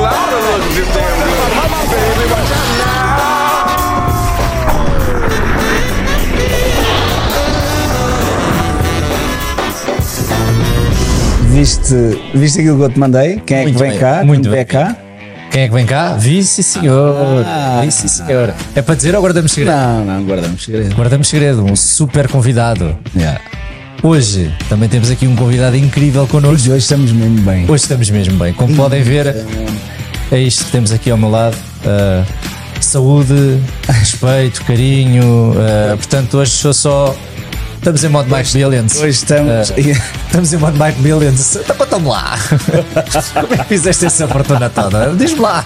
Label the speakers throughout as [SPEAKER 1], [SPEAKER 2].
[SPEAKER 1] looks just damn good. Mama, baby, watch out now.
[SPEAKER 2] Viste, viste aquilo que eu te mandei? Quem é que
[SPEAKER 3] Muito
[SPEAKER 2] vem
[SPEAKER 3] bem,
[SPEAKER 2] cá?
[SPEAKER 3] muito
[SPEAKER 2] Quem
[SPEAKER 3] bem.
[SPEAKER 2] é que vem cá?
[SPEAKER 3] Quem é que vem cá? Vice senhor.
[SPEAKER 2] Ah.
[SPEAKER 3] Vice senhor. É para dizer ou guardamos segredo?
[SPEAKER 2] Não, não, guardamos segredo.
[SPEAKER 3] Guardamos segredo, um super convidado.
[SPEAKER 2] Yeah.
[SPEAKER 3] Hoje também temos aqui um convidado incrível
[SPEAKER 2] Hoje
[SPEAKER 3] connosco.
[SPEAKER 2] hoje estamos mesmo bem.
[SPEAKER 3] Hoje estamos mesmo bem. Como podem ver, é isto que temos aqui ao meu lado. Ah, saúde, respeito, carinho. ah, portanto, hoje sou só. Estamos em modo Mike Billions.
[SPEAKER 2] Hoje estamos.
[SPEAKER 3] Estamos em modo Mike Billions. Então conta-me lá. Como é que fizeste essa fortuna toda? Diz-me lá.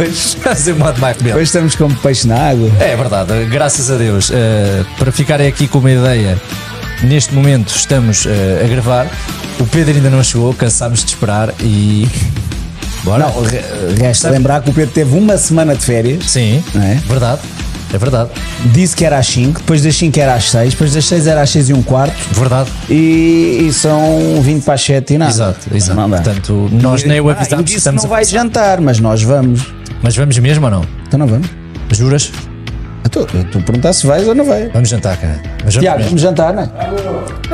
[SPEAKER 3] Estamos em modo Mike Billions.
[SPEAKER 2] Hoje estamos como peixe na água.
[SPEAKER 3] É verdade, graças a Deus. Eh, para ficarem aqui com uma ideia, neste momento estamos eh, a gravar. O Pedro ainda não chegou, cansámos de esperar e. Bora?
[SPEAKER 2] Não, re- resta lembrar que o Pedro teve uma semana de férias.
[SPEAKER 3] Sim,
[SPEAKER 2] Não é?
[SPEAKER 3] verdade. É verdade.
[SPEAKER 2] Disse que era às 5, depois das 5 era às 6, depois das 6 era às 6 e um quarto.
[SPEAKER 3] Verdade.
[SPEAKER 2] E, e são 20 para as 7 e nada.
[SPEAKER 3] exato, exato.
[SPEAKER 2] Não dá.
[SPEAKER 3] Portanto, nós nem o
[SPEAKER 2] Ah,
[SPEAKER 3] avisámos
[SPEAKER 2] e
[SPEAKER 3] que
[SPEAKER 2] disse
[SPEAKER 3] estamos
[SPEAKER 2] não
[SPEAKER 3] a.
[SPEAKER 2] vai jantar, mas nós vamos.
[SPEAKER 3] Mas vamos mesmo ou não?
[SPEAKER 2] Então não vamos.
[SPEAKER 3] Juras?
[SPEAKER 2] Eu estou eu estou a perguntar se vais ou não vais.
[SPEAKER 3] Vamos jantar, cara. Mas vamos
[SPEAKER 2] Tiago,
[SPEAKER 3] mesmo.
[SPEAKER 2] vamos jantar, não é?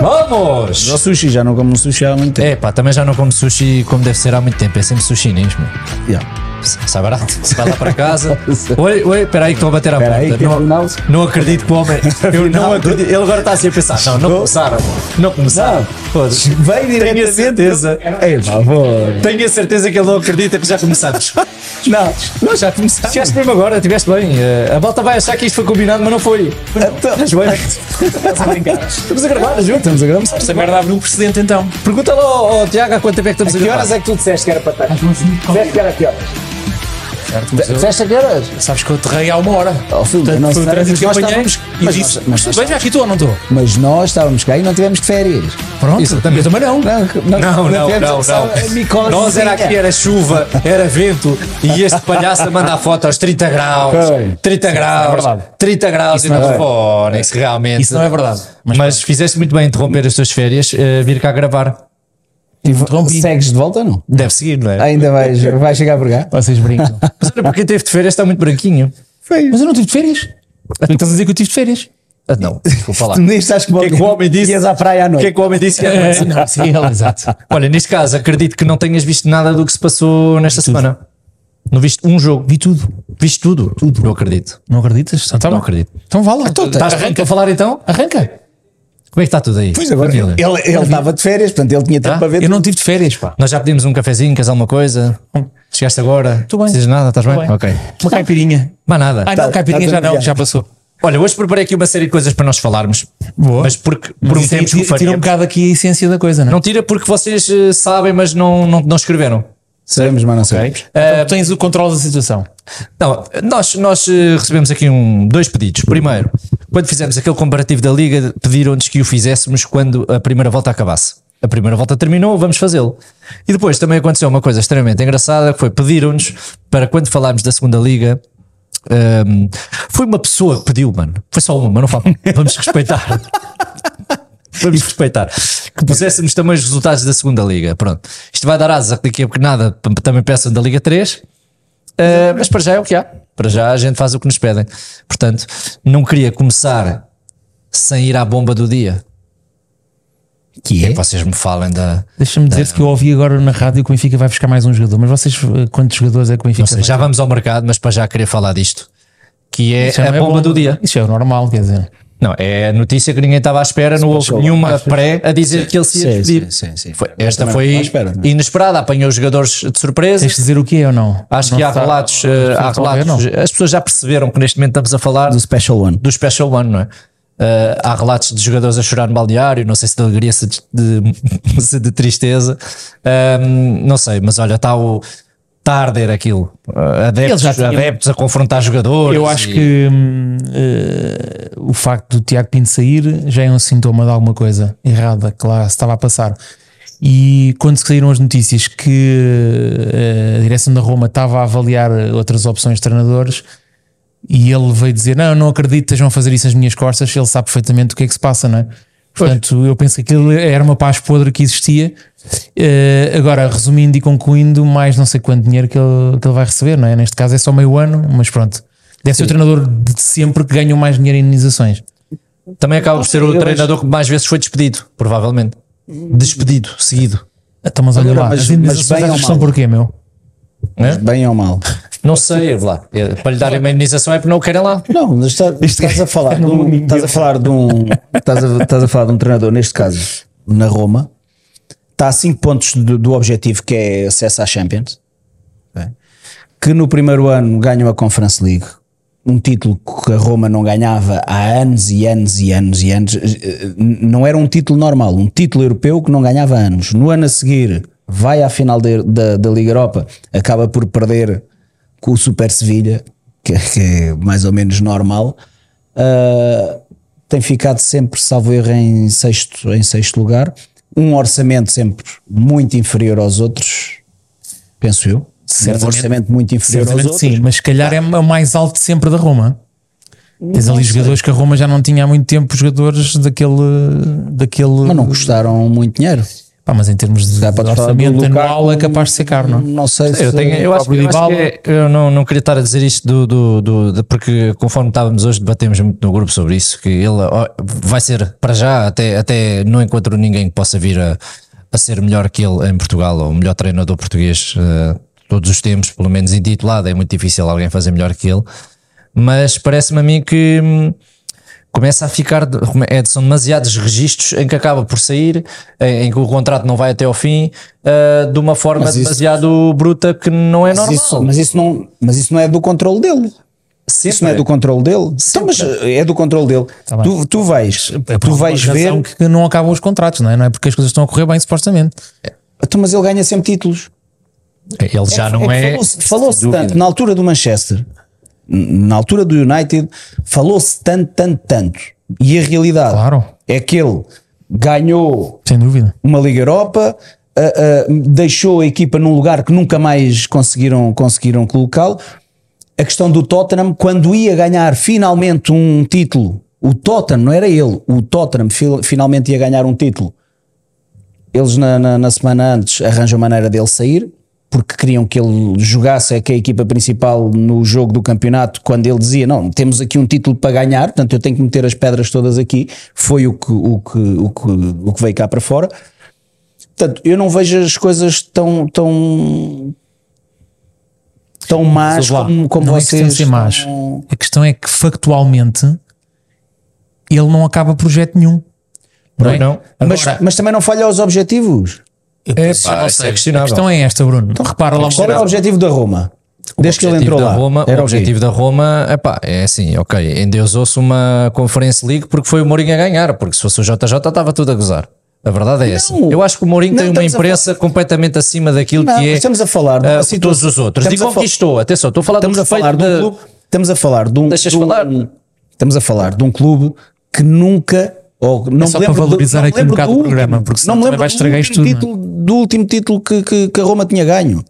[SPEAKER 3] Vamos!
[SPEAKER 2] Já sushi, já não como sushi há muito tempo.
[SPEAKER 3] É pá, também já não como sushi como deve ser há muito tempo. É sempre sushi chinês, meu.
[SPEAKER 2] Yeah.
[SPEAKER 3] Está barato. Se vai lá para casa. Oi, oi, espera aí que estou a bater à
[SPEAKER 2] Espera
[SPEAKER 3] porta.
[SPEAKER 2] aí, que
[SPEAKER 3] não,
[SPEAKER 2] afinal-
[SPEAKER 3] não acredito que o homem. Eu não acredito. Ele agora está assim a pensar. Não, não começaram. Não começaram. Foda-se.
[SPEAKER 2] Vem diretamente.
[SPEAKER 3] Tenho a certeza.
[SPEAKER 2] Ei, por favor.
[SPEAKER 3] Tenho a certeza que ele não acredita que já começámos.
[SPEAKER 2] Não,
[SPEAKER 3] Não, já começámos. Estiveste mesmo agora, estiveste bem. Eh, A malta vai achar que isto foi combinado, mas não foi.
[SPEAKER 2] Então-
[SPEAKER 3] Estás bem? Estás a brincar. Estamos a gravar, juro.
[SPEAKER 2] estamos a gravar.
[SPEAKER 4] Essa merda abre um precedente então.
[SPEAKER 3] Pergunta lá ao, ao Tiago há quanto tempo é que estamos a
[SPEAKER 2] Que
[SPEAKER 3] gravar.
[SPEAKER 2] horas é que tu disseste que era para estar? Disseste que era a que horas?
[SPEAKER 4] Certo, mas eu-
[SPEAKER 2] Disseste a que horas?
[SPEAKER 4] sabes que eu aterrei há uma hora.
[SPEAKER 2] Oh, filho,
[SPEAKER 4] Portanto,
[SPEAKER 2] não
[SPEAKER 4] foi o
[SPEAKER 2] sei,
[SPEAKER 4] trânsito
[SPEAKER 2] mas
[SPEAKER 4] que eu
[SPEAKER 2] nós
[SPEAKER 4] apanhei
[SPEAKER 2] estávamos-
[SPEAKER 4] e
[SPEAKER 2] mas
[SPEAKER 4] disse:
[SPEAKER 2] nós- mas nós-
[SPEAKER 4] Veja aqui tu ou não estou?
[SPEAKER 2] Mas nós estávamos cá e não tivemos de férias.
[SPEAKER 3] Pronto.
[SPEAKER 4] Eu também
[SPEAKER 2] Não,
[SPEAKER 4] não.
[SPEAKER 3] Não, não,
[SPEAKER 2] tivemos-
[SPEAKER 3] não,
[SPEAKER 2] só a
[SPEAKER 3] não.
[SPEAKER 2] micose.
[SPEAKER 3] Nós era aqui, era chuva, era vento e este palhaço a mandar foto aos 30 graus,
[SPEAKER 2] Ok.
[SPEAKER 3] 30 graus,
[SPEAKER 4] verdade.
[SPEAKER 3] 30 graus e
[SPEAKER 4] não
[SPEAKER 3] nós
[SPEAKER 4] é
[SPEAKER 3] fora, isso realmente.
[SPEAKER 4] Isso não é verdade.
[SPEAKER 3] Mas, fizeste muito bem em interromper as tuas férias, eh, vir cá gravar.
[SPEAKER 4] Rompi.
[SPEAKER 2] Segues de volta ou não?
[SPEAKER 3] Deve seguir, não é?
[SPEAKER 2] Ainda vais, vais chegar por cá?
[SPEAKER 4] Vocês brincam.
[SPEAKER 3] Mas olha, para quem teve de férias está muito branquinho.
[SPEAKER 4] mas eu não tive de férias. Então estás a dizer que eu tive de férias?
[SPEAKER 3] Ah, não, desculpa lá.
[SPEAKER 2] Tu nem estás com
[SPEAKER 3] O que é que o homem disse?
[SPEAKER 2] Ias à praia à
[SPEAKER 3] O
[SPEAKER 2] noite.
[SPEAKER 3] que é que o homem disse?
[SPEAKER 4] É, não, sim, é, exato.
[SPEAKER 3] Olha, neste caso, acredito que não tenhas visto nada do que se passou nesta semana. Não viste um jogo. Vi tudo. Viste tudo? Tudo. Não acredito.
[SPEAKER 4] Não acreditas? Então,
[SPEAKER 3] Não acredito.
[SPEAKER 4] Então vá lá.
[SPEAKER 3] Estás pronto a falar então?
[SPEAKER 4] Arranca.
[SPEAKER 3] Como é que está tudo aí?
[SPEAKER 2] Pois Ah, agora,
[SPEAKER 3] Família?
[SPEAKER 2] ele ele estava de férias, portanto ele tinha tempo
[SPEAKER 3] Tá?
[SPEAKER 2] para ver.
[SPEAKER 4] Eu não tive de férias, pá.
[SPEAKER 3] Nós já pedimos um cafezinho, queres alguma coisa? Chegaste agora?
[SPEAKER 4] Hum. Tô bem.
[SPEAKER 3] Precisas de nada? Estás bem?
[SPEAKER 4] bem.
[SPEAKER 3] Ok.
[SPEAKER 4] Uma caipirinha.
[SPEAKER 3] Mais nada.
[SPEAKER 4] Ai,
[SPEAKER 2] Tá-
[SPEAKER 4] Tá. Ah, não, caipirinha
[SPEAKER 2] tá
[SPEAKER 4] já não,
[SPEAKER 2] tranquilo.
[SPEAKER 4] já passou.
[SPEAKER 3] Olha, hoje preparei aqui uma série de coisas para nós falarmos.
[SPEAKER 4] Boa.
[SPEAKER 3] Mas porque
[SPEAKER 4] Isso aí
[SPEAKER 3] prometemos que o
[SPEAKER 4] tira, tira um
[SPEAKER 3] faríamos.
[SPEAKER 4] bocado aqui a essência da coisa, não é?
[SPEAKER 3] Não tira porque vocês eh, sabem, mas não, não, não escreveram.
[SPEAKER 2] Sabemos, mas não sabemos.
[SPEAKER 4] Então, tu tens o controle da situação.
[SPEAKER 3] Não, nós, nós eh, recebemos aqui um, dois pedidos. Primeiro, quando fizemos aquele comparativo da Liga, pediram-nos que o fizéssemos quando a primeira volta acabasse. A primeira volta terminou, vamos fazê-lo. E depois também aconteceu uma coisa extremamente engraçada, que foi pediram-nos para quando falarmos da segunda Liga. ehm, foi uma pessoa que pediu, mano. Foi só uma, mas não fala. Vamos respeitar. Vamos respeitar. Que puséssemos também os resultados da segunda Liga. Pronto. Isto vai dar asa daqui a pouco nada. p- Também peçam da Liga 3. Uh, mas para já é o que há. Para já a gente faz o que nos pedem. Portanto, não queria começar sem ir à bomba do dia.
[SPEAKER 2] Que
[SPEAKER 3] É que vocês me falem da.
[SPEAKER 4] Deixa-me dizer-te que eu ouvi agora na rádio que o Benfica vai buscar mais um jogador, mas vocês, eh, quantos jogadores é que o Benfica
[SPEAKER 3] Ou seja,
[SPEAKER 4] vai?
[SPEAKER 3] já vamos ao mercado, mas para já queria falar disto. Que é
[SPEAKER 4] Isso
[SPEAKER 3] a
[SPEAKER 4] não é
[SPEAKER 3] bomba
[SPEAKER 4] bom.
[SPEAKER 3] do dia.
[SPEAKER 4] Isso é o normal, quer dizer.
[SPEAKER 3] Não, é a notícia que ninguém estava à espera, não houve
[SPEAKER 2] passou lá.
[SPEAKER 3] nenhuma pré a dizer que ele se ia
[SPEAKER 2] sim,
[SPEAKER 3] despedir.
[SPEAKER 2] sim, sim, sim.
[SPEAKER 3] Foi-
[SPEAKER 2] Eu
[SPEAKER 3] esta
[SPEAKER 2] também
[SPEAKER 3] foi
[SPEAKER 2] não estava à espera, não é?
[SPEAKER 3] inesperada, apanhou os jogadores de surpresa.
[SPEAKER 4] Tens de dizer o que é ou não?
[SPEAKER 3] Acho
[SPEAKER 4] Não
[SPEAKER 3] que há
[SPEAKER 4] está-
[SPEAKER 3] relatos,
[SPEAKER 4] não
[SPEAKER 3] eh,
[SPEAKER 4] está
[SPEAKER 3] há
[SPEAKER 4] a resolver,
[SPEAKER 3] relatos.
[SPEAKER 4] não.
[SPEAKER 3] As pessoas já perceberam que neste momento estamos a falar
[SPEAKER 2] Do um Special One.
[SPEAKER 3] do Special One, não é? Ah, há relatos de jogadores a chorar no balneário, não sei se de alegria, se de, de- se de tristeza, Ahm, não sei, mas olha, está o está a arder aquilo. Ah, adeptos,
[SPEAKER 4] já tinham-
[SPEAKER 3] adeptos a confrontar jogadores.
[SPEAKER 4] Eu acho
[SPEAKER 3] e-
[SPEAKER 4] que hum, eh, o facto do Tiago Pinto sair já é um sintoma de alguma coisa errada que lá se estava a passar. E quando saíram as notícias que eh, a direção da Roma estava a avaliar outras opções de treinadores e ele veio dizer: Não, não acredito que estejam a fazer isso nas minhas costas, ele sabe perfeitamente o que é que se passa, não é? Portanto, eu penso que aquilo era uma paz podre que existia. Eh, agora, resumindo e concluindo, mais não sei quanto dinheiro que ele, que ele vai receber, não é? Neste caso é só meio ano, mas pronto. Deve ser o treinador de sempre que ganhou mais dinheiro em indenizações.
[SPEAKER 3] Também acaba por ser o
[SPEAKER 2] Eu
[SPEAKER 3] treinador que mais vezes foi despedido, provavelmente. Despedido, seguido.
[SPEAKER 4] Então, mas olha
[SPEAKER 2] Agora,
[SPEAKER 4] lá,
[SPEAKER 2] mas-
[SPEAKER 4] as
[SPEAKER 2] mas
[SPEAKER 4] indenizações
[SPEAKER 2] bem
[SPEAKER 4] achas
[SPEAKER 2] ou
[SPEAKER 4] que são
[SPEAKER 2] mal?
[SPEAKER 4] porquê, meu?
[SPEAKER 2] Bem ou mal?
[SPEAKER 3] Não sei, lá. É, Para lhe darem uma indenização é porque não o querem lá.
[SPEAKER 2] Não, mas está- estás a falar de um, estás a falar de um estás, a, estás a falar de um treinador, neste caso, na Roma, está a 5 pontos do, do objetivo que é acesso à Champions, ok? que no primeiro ano ganhou a Conference League, um título que a Roma não ganhava há anos e anos e anos e anos, eh, não era um título normal, um título europeu que não ganhava há anos. No ano a seguir vai à final da- da, da Liga Europa, acaba por perder com o Super Sevilha, que, que é mais ou menos normal, ah, tem ficado sempre, salvo erro, em sexto, em sexto lugar. Um orçamento sempre muito inferior aos outros, penso eu. Um
[SPEAKER 4] Certamente.
[SPEAKER 2] orçamento muito inferior aos
[SPEAKER 4] Certamente
[SPEAKER 2] outros.
[SPEAKER 4] sim, mas se calhar é o mais alto sempre da Roma.
[SPEAKER 2] Hum,
[SPEAKER 4] Tens ali jogadores que a Roma já não tinha há muito tempo, jogadores daquele. daquele
[SPEAKER 2] Mas não custaram muito dinheiro.
[SPEAKER 4] Pá, mas em termos de,
[SPEAKER 2] Dá para
[SPEAKER 4] de
[SPEAKER 2] te falar do Hum.
[SPEAKER 4] orçamento
[SPEAKER 2] Lukaku-
[SPEAKER 4] anual é capaz de ser caro, não?
[SPEAKER 2] Não sei se.
[SPEAKER 3] Eu, tenho, eu acho,
[SPEAKER 4] Pablo
[SPEAKER 3] eu acho que
[SPEAKER 4] Dybala.
[SPEAKER 3] é- eu não, não queria estar a dizer isto do, do, do- de- porque conforme estávamos hoje debatemos muito no grupo sobre isso que ele ó, vai ser para já até, até não encontro ninguém que possa vir a, a ser melhor que ele em Portugal ou o melhor treinador português eh, todos os tempos, pelo menos intitulado é muito difícil alguém fazer melhor que ele mas parece-me a mim que hum, começa a ficar de- come- é, são demasiados registros em que acaba por sair, em, em que o contrato não vai até ao fim, ah, de uma forma
[SPEAKER 2] Mas isso-
[SPEAKER 3] demasiado bruta que não é
[SPEAKER 2] Mas
[SPEAKER 3] normal.
[SPEAKER 2] isso, mas, isso não, mas isso não é do controle dele. Isso não é do controle dele. Então, mas é do controle dele.
[SPEAKER 4] Tá bem.
[SPEAKER 2] tu, tu vais, tu vais ver.
[SPEAKER 4] razão que não acabam os contratos, não é? Não é porque as coisas estão a correr bem, supostamente.
[SPEAKER 2] Então, mas ele ganha sempre títulos.
[SPEAKER 3] Ele já
[SPEAKER 4] Ah,
[SPEAKER 2] É que
[SPEAKER 3] não é.
[SPEAKER 2] falou-se- Falou-se
[SPEAKER 3] Sem
[SPEAKER 2] tanto
[SPEAKER 3] dúvida.
[SPEAKER 2] na altura do Manchester, n- na altura do United, falou-se tanto, tanto, tanto. E a realidade
[SPEAKER 4] Claro.
[SPEAKER 2] é que ele ganhou
[SPEAKER 4] Sem dúvida.
[SPEAKER 2] uma Liga Europa, ah, ah, deixou a equipa num lugar que nunca mais conseguiram, conseguiram colocá-lo. A questão do Tottenham, quando ia ganhar finalmente um título, o Tottenham, não era ele, o Tottenham fil- finalmente ia ganhar um título. Eles na, na- na semana antes arranjam maneira dele sair, porque queriam que ele jogasse é que a equipa principal no jogo do campeonato, quando ele dizia, não, temos aqui um título para ganhar, portanto eu tenho que meter as pedras todas aqui, foi o que, o que, o que, o que veio cá para fora. Portanto, eu não vejo as coisas tão tão tão más
[SPEAKER 4] Mas, lá,
[SPEAKER 2] como, como
[SPEAKER 4] não é questão
[SPEAKER 2] vocês
[SPEAKER 4] de ser más.
[SPEAKER 2] estão-
[SPEAKER 4] A questão é que factualmente ele não acaba projeto nenhum. Não, é?
[SPEAKER 3] Não.
[SPEAKER 2] Mas,
[SPEAKER 4] Agora-
[SPEAKER 2] mas também não falha aos objetivos.
[SPEAKER 4] É,
[SPEAKER 3] pá, isso é questionável.
[SPEAKER 4] A questão é esta, Bruno. Então, repara lá,
[SPEAKER 2] Qual era o objetivo da Roma? Desde que ele entrou
[SPEAKER 3] da
[SPEAKER 2] lá.
[SPEAKER 3] Roma,
[SPEAKER 2] era
[SPEAKER 3] o
[SPEAKER 2] o quê?
[SPEAKER 3] objetivo da Roma epá, é assim, ok, endeusou-se uma Conference League porque foi o Mourinho a ganhar, porque se fosse o JJ estava tudo a gozar. A verdade é essa. Eu acho que o Mourinho
[SPEAKER 2] Não,
[SPEAKER 3] tem uma
[SPEAKER 2] estamos a
[SPEAKER 3] imprensa completamente acima daquilo
[SPEAKER 2] Não,
[SPEAKER 3] que é
[SPEAKER 2] estamos a falar de uma
[SPEAKER 3] ah,
[SPEAKER 2] situação-
[SPEAKER 3] todos os outros. E
[SPEAKER 2] estamos a fal-
[SPEAKER 3] conquistou, atenção, estou a falar
[SPEAKER 2] Estamos
[SPEAKER 3] do
[SPEAKER 2] a falar de
[SPEAKER 3] respeito
[SPEAKER 2] um
[SPEAKER 3] de-
[SPEAKER 2] clube. Estamos a falar de um.
[SPEAKER 3] Deixas
[SPEAKER 2] de um-
[SPEAKER 3] falar.
[SPEAKER 2] Estamos a falar de um clube que nunca. Ou não
[SPEAKER 4] É só
[SPEAKER 2] me
[SPEAKER 4] para
[SPEAKER 2] lembro do-
[SPEAKER 4] valorizar
[SPEAKER 2] não me
[SPEAKER 4] aqui um
[SPEAKER 2] lembro
[SPEAKER 4] bocado
[SPEAKER 2] do
[SPEAKER 4] o programa,
[SPEAKER 2] último.
[SPEAKER 4] porque senão
[SPEAKER 2] não me
[SPEAKER 4] também
[SPEAKER 2] lembro
[SPEAKER 4] vais
[SPEAKER 2] do
[SPEAKER 4] estragar
[SPEAKER 2] último
[SPEAKER 4] isto tudo,
[SPEAKER 2] título, do último título que, que- que a Roma tinha ganho.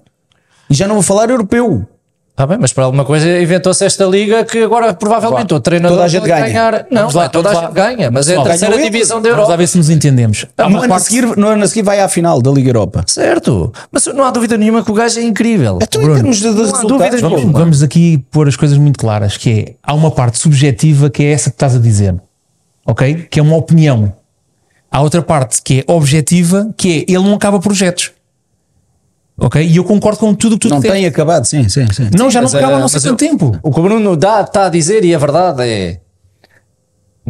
[SPEAKER 2] E já não vou falar europeu.
[SPEAKER 3] Está Tá bem, mas para alguma coisa inventou-se esta liga que agora provavelmente o treinador
[SPEAKER 2] Toda a gente
[SPEAKER 3] vai
[SPEAKER 2] ganha.
[SPEAKER 3] ganhar. Não,
[SPEAKER 4] Vamos lá,
[SPEAKER 3] é toda
[SPEAKER 4] vamos
[SPEAKER 3] a gente
[SPEAKER 4] lá.
[SPEAKER 3] ganha, mas é a
[SPEAKER 4] Pessoal,
[SPEAKER 3] terceira
[SPEAKER 2] ganhou ele.
[SPEAKER 3] divisão da
[SPEAKER 4] vamos lá
[SPEAKER 3] Europa.
[SPEAKER 4] ver se nos entendemos. Há
[SPEAKER 2] No
[SPEAKER 4] uma
[SPEAKER 2] ano, a
[SPEAKER 4] parte-
[SPEAKER 2] é seguir, no ano a seguir vai à final da Liga Europa.
[SPEAKER 3] Certo, mas não há dúvida nenhuma que o gajo é incrível.
[SPEAKER 2] Então, em
[SPEAKER 4] Bruno,
[SPEAKER 2] termos de, de
[SPEAKER 3] não há dúvidas
[SPEAKER 2] resultados,
[SPEAKER 4] Vamos,
[SPEAKER 3] nenhuma.
[SPEAKER 4] vamos aqui pôr as coisas muito claras, que é, há uma parte subjetiva que é essa que estás a dizer, ok? Que é uma opinião. Há outra parte que é objetiva, que é, ele não acaba projetos, ok? E eu concordo com tudo o que tu
[SPEAKER 2] não
[SPEAKER 4] disseste.
[SPEAKER 2] tem acabado, sim, sim, sim.
[SPEAKER 4] Não, já
[SPEAKER 3] Mas,
[SPEAKER 4] não acaba há
[SPEAKER 3] eh,
[SPEAKER 4] não sei
[SPEAKER 3] mas
[SPEAKER 4] quanto um tempo.
[SPEAKER 3] O que o Bruno dá, está a dizer, e a verdade é.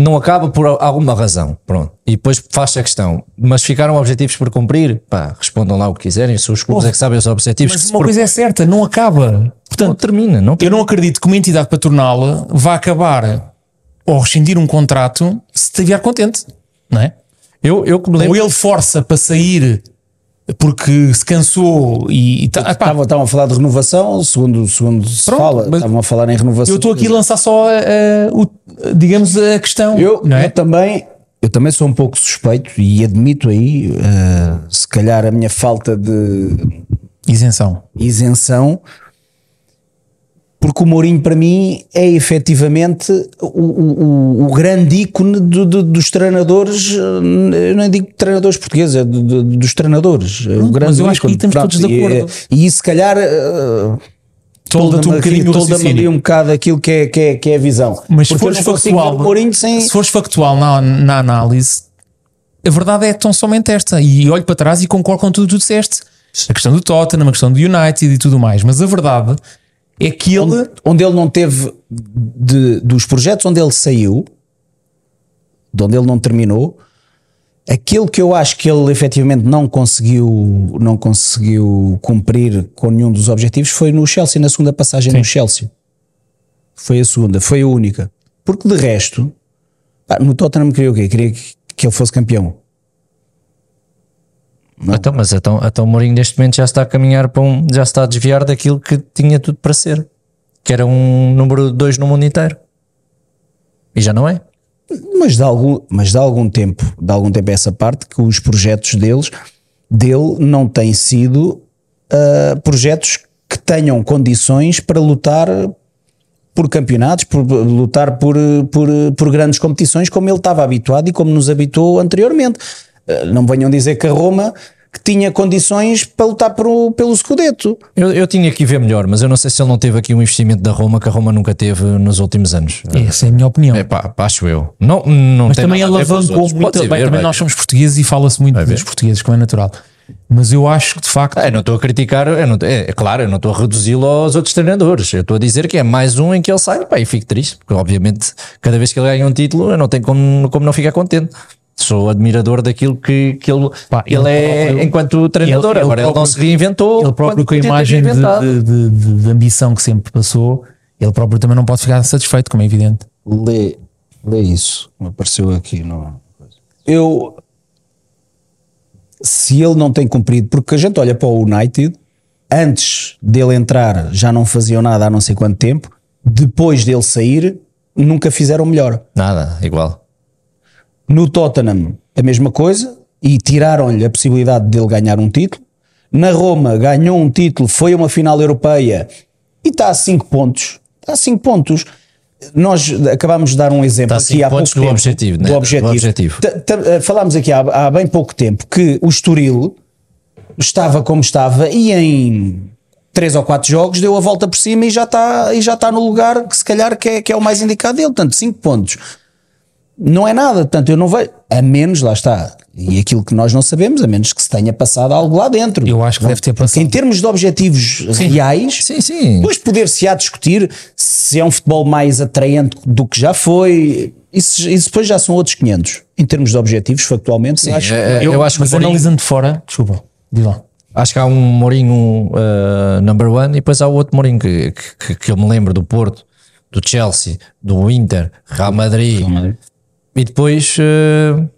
[SPEAKER 3] Não acaba por al- alguma razão. Pronto. E depois faz a questão. Mas ficaram objetivos por cumprir? Pá, respondam lá o que quiserem. Se os clubes é que sabem os objetivos,
[SPEAKER 4] Mas
[SPEAKER 3] se
[SPEAKER 4] uma
[SPEAKER 3] por-
[SPEAKER 4] coisa é certa, não acaba.
[SPEAKER 3] não
[SPEAKER 4] Portanto,
[SPEAKER 3] termina. Não
[SPEAKER 4] eu não acredito que uma entidade patroná-la vá acabar ou rescindir um contrato se estiver contente, não é?
[SPEAKER 3] Eu, eu que me
[SPEAKER 4] Ou
[SPEAKER 3] lembro.
[SPEAKER 4] ele força para sair porque se cansou e, e tá- epá,
[SPEAKER 2] Estavam, estavam a falar de renovação, segundo, segundo se
[SPEAKER 4] Pronto,
[SPEAKER 2] fala,
[SPEAKER 4] mas-
[SPEAKER 2] estavam a falar em renovação.
[SPEAKER 4] Eu estou aqui a lançar só, eh, eh, o, digamos, a questão.
[SPEAKER 2] Eu,
[SPEAKER 4] não
[SPEAKER 2] eu
[SPEAKER 4] é?
[SPEAKER 2] também, eu também sou um pouco suspeito e admito aí, eh, se calhar, a minha falta de
[SPEAKER 4] Isenção.
[SPEAKER 2] isenção, porque porque o Mourinho para mim é efetivamente o, o- o- o grande ícone do- do- dos treinadores, eh, eu não digo treinadores portugueses, é do- do- dos treinadores. é o grande
[SPEAKER 4] Hum, mas eu acho que
[SPEAKER 2] ícone.
[SPEAKER 4] aí estamos todos de
[SPEAKER 2] e-
[SPEAKER 4] acordo.
[SPEAKER 2] E, isso se calhar eh,
[SPEAKER 4] Tolda-te um
[SPEAKER 2] tolda-me aqui-
[SPEAKER 4] bocadinho o
[SPEAKER 2] tolda-me ali
[SPEAKER 4] raciocínio.
[SPEAKER 2] um bocado aquilo que é, que é, que é a visão.
[SPEAKER 4] Mas
[SPEAKER 2] Porque
[SPEAKER 4] se
[SPEAKER 2] eu
[SPEAKER 4] fores
[SPEAKER 2] não consigo ver
[SPEAKER 4] factual, é?
[SPEAKER 2] o Mourinho sem...
[SPEAKER 4] se fores factual na, na análise, a verdade é tão somente esta. E olho para trás e concordo com tudo o que tu disseste. A questão do Tottenham, a questão do United e tudo mais. Mas a verdade é que ele.
[SPEAKER 2] onde ele não teve de- dos projetos onde ele saiu, de onde ele não terminou, aquilo que eu acho que ele efetivamente não conseguiu, não conseguiu cumprir com nenhum dos objetivos foi no Chelsea, na segunda passagem no Chelsea. Foi a segunda, foi a única. Porque de resto, pá, no Tottenham queria o quê? Queria que, que ele fosse campeão.
[SPEAKER 3] Então, mas então, então o Mourinho neste momento já está a caminhar para um, já está a desviar daquilo que tinha tudo para ser, que era um número 2 no mundo inteiro. E já não é?
[SPEAKER 2] mas de algum, mas de algum tempo, de algum tempo a essa parte que os projetos deles, dele não têm sido ah, projetos que tenham condições para lutar por campeonatos, por por lutar por, por, por grandes competições como ele estava habituado e como nos habituou anteriormente. Ah, não venham dizer que a Roma que tinha condições para lutar pelo, pelo Scudetto.
[SPEAKER 3] Eu, eu tinha que ver melhor, mas eu não sei se ele não teve aqui um investimento da Roma que a Roma nunca teve nos últimos anos.
[SPEAKER 4] Essa é a minha opinião.
[SPEAKER 3] É pá, acho eu. Não, não
[SPEAKER 4] Mas
[SPEAKER 3] tem
[SPEAKER 4] também
[SPEAKER 3] nada a ver com os
[SPEAKER 4] alavancou
[SPEAKER 3] outros.
[SPEAKER 4] muito.
[SPEAKER 3] Pode
[SPEAKER 4] Bem,
[SPEAKER 3] haver,
[SPEAKER 4] também
[SPEAKER 3] vai
[SPEAKER 4] nós
[SPEAKER 3] haver.
[SPEAKER 4] somos portugueses e fala-se muito dos portugueses, como é natural. Mas eu acho que de facto.
[SPEAKER 3] Ah, eu não estou a criticar, eu não- é, é claro, eu não estou a reduzi-lo aos outros treinadores. Eu estou a dizer que é mais um em que ele sai pá, e fico triste, porque obviamente cada vez que ele ganha um título eu não tenho como, como não ficar contente. Sou admirador daquilo que, que ele,
[SPEAKER 4] Pá,
[SPEAKER 3] ele,
[SPEAKER 4] ele
[SPEAKER 3] é
[SPEAKER 4] próprio-
[SPEAKER 3] enquanto treinador.
[SPEAKER 4] ele
[SPEAKER 3] Agora ele,
[SPEAKER 4] próprio-
[SPEAKER 3] não se reinventou.
[SPEAKER 4] ele
[SPEAKER 3] quando
[SPEAKER 4] próprio com a
[SPEAKER 3] podia ter
[SPEAKER 4] imagem de,
[SPEAKER 3] inventado.
[SPEAKER 4] de- de- de- de ambição que sempre passou, ele próprio também não pode ficar satisfeito, como é evidente.
[SPEAKER 2] lê, lê isso. Me apareceu aqui é? no. Eu. Se ele não tem cumprido, porque a gente olha para o United, antes dele entrar já não faziam nada há não sei quanto tempo, depois dele sair, nunca fizeram melhor.
[SPEAKER 3] Nada, igual.
[SPEAKER 2] No Tottenham, a mesma coisa, e tiraram-lhe a possibilidade dele ganhar um título. Na Roma, ganhou um título, foi a uma final europeia e está a 5 pontos. Está a 5 pontos. Nós acabámos de dar um exemplo
[SPEAKER 3] Está a
[SPEAKER 2] aqui
[SPEAKER 3] cinco
[SPEAKER 2] há pouco
[SPEAKER 3] pontos do
[SPEAKER 2] tempo.
[SPEAKER 3] objetivo, né?
[SPEAKER 2] do
[SPEAKER 3] Do
[SPEAKER 2] objetivo.
[SPEAKER 3] objetivo.
[SPEAKER 2] Ta- ta- eh, falámos aqui há, há bem pouco tempo que o Estoril estava como estava e em 3 ou 4 jogos deu a volta por cima e já está, e já está no lugar que se calhar que é, que é o mais indicado dele. Portanto, 5 pontos não é nada, portanto eu não vejo, a menos, lá está, e aquilo que nós não sabemos, a menos que se tenha passado algo lá dentro.
[SPEAKER 4] Eu acho que
[SPEAKER 2] Não-
[SPEAKER 4] deve ter
[SPEAKER 2] Em
[SPEAKER 4] passado.
[SPEAKER 2] termos de objetivos reais,
[SPEAKER 3] Sim, sim.
[SPEAKER 2] depois poder-se-á discutir se é um futebol mais atraente do que já foi, isso, isso depois já são outros 500. Em termos de objetivos, factualmente, eu acho
[SPEAKER 3] é- é- eu, acho que
[SPEAKER 4] mas
[SPEAKER 3] o Mourinho-
[SPEAKER 4] analisando de fora, desculpa, diz lá.
[SPEAKER 3] Acho que há um Mourinho uh, number one e depois há o outro Mourinho que, que, que eu me lembro do Porto, do Chelsea, do Inter, Real Madrid. E depois uh,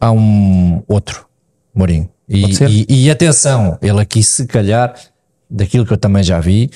[SPEAKER 3] há um outro Mourinho. E,
[SPEAKER 4] Pode ser.
[SPEAKER 3] e- e atenção, ele aqui se calhar, daquilo que eu também já vi,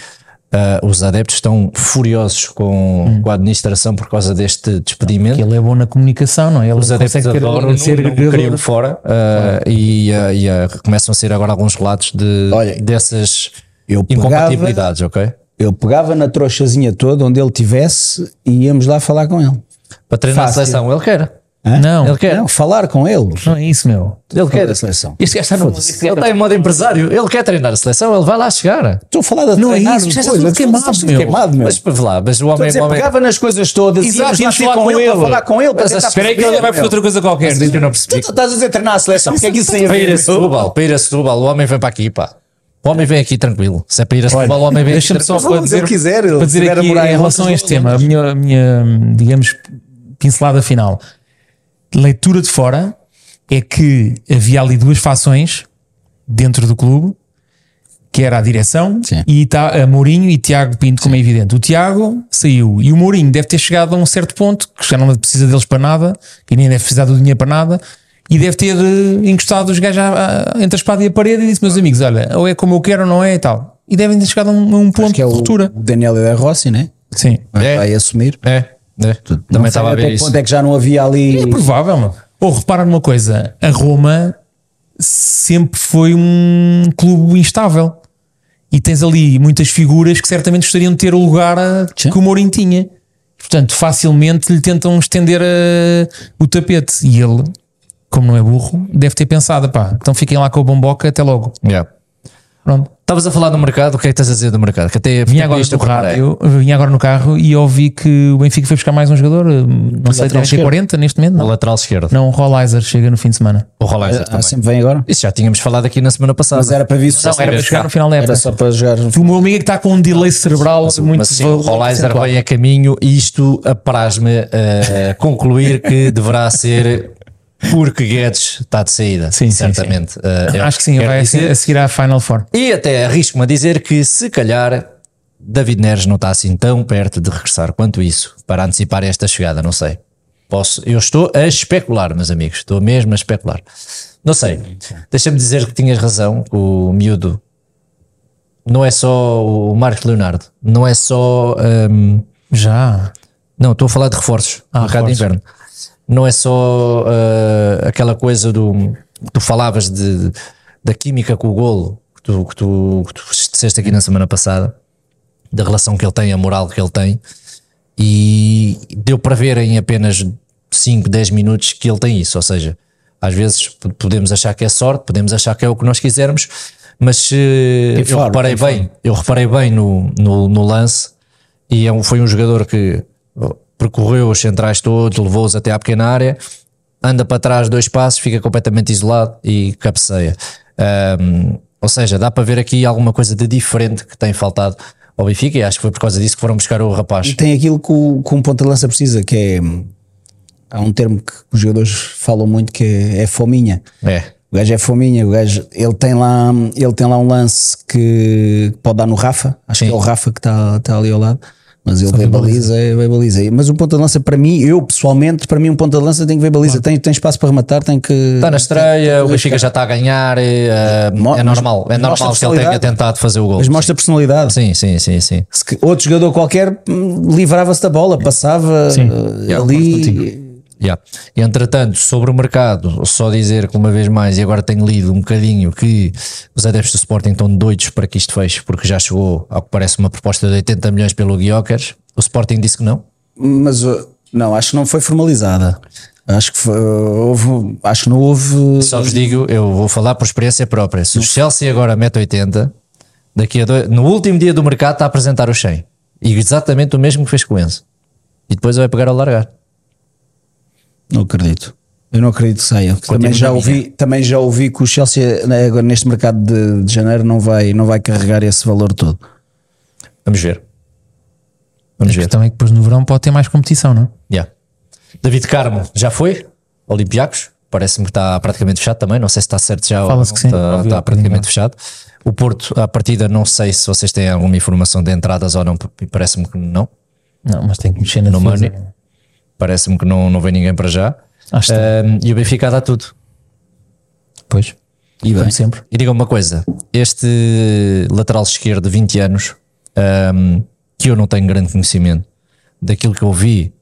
[SPEAKER 3] uh, os adeptos estão furiosos com, com a administração por causa deste despedimento
[SPEAKER 4] Que ele é bom na comunicação, não é? Ele
[SPEAKER 3] os adeptos
[SPEAKER 4] consegue ter,
[SPEAKER 3] adoram, não,
[SPEAKER 4] ser
[SPEAKER 3] não
[SPEAKER 4] agregador.
[SPEAKER 3] queriam fora uh, e, uh, e, uh, começam a sair agora alguns relatos de,
[SPEAKER 2] Olha,
[SPEAKER 3] dessas
[SPEAKER 2] eu pegava-
[SPEAKER 3] incompatibilidades, ok?
[SPEAKER 2] Eu pegava na trouxazinha toda onde ele tivesse e íamos lá falar com ele.
[SPEAKER 3] Para treinar
[SPEAKER 2] Fácil.
[SPEAKER 3] a seleção, ele quer.
[SPEAKER 4] Não,
[SPEAKER 3] Ele quer.
[SPEAKER 2] Não, falar com ele.
[SPEAKER 4] não é isso, meu.
[SPEAKER 3] Ele quer.
[SPEAKER 2] Da seleção.
[SPEAKER 3] Este gajo está no Ele está em modo empresário. Ele quer treinar a seleção, ele vai lá chegar.
[SPEAKER 2] Estou a falar da
[SPEAKER 4] Não é
[SPEAKER 2] treinar
[SPEAKER 4] isso, já está
[SPEAKER 2] coisa,
[SPEAKER 4] tudo queimado,
[SPEAKER 2] tudo
[SPEAKER 4] meu. é
[SPEAKER 2] queimado, meu.
[SPEAKER 3] Mas para lá, mas
[SPEAKER 2] Estou
[SPEAKER 3] o
[SPEAKER 2] a
[SPEAKER 3] homem.
[SPEAKER 2] dizer,
[SPEAKER 3] o homem-
[SPEAKER 2] pegava nas coisas todas
[SPEAKER 4] Exato,
[SPEAKER 2] e
[SPEAKER 4] íamos
[SPEAKER 2] íamos lá
[SPEAKER 4] falar com
[SPEAKER 2] com ele,
[SPEAKER 4] ele.
[SPEAKER 2] para falar com ele. para
[SPEAKER 3] Mas
[SPEAKER 2] tentar
[SPEAKER 3] espera aí que
[SPEAKER 2] perceber,
[SPEAKER 3] ele vai fazer
[SPEAKER 2] meu.
[SPEAKER 3] outra coisa qualquer. Eu não
[SPEAKER 2] Tu
[SPEAKER 3] percebi.
[SPEAKER 2] estás a dizer treinar a seleção, o que é que isso tem a
[SPEAKER 3] Para ir a
[SPEAKER 2] ver?
[SPEAKER 3] Setúbal, para ir a Setúbal, o homem vem para aqui, pá. O homem vem aqui tranquilo. Se é para ir a Setúbal, o homem vem aqui
[SPEAKER 4] Deixa-me
[SPEAKER 3] tranquilo.
[SPEAKER 4] só
[SPEAKER 2] Mas
[SPEAKER 4] para
[SPEAKER 2] onde ele
[SPEAKER 4] dizer,
[SPEAKER 2] quiser, ele
[SPEAKER 4] para dizer
[SPEAKER 2] estiver a
[SPEAKER 4] aqui em
[SPEAKER 2] morar em
[SPEAKER 4] relação a
[SPEAKER 2] Londres,
[SPEAKER 4] este tema, a minha, a minha, digamos, pincelada final. Leitura de fora é que havia ali duas fações dentro do clube, que era a direção
[SPEAKER 2] Sim.
[SPEAKER 4] e tá, a Mourinho e Tiago Pinto, como é evidente. O Tiago saiu e o Mourinho deve ter chegado a um certo ponto que já não precisa deles para nada, que nem deve precisar do dinheiro para nada. E deve ter eh, encostado os gajos à- à- entre a espada e a parede e disse: Meus amigos, olha, ou é como eu quero ou não é e tal. E devem ter chegado a um, a um ponto
[SPEAKER 2] Que é
[SPEAKER 4] de
[SPEAKER 2] o
[SPEAKER 4] ruptura.
[SPEAKER 2] o Daniel da Rossi, né?
[SPEAKER 4] Sim.
[SPEAKER 3] É.
[SPEAKER 2] Vai assumir.
[SPEAKER 3] É, é.
[SPEAKER 2] Não
[SPEAKER 3] Também estava
[SPEAKER 2] sei
[SPEAKER 3] a
[SPEAKER 2] até
[SPEAKER 3] ver
[SPEAKER 2] que
[SPEAKER 3] isso.
[SPEAKER 2] ponto é que já não havia
[SPEAKER 4] É
[SPEAKER 2] ali.
[SPEAKER 4] provável, meu. Ou repara numa coisa: a Roma sempre foi um clube instável. E tens ali muitas figuras que certamente gostariam de ter o lugar a-
[SPEAKER 2] Sim.
[SPEAKER 4] que o Mourinho tinha. Portanto, facilmente lhe tentam estender eh, o tapete. E ele, como não é burro, deve ter pensado: pá, então fiquem lá com a bomboca até logo.
[SPEAKER 3] Yeah.
[SPEAKER 4] Pronto.
[SPEAKER 3] Estavas a falar do mercado, o que é que estás a dizer do mercado? Que até
[SPEAKER 4] Vinha agora,
[SPEAKER 3] Tipo isto é?
[SPEAKER 4] no
[SPEAKER 3] eu reparei.
[SPEAKER 4] rádio, vinha agora no carro e ouvi que o Benfica foi buscar mais um jogador, eh, não sei, deve ter
[SPEAKER 2] esquerdo.
[SPEAKER 4] 40 neste momento,
[SPEAKER 3] O
[SPEAKER 4] não?
[SPEAKER 3] lateral esquerdo.
[SPEAKER 4] Não, o Rollizer chega no fim de semana.
[SPEAKER 3] O Rollizer
[SPEAKER 2] Ah,
[SPEAKER 3] também.
[SPEAKER 2] sempre vem agora?
[SPEAKER 3] Isso já tínhamos falado aqui na semana passada.
[SPEAKER 2] Mas era para vir só
[SPEAKER 4] é- Não, era para chegar no final da época.
[SPEAKER 2] Era só para jogar.
[SPEAKER 4] O meu amigo é que está com um delay cerebral muito
[SPEAKER 3] Mas sim, o
[SPEAKER 4] val-
[SPEAKER 3] Rollizer
[SPEAKER 4] acentuado.
[SPEAKER 3] vem a caminho e isto apraz-me a concluir que deverá ser porque Guedes está de saída.
[SPEAKER 4] Sim, sim,
[SPEAKER 3] certamente. Eh, é o
[SPEAKER 4] Acho que sim,
[SPEAKER 3] quero
[SPEAKER 4] vai a
[SPEAKER 3] dizer.
[SPEAKER 4] se- a seguir à Final Four.
[SPEAKER 3] E até arrisco-me a dizer que se calhar David Neres não está assim tão perto de regressar quanto isso para antecipar esta chegada, não sei. Posso, eu estou a especular, meus amigos, estou mesmo a especular. Não sei. Deixa-me dizer que tinhas razão, o miúdo não é só o Marcos Leonardo, não é só hum,
[SPEAKER 4] Já.
[SPEAKER 3] não, estou a falar de reforços
[SPEAKER 4] Ah,
[SPEAKER 3] no mercado de
[SPEAKER 4] reforços.
[SPEAKER 3] inverno. Não é só ah, aquela coisa do. Tu falavas de, da química com o golo, que tu, que, tu, que tu disseste aqui na semana passada, da relação que ele tem, a moral que ele tem, e deu para ver em apenas 5, 10 minutos que ele tem isso. Ou seja, às vezes p- podemos achar que é sorte, podemos achar que é o que nós quisermos, mas se eu
[SPEAKER 2] forma,
[SPEAKER 3] reparei
[SPEAKER 2] tem
[SPEAKER 3] bem, eu reparei bem no, no, no lance e é um- foi um jogador que oh, percorreu os centrais todos, levou-os até à pequena área, anda para trás dois passos, fica completamente isolado e cabeceia. Ahm, ou seja, dá para ver aqui alguma coisa de diferente que tem faltado ao Benfica e acho que foi por causa disso que foram buscar o rapaz.
[SPEAKER 2] Tem aquilo que, o, que um ponta de lança precisa, que é. Há um termo que os jogadores falam muito que é, é fominha.
[SPEAKER 3] É,
[SPEAKER 2] O gajo é fominha, o gajo, ele tem lá, ele tem lá um lance que pode dar no Rafa, acho que é o Rafa que está tá ali ao lado, mas ele vê baliza, é, vê baliza. Mas um ponta de lança para mim, eu pessoalmente, para mim um ponta de lança tem que ver baliza, tem, tem espaço para rematar, tem que
[SPEAKER 3] Está Tá na estreia, o Benfica já está a ganhar, e, ah,
[SPEAKER 2] Mo-
[SPEAKER 3] é
[SPEAKER 2] mas-
[SPEAKER 3] normal,
[SPEAKER 2] mostra
[SPEAKER 3] é normal que ele
[SPEAKER 2] personalidade.
[SPEAKER 3] tenha tentado fazer o gol.
[SPEAKER 2] mas mostra personalidade.
[SPEAKER 3] Sim, sim, sim, sim.
[SPEAKER 2] Se que outro jogador qualquer hum, livrava-se da bola, passava eh,
[SPEAKER 3] Yeah,
[SPEAKER 2] ali.
[SPEAKER 3] Yeah. Entretanto, sobre o mercado, só dizer que uma vez mais, e agora tenho lido um bocadinho, que os adeptos do Sporting estão doidos para que isto feche, porque já chegou, ao que parece, uma proposta de 80 milhões pelo Guiocas. O Sporting disse que não.
[SPEAKER 2] Mas uh, não, acho que não foi formalizada. Acho que foi, uh, houve, acho que não houve
[SPEAKER 3] Só vos digo, eu vou falar por experiência própria. Se o Chelsea agora mete 80, daqui a dois, no último dia do mercado está a apresentar o 100. E exatamente o mesmo que fez com o Enzo. E depois vai pegar ao largar.
[SPEAKER 2] Não acredito. Eu não acredito que saia. Também já,
[SPEAKER 3] na
[SPEAKER 2] ouvi, também já ouvi que o Chelsea né, agora neste mercado de, de janeiro não vai, não vai carregar esse valor todo.
[SPEAKER 3] Vamos ver. Vamos
[SPEAKER 4] A
[SPEAKER 3] ver.
[SPEAKER 4] questão é que depois no verão pode ter mais competição, não? é?
[SPEAKER 3] Yeah. David Carmo já foi? Olympiacos? Parece-me que está praticamente fechado também. Não sei se está certo já ou não.
[SPEAKER 4] Fala-se que sim.
[SPEAKER 3] Está,
[SPEAKER 4] Ouvi um
[SPEAKER 3] está
[SPEAKER 4] há
[SPEAKER 3] praticamente fechado. O Porto, à partida, não sei se vocês têm alguma informação de entradas ou não. porque Parece-me que não.
[SPEAKER 4] Não, mas tem que mexer na
[SPEAKER 3] No
[SPEAKER 4] defesa. é?
[SPEAKER 3] Money. Parece-me que não, não vem ninguém para já.
[SPEAKER 4] Acho que
[SPEAKER 3] Ahm, e o Benfica dá tudo.
[SPEAKER 4] Pois.
[SPEAKER 2] E bem.
[SPEAKER 4] Como sempre.
[SPEAKER 3] E diga-me uma coisa: este lateral esquerdo de 20 anos, ahm, que eu não tenho grande conhecimento, daquilo que eu vi,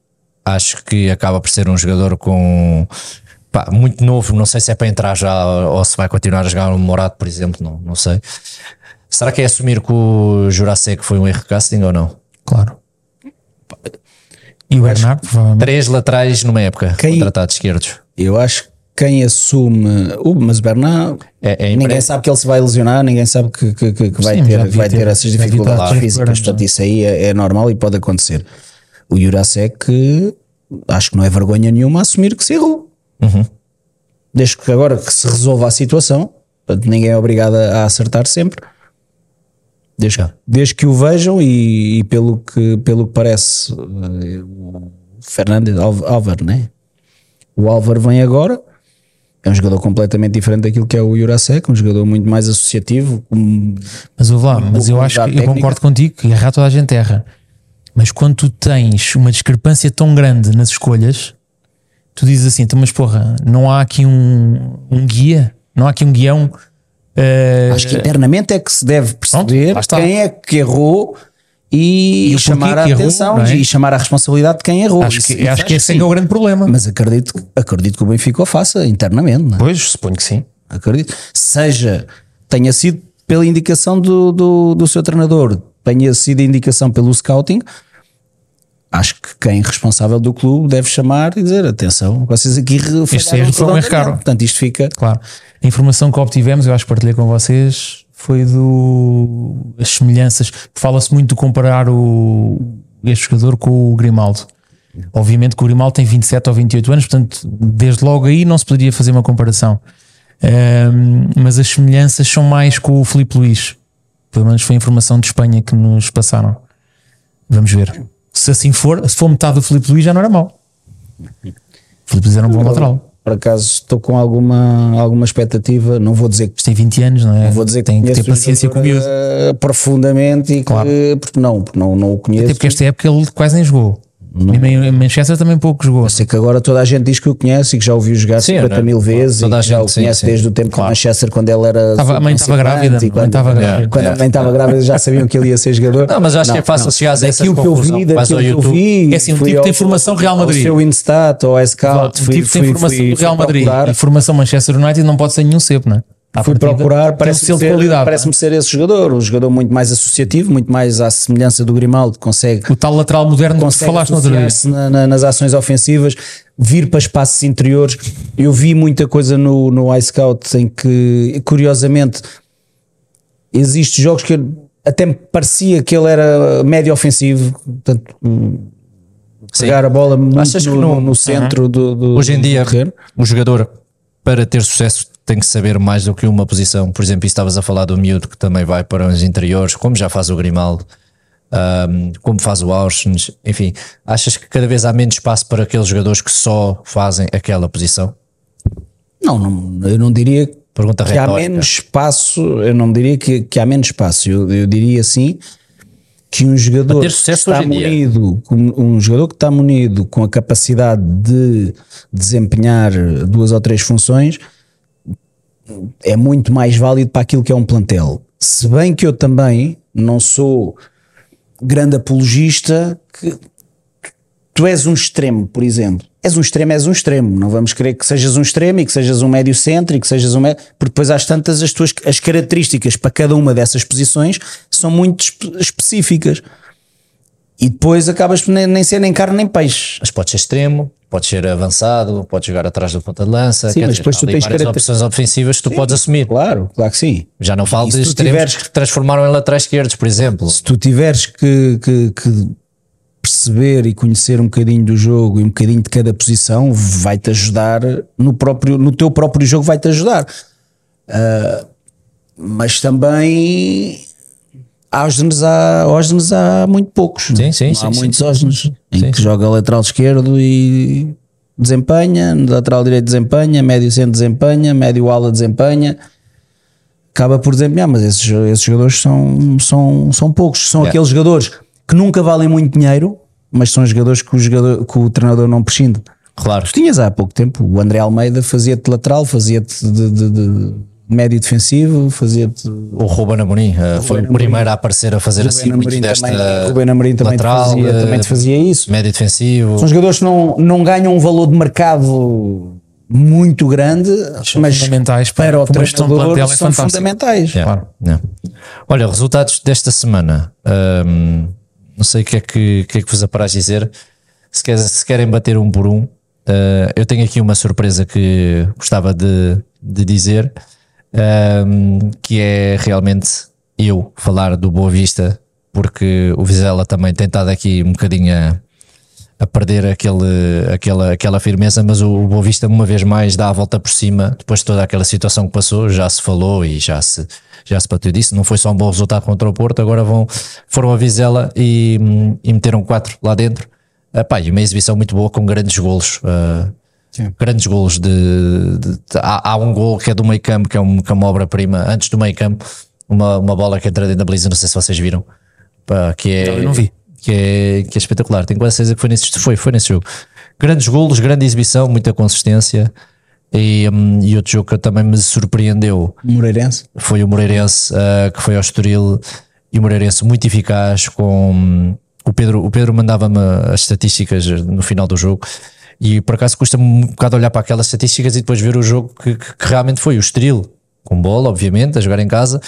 [SPEAKER 3] acho que acaba por ser um jogador com pá, muito novo. Não sei se é para entrar já ou se vai continuar a jogar no Morato, por exemplo, não, não sei. Será que é assumir que o Jurassic foi um erro de casting ou não?
[SPEAKER 4] Claro. E o Bernardo, provavelmente.
[SPEAKER 3] Três laterais numa época,
[SPEAKER 2] Quem-
[SPEAKER 3] contratados esquerdos.
[SPEAKER 2] Eu acho que quem assume. o mas o Bernard.
[SPEAKER 3] É- é
[SPEAKER 2] ninguém
[SPEAKER 3] impre-
[SPEAKER 2] sabe que ele se vai lesionar, ninguém sabe que, que- que- que vai,
[SPEAKER 4] Sim, mas já
[SPEAKER 2] ter,
[SPEAKER 4] devia
[SPEAKER 2] vai ter,
[SPEAKER 4] ter-
[SPEAKER 2] essas
[SPEAKER 4] já devia estar
[SPEAKER 2] dificuldades
[SPEAKER 4] claro,
[SPEAKER 2] físicas.
[SPEAKER 4] claro.
[SPEAKER 2] Portanto, isso aí é, é normal e pode acontecer. O Jurasek, acho que não é vergonha nenhuma assumir que se errou. Uhum. Desde que agora que se resolva a situação, portanto, ninguém é obrigado a a acertar sempre. Desde, desde que o vejam e, e pelo, que, pelo que parece, eh, o Fernandes Al- Álvaro, né? O Álvaro vem agora, é um jogador completamente diferente daquilo que é o Jurasek, um jogador muito mais associativo. um-
[SPEAKER 4] Mas ouve lá, mas eu
[SPEAKER 2] pouco
[SPEAKER 4] acho que
[SPEAKER 2] da
[SPEAKER 4] eu
[SPEAKER 2] técnica.
[SPEAKER 4] concordo contigo que errar toda a gente erra. Mas quando tu tens uma discrepância tão grande nas escolhas, tu dizes assim: então, mas porra, não há aqui um, um guia, não há aqui um guião. eh,
[SPEAKER 2] acho que internamente é que se deve perceber
[SPEAKER 4] Pronto, lá está.
[SPEAKER 2] quem é que errou e,
[SPEAKER 4] E o
[SPEAKER 2] chamar
[SPEAKER 4] porquê
[SPEAKER 2] a
[SPEAKER 4] que errou,
[SPEAKER 2] atenção
[SPEAKER 4] não é?
[SPEAKER 2] e chamar a responsabilidade de quem errou.
[SPEAKER 4] acho que,
[SPEAKER 2] Isso- isso
[SPEAKER 4] acho que esse é
[SPEAKER 2] sim.
[SPEAKER 4] que é o grande problema.
[SPEAKER 2] Mas acredito, acredito que o Benfica o faça internamente, não é?
[SPEAKER 4] pois, suponho que sim.
[SPEAKER 2] acredito. Seja, tenha sido pela indicação do, do, do seu treinador, tenha sido indicação pelo scouting, acho que quem é responsável do clube deve chamar e dizer: atenção, vocês aqui falharam
[SPEAKER 4] erro foi um erro
[SPEAKER 2] redondamente.
[SPEAKER 4] caro.
[SPEAKER 2] Portanto, isto fica.
[SPEAKER 4] Claro. A informação que obtivemos, eu acho que partilhei com vocês, foi do. as semelhanças. Fala-se muito de comparar o, este jogador com o Grimaldo. Obviamente que o Grimaldo tem 27 ou 28 anos, portanto, desde logo aí não se poderia fazer uma comparação. Ahm, mas as semelhanças são mais com o Filipe Luís. Pelo menos foi a informação de Espanha que nos passaram. Vamos ver. Se assim for, se for metade do Filipe Luís, já não era mau. O Filipe Luís era um bom lateral.
[SPEAKER 2] Por acaso estou com alguma, alguma expectativa, não vou dizer que
[SPEAKER 4] Isto tem 20 anos, não é?
[SPEAKER 2] vou dizer
[SPEAKER 4] tem que ter
[SPEAKER 2] conheço o
[SPEAKER 4] paciência com o
[SPEAKER 2] jogador,
[SPEAKER 4] miúdo.
[SPEAKER 2] eh, Profundamente e
[SPEAKER 4] Claro.
[SPEAKER 2] que, porque não, porque não, não o
[SPEAKER 4] Até
[SPEAKER 2] conheço.
[SPEAKER 4] porque esta época ele quase nem jogou. Mesmo em em Manchester também pouco jogou.
[SPEAKER 2] Sei que agora toda a gente diz que o conhece e que já ouviu jogar
[SPEAKER 3] Sim,
[SPEAKER 2] 50
[SPEAKER 4] né?
[SPEAKER 3] não é?
[SPEAKER 2] mil vezes
[SPEAKER 3] Toda a
[SPEAKER 2] e que já
[SPEAKER 3] gente,
[SPEAKER 2] o
[SPEAKER 3] sim,
[SPEAKER 2] conhece
[SPEAKER 3] sim.
[SPEAKER 2] desde o tempo que o Manchester quando ele era
[SPEAKER 4] Estava- a mãe estava
[SPEAKER 2] subprincipante
[SPEAKER 4] grávida,
[SPEAKER 2] e
[SPEAKER 4] a mãe estava
[SPEAKER 2] quando-
[SPEAKER 4] grávida. É.
[SPEAKER 2] quando a mãe estava grávida já sabiam que ele ia ser jogador
[SPEAKER 3] Não, mas acho que é fácil
[SPEAKER 2] não.
[SPEAKER 3] chegares a essa
[SPEAKER 2] daquilo que eu vi,
[SPEAKER 3] conclusão. Vais
[SPEAKER 2] daquilo
[SPEAKER 3] ao
[SPEAKER 2] que eu
[SPEAKER 3] YouTube.
[SPEAKER 2] vi
[SPEAKER 4] É assim, um
[SPEAKER 2] fui
[SPEAKER 4] tipo
[SPEAKER 2] ao-
[SPEAKER 4] tem formação Real Madrid.
[SPEAKER 2] ao seu Instat ou ao
[SPEAKER 4] Claro,
[SPEAKER 2] Scout
[SPEAKER 4] o
[SPEAKER 2] fui,
[SPEAKER 4] tipo tem
[SPEAKER 2] fui,
[SPEAKER 4] formação
[SPEAKER 2] fui,
[SPEAKER 4] do Real
[SPEAKER 2] fui
[SPEAKER 4] Madrid
[SPEAKER 2] procurar,
[SPEAKER 4] e formação Manchester United não pode ser nenhum cepo, não é? À
[SPEAKER 2] fui
[SPEAKER 4] partida,
[SPEAKER 2] procurar
[SPEAKER 4] tem um
[SPEAKER 2] parece-me
[SPEAKER 4] selo de
[SPEAKER 2] ser,
[SPEAKER 4] qualidade.
[SPEAKER 2] parece
[SPEAKER 4] não
[SPEAKER 2] ser esse jogador um jogador muito mais associativo muito mais à semelhança do Grimaldo que consegue
[SPEAKER 4] é? O tal lateral moderno que tu
[SPEAKER 2] consegue
[SPEAKER 4] falaste no outro dia.
[SPEAKER 2] associar-se na- na- nas ações ofensivas, vir para espaços interiores. Eu vi muita coisa no, no iScout em que, curiosamente, existem jogos que eu- até me parecia que ele era médio ofensivo, portanto,
[SPEAKER 3] Sim.
[SPEAKER 2] pegar a bola muito
[SPEAKER 3] Achas que
[SPEAKER 2] no,
[SPEAKER 3] não-
[SPEAKER 2] no centro do, do-
[SPEAKER 3] Hoje em
[SPEAKER 2] do
[SPEAKER 3] dia,
[SPEAKER 2] terreno.
[SPEAKER 3] o jogador, para ter sucesso, tem que saber mais do que uma posição. Por exemplo, isso estavas a falar do miúdo que também vai para os interiores, como já faz o Grimaldo, ahm, como faz o Austin, enfim. Achas que cada vez há menos espaço para aqueles jogadores que só fazem aquela posição?
[SPEAKER 2] Não, não, eu não diria
[SPEAKER 3] Pergunta
[SPEAKER 2] que há
[SPEAKER 3] retórica.
[SPEAKER 2] menos espaço. Eu não diria que, que há menos espaço. Eu, eu diria assim que um jogador
[SPEAKER 3] ter
[SPEAKER 2] que
[SPEAKER 3] sucesso
[SPEAKER 2] está
[SPEAKER 3] hoje em dia.
[SPEAKER 2] munido, com- um jogador que está munido com a capacidade de desempenhar duas ou três funções é muito mais válido para aquilo que é um plantel. Se bem que eu também não sou grande apologista que tu és um extremo, por exemplo. És um extremo, és um extremo. Não vamos querer que sejas um extremo e que sejas um médio centro e que sejas um médio, porque depois às tantas as tuas as características para cada uma dessas posições são muito espe- específicas. E depois acabas por nem, nem ser nem carne nem peixe.
[SPEAKER 3] Mas pode ser extremo, pode ser avançado, pode jogar atrás do ponta de lança.
[SPEAKER 2] Sim,
[SPEAKER 3] quer
[SPEAKER 2] mas
[SPEAKER 3] dizer,
[SPEAKER 2] depois tu
[SPEAKER 3] há ali
[SPEAKER 2] tens
[SPEAKER 3] várias
[SPEAKER 2] caracter-
[SPEAKER 3] opções ofensivas que tu podes assumir.
[SPEAKER 2] Claro, claro que sim.
[SPEAKER 3] Já não falo
[SPEAKER 2] E se
[SPEAKER 3] de
[SPEAKER 2] tu
[SPEAKER 3] extremos
[SPEAKER 2] tiveres-
[SPEAKER 3] que transformaram em laterais esquerdos, por exemplo.
[SPEAKER 2] se tu tiveres que, que- que perceber e conhecer um bocadinho do jogo e um bocadinho de cada posição, vai-te ajudar no, próprio, no teu próprio jogo, vai-te ajudar. Ah, mas também Ósnes há, Ósnes há muito poucos. não é?
[SPEAKER 3] Sim,
[SPEAKER 2] Não
[SPEAKER 3] sim, sim,
[SPEAKER 2] há
[SPEAKER 3] sim.
[SPEAKER 2] muitos Ósnes em que joga lateral esquerdo e desempenha, lateral direito desempenha, médio centro desempenha, médio ala desempenha acaba por desempenhar, mas esses, esses jogadores são, são, são poucos. São aqueles jogadores que nunca valem muito dinheiro, mas são jogadores que o, jogador, que o treinador não prescinde.
[SPEAKER 3] Claro.
[SPEAKER 2] Tu tinhas há pouco tempo o André Almeida fazia-te lateral, fazia-te de, de- de médio defensivo, fazia-te.
[SPEAKER 3] O Ruben Amorim eh, foi o primeiro a aparecer a fazer assim muito
[SPEAKER 2] Amorim
[SPEAKER 3] desta
[SPEAKER 2] também, eh, Ruben Amorim também,
[SPEAKER 3] lateral,
[SPEAKER 2] te fazia,
[SPEAKER 3] eh,
[SPEAKER 2] também te fazia isso.
[SPEAKER 3] médio defensivo.
[SPEAKER 2] São jogadores que não, não ganham um valor de mercado muito grande, mas
[SPEAKER 4] fundamentais para-
[SPEAKER 2] para o
[SPEAKER 4] para uma gestão de
[SPEAKER 2] treinador
[SPEAKER 4] plantel é
[SPEAKER 2] são
[SPEAKER 4] fantástico.
[SPEAKER 2] fundamentais.
[SPEAKER 3] Yeah,
[SPEAKER 4] Claro.
[SPEAKER 3] yeah. Olha, resultados desta semana. Ahm, não sei o que é que, o que, é que vos aparás dizer. Se, quer- se querem bater um por um, ah, eu tenho aqui uma surpresa que gostava de, de dizer, ahm, que é realmente eu falar do Boa Vista, porque o Vizela também tem estado aqui um bocadinho a, a perder aquele, aquela, aquela firmeza, mas o Boa Vista uma vez mais dá a volta por cima, depois de toda aquela situação que passou, já se falou e já se, já se bateu disso, não foi só um bom resultado contra o Porto, agora vão, foram a Vizela e, hum, e meteram quatro lá dentro, Ah, pá, e uma exibição muito boa com grandes golos, ah, grandes golos de, de- de- há, há um gol que é do meio campo, que é, um, que é uma obra-prima, antes do meio campo, uma, uma bola que entra dentro da baliza, não sei se vocês viram, Pá, que é,
[SPEAKER 4] eu não vi.
[SPEAKER 3] que é, que é espetacular. Tenho quase certeza que foi nesse, foi, foi nesse jogo. Grandes golos, grande exibição, muita consistência. E, hum, e outro jogo que também me surpreendeu
[SPEAKER 2] Moreirense.
[SPEAKER 3] foi o Moreirense, ah, que foi ao Estoril. E o Moreirense muito eficaz com hum, o Pedro. O Pedro mandava-me as estatísticas no final do jogo. E por acaso custa-me um bocado olhar para aquelas estatísticas e depois ver o jogo que, que- que realmente foi o Estoril, com bola, obviamente, a jogar em casa,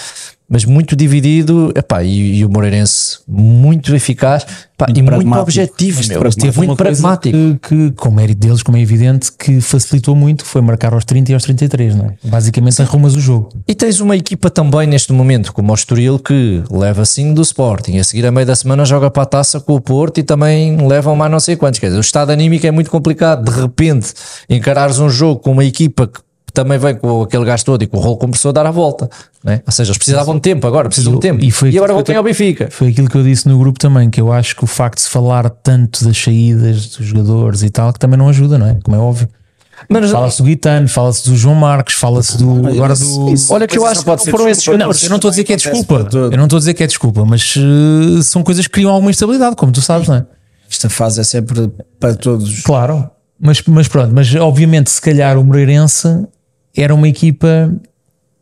[SPEAKER 3] mas muito dividido epá, e, e o Moreirense muito eficaz epá, e muito
[SPEAKER 2] pragmático.
[SPEAKER 3] objetivo,
[SPEAKER 2] Muito
[SPEAKER 3] meu,
[SPEAKER 2] pragmático.
[SPEAKER 4] Teve
[SPEAKER 3] muito
[SPEAKER 4] uma coisa
[SPEAKER 3] pragmático.
[SPEAKER 4] Que, que, com mérito deles, como é evidente, que facilitou muito, foi marcar aos 30 e aos 33, não é? Basicamente arrumas o jogo.
[SPEAKER 3] E tens uma equipa também neste momento, como o Estoril, que leva 5 do Sporting, a seguir a meio da semana joga para a taça com o Porto e também levam mais não sei quantos. Quer dizer, o estado anímico é muito complicado. De repente, encarares um jogo com uma equipa que também vem com aquele gasto todo e com o rolo compressor a dar a volta. Né? Ou seja, eles precisavam de tempo agora, precisam
[SPEAKER 4] E
[SPEAKER 3] de
[SPEAKER 4] o-
[SPEAKER 3] tempo.
[SPEAKER 4] e foi
[SPEAKER 3] E agora
[SPEAKER 4] aquilo que
[SPEAKER 3] voltem
[SPEAKER 4] eu
[SPEAKER 3] ao Benfica.
[SPEAKER 4] Foi aquilo que eu disse no grupo também, que eu acho que o facto de se falar tanto das saídas dos jogadores e tal, que também não ajuda, não é? Como é óbvio.
[SPEAKER 3] Mas
[SPEAKER 4] Fala-se do Guitano, fala-se do João Marques, fala-se do. Agora do.
[SPEAKER 3] olha que eu acho que não foram esses
[SPEAKER 4] Não,
[SPEAKER 3] jogadores.
[SPEAKER 4] eu não estou a dizer que é
[SPEAKER 2] Acontece
[SPEAKER 4] desculpa.
[SPEAKER 2] para todo.
[SPEAKER 4] Eu não estou a dizer que é desculpa, mas eh, são coisas que criam alguma instabilidade, como tu sabes, não é?
[SPEAKER 2] Esta fase é sempre para todos.
[SPEAKER 4] Claro, mas, mas pronto, mas obviamente se calhar o Moreirense era uma equipa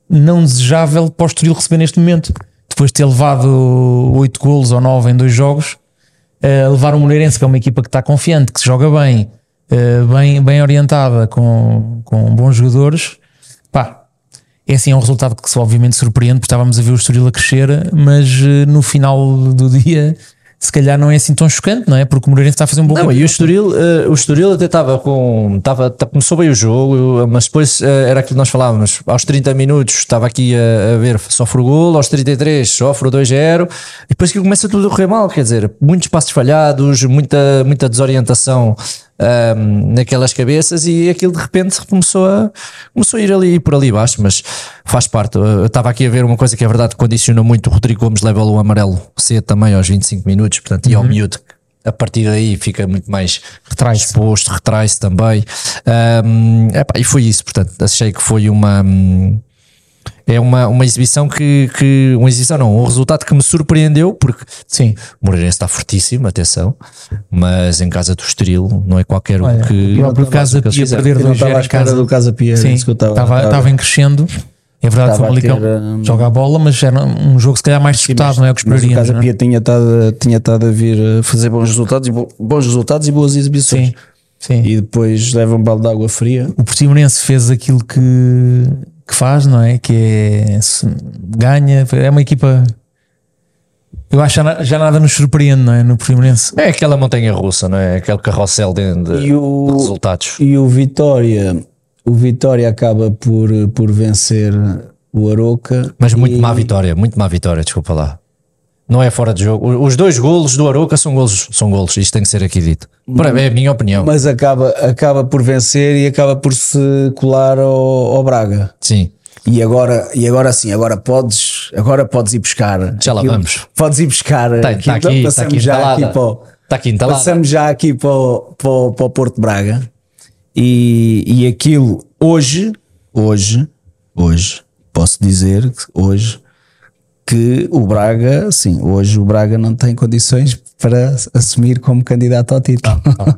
[SPEAKER 4] não desejável para o Estoril receber neste momento. Depois de ter levado 8 golos ou 9 em dois jogos, eh, levar o Moreirense, que é uma equipa que está confiante, que se joga bem, eh, bem, bem orientada, com, com bons jogadores, pá, é assim, é um resultado que se obviamente surpreende, porque estávamos a ver o Estoril a crescer, mas eh, no final do dia... Se calhar não é assim tão chocante, não é? Porque o Moreirense está a fazer um bom
[SPEAKER 3] Não, e o Estoril, eh, o Estoril até estava com. Tava, tá- começou bem o jogo, eu- mas depois eh, era aquilo que nós falávamos. Aos 30 minutos estava aqui a, a ver, sofre o gol, aos 33 sofre o 2-0, e depois que começa tudo a correr mal, quer dizer, muitos passos falhados, muita, muita desorientação ahm, naquelas cabeças e aquilo de repente começou a, começou a ir ali por ali abaixo, mas faz parte. Eu eu estava aqui a ver uma coisa que é verdade que condiciona muito. O Rodrigo Gomes leva o amarelo cedo também aos 25 minutos, portanto, e ao miúdo a partir daí fica muito mais
[SPEAKER 4] Retrai-se.
[SPEAKER 3] exposto, retrai-se também. Ahm, epá, e foi isso, portanto, achei que foi uma. hum, É uma, uma exibição que, que. Uma exibição não, um resultado que me surpreendeu, porque
[SPEAKER 4] Sim,
[SPEAKER 3] o Moreirense está fortíssimo, atenção, mas em casa do Estoril não é qualquer um
[SPEAKER 4] Olha,
[SPEAKER 3] que.
[SPEAKER 4] o próprio
[SPEAKER 3] que
[SPEAKER 4] caso
[SPEAKER 3] eles
[SPEAKER 4] Pia
[SPEAKER 3] fizeram.
[SPEAKER 4] perder
[SPEAKER 2] Eu não
[SPEAKER 4] dois
[SPEAKER 2] estava à
[SPEAKER 4] em
[SPEAKER 2] espera
[SPEAKER 4] casa.
[SPEAKER 2] do Casa Pia,
[SPEAKER 4] Sim,
[SPEAKER 2] é isso que eu estava.
[SPEAKER 4] estava, estava em crescendo. É verdade,
[SPEAKER 2] Estava
[SPEAKER 4] o
[SPEAKER 2] a
[SPEAKER 4] Malicão
[SPEAKER 2] ter, hum,
[SPEAKER 4] joga a bola, mas era um jogo se calhar mais disputado, não é o que
[SPEAKER 2] Mas o
[SPEAKER 4] esperaríamos.
[SPEAKER 2] Casa
[SPEAKER 4] não é?
[SPEAKER 2] Pia tinha estado, tinha estado a vir eh, fazer bons resultados, e bo- bons resultados e boas exibições.
[SPEAKER 4] Sim, sim.
[SPEAKER 2] E depois leva um balde de água fria.
[SPEAKER 4] O Portimonense fez aquilo que, que faz, não é? Que é se ganha, é uma equipa. Eu acho que já na- já nada nos surpreende, não é? No Portimonense.
[SPEAKER 3] É aquela montanha russa, não é? Aquele carrossel de, de-
[SPEAKER 2] E o-
[SPEAKER 3] de resultados.
[SPEAKER 2] E o Vitória, o Vitória acaba por, eh, por vencer o Aroca.
[SPEAKER 3] Mas muito
[SPEAKER 2] e,
[SPEAKER 3] má vitória, muito má vitória, desculpa lá. Não é fora de jogo. O- Os dois golos do Aroca são golos, são golos, isto tem que ser aqui dito. Para, é a minha opinião.
[SPEAKER 2] Mas acaba, acaba por vencer e acaba por se colar ao, ao Braga.
[SPEAKER 3] Sim.
[SPEAKER 2] E agora, e agora sim, agora podes, agora podes ir buscar.
[SPEAKER 3] Já lá
[SPEAKER 2] aquilo.
[SPEAKER 3] vamos.
[SPEAKER 2] Podes ir buscar. eh,
[SPEAKER 3] Está
[SPEAKER 2] aquilo.
[SPEAKER 3] Tá, aqui, está
[SPEAKER 2] Passamos
[SPEAKER 3] aqui tá
[SPEAKER 2] já aqui
[SPEAKER 3] entalada.
[SPEAKER 2] para o-
[SPEAKER 3] Está aqui entalada.
[SPEAKER 2] Passamos já aqui para o, para o- para o Porto de Braga e, e aquilo hoje, hoje, hoje, posso dizer que hoje que o Braga, sim, hoje o Braga não tem condições para assumir como candidato ao título.
[SPEAKER 3] Tá,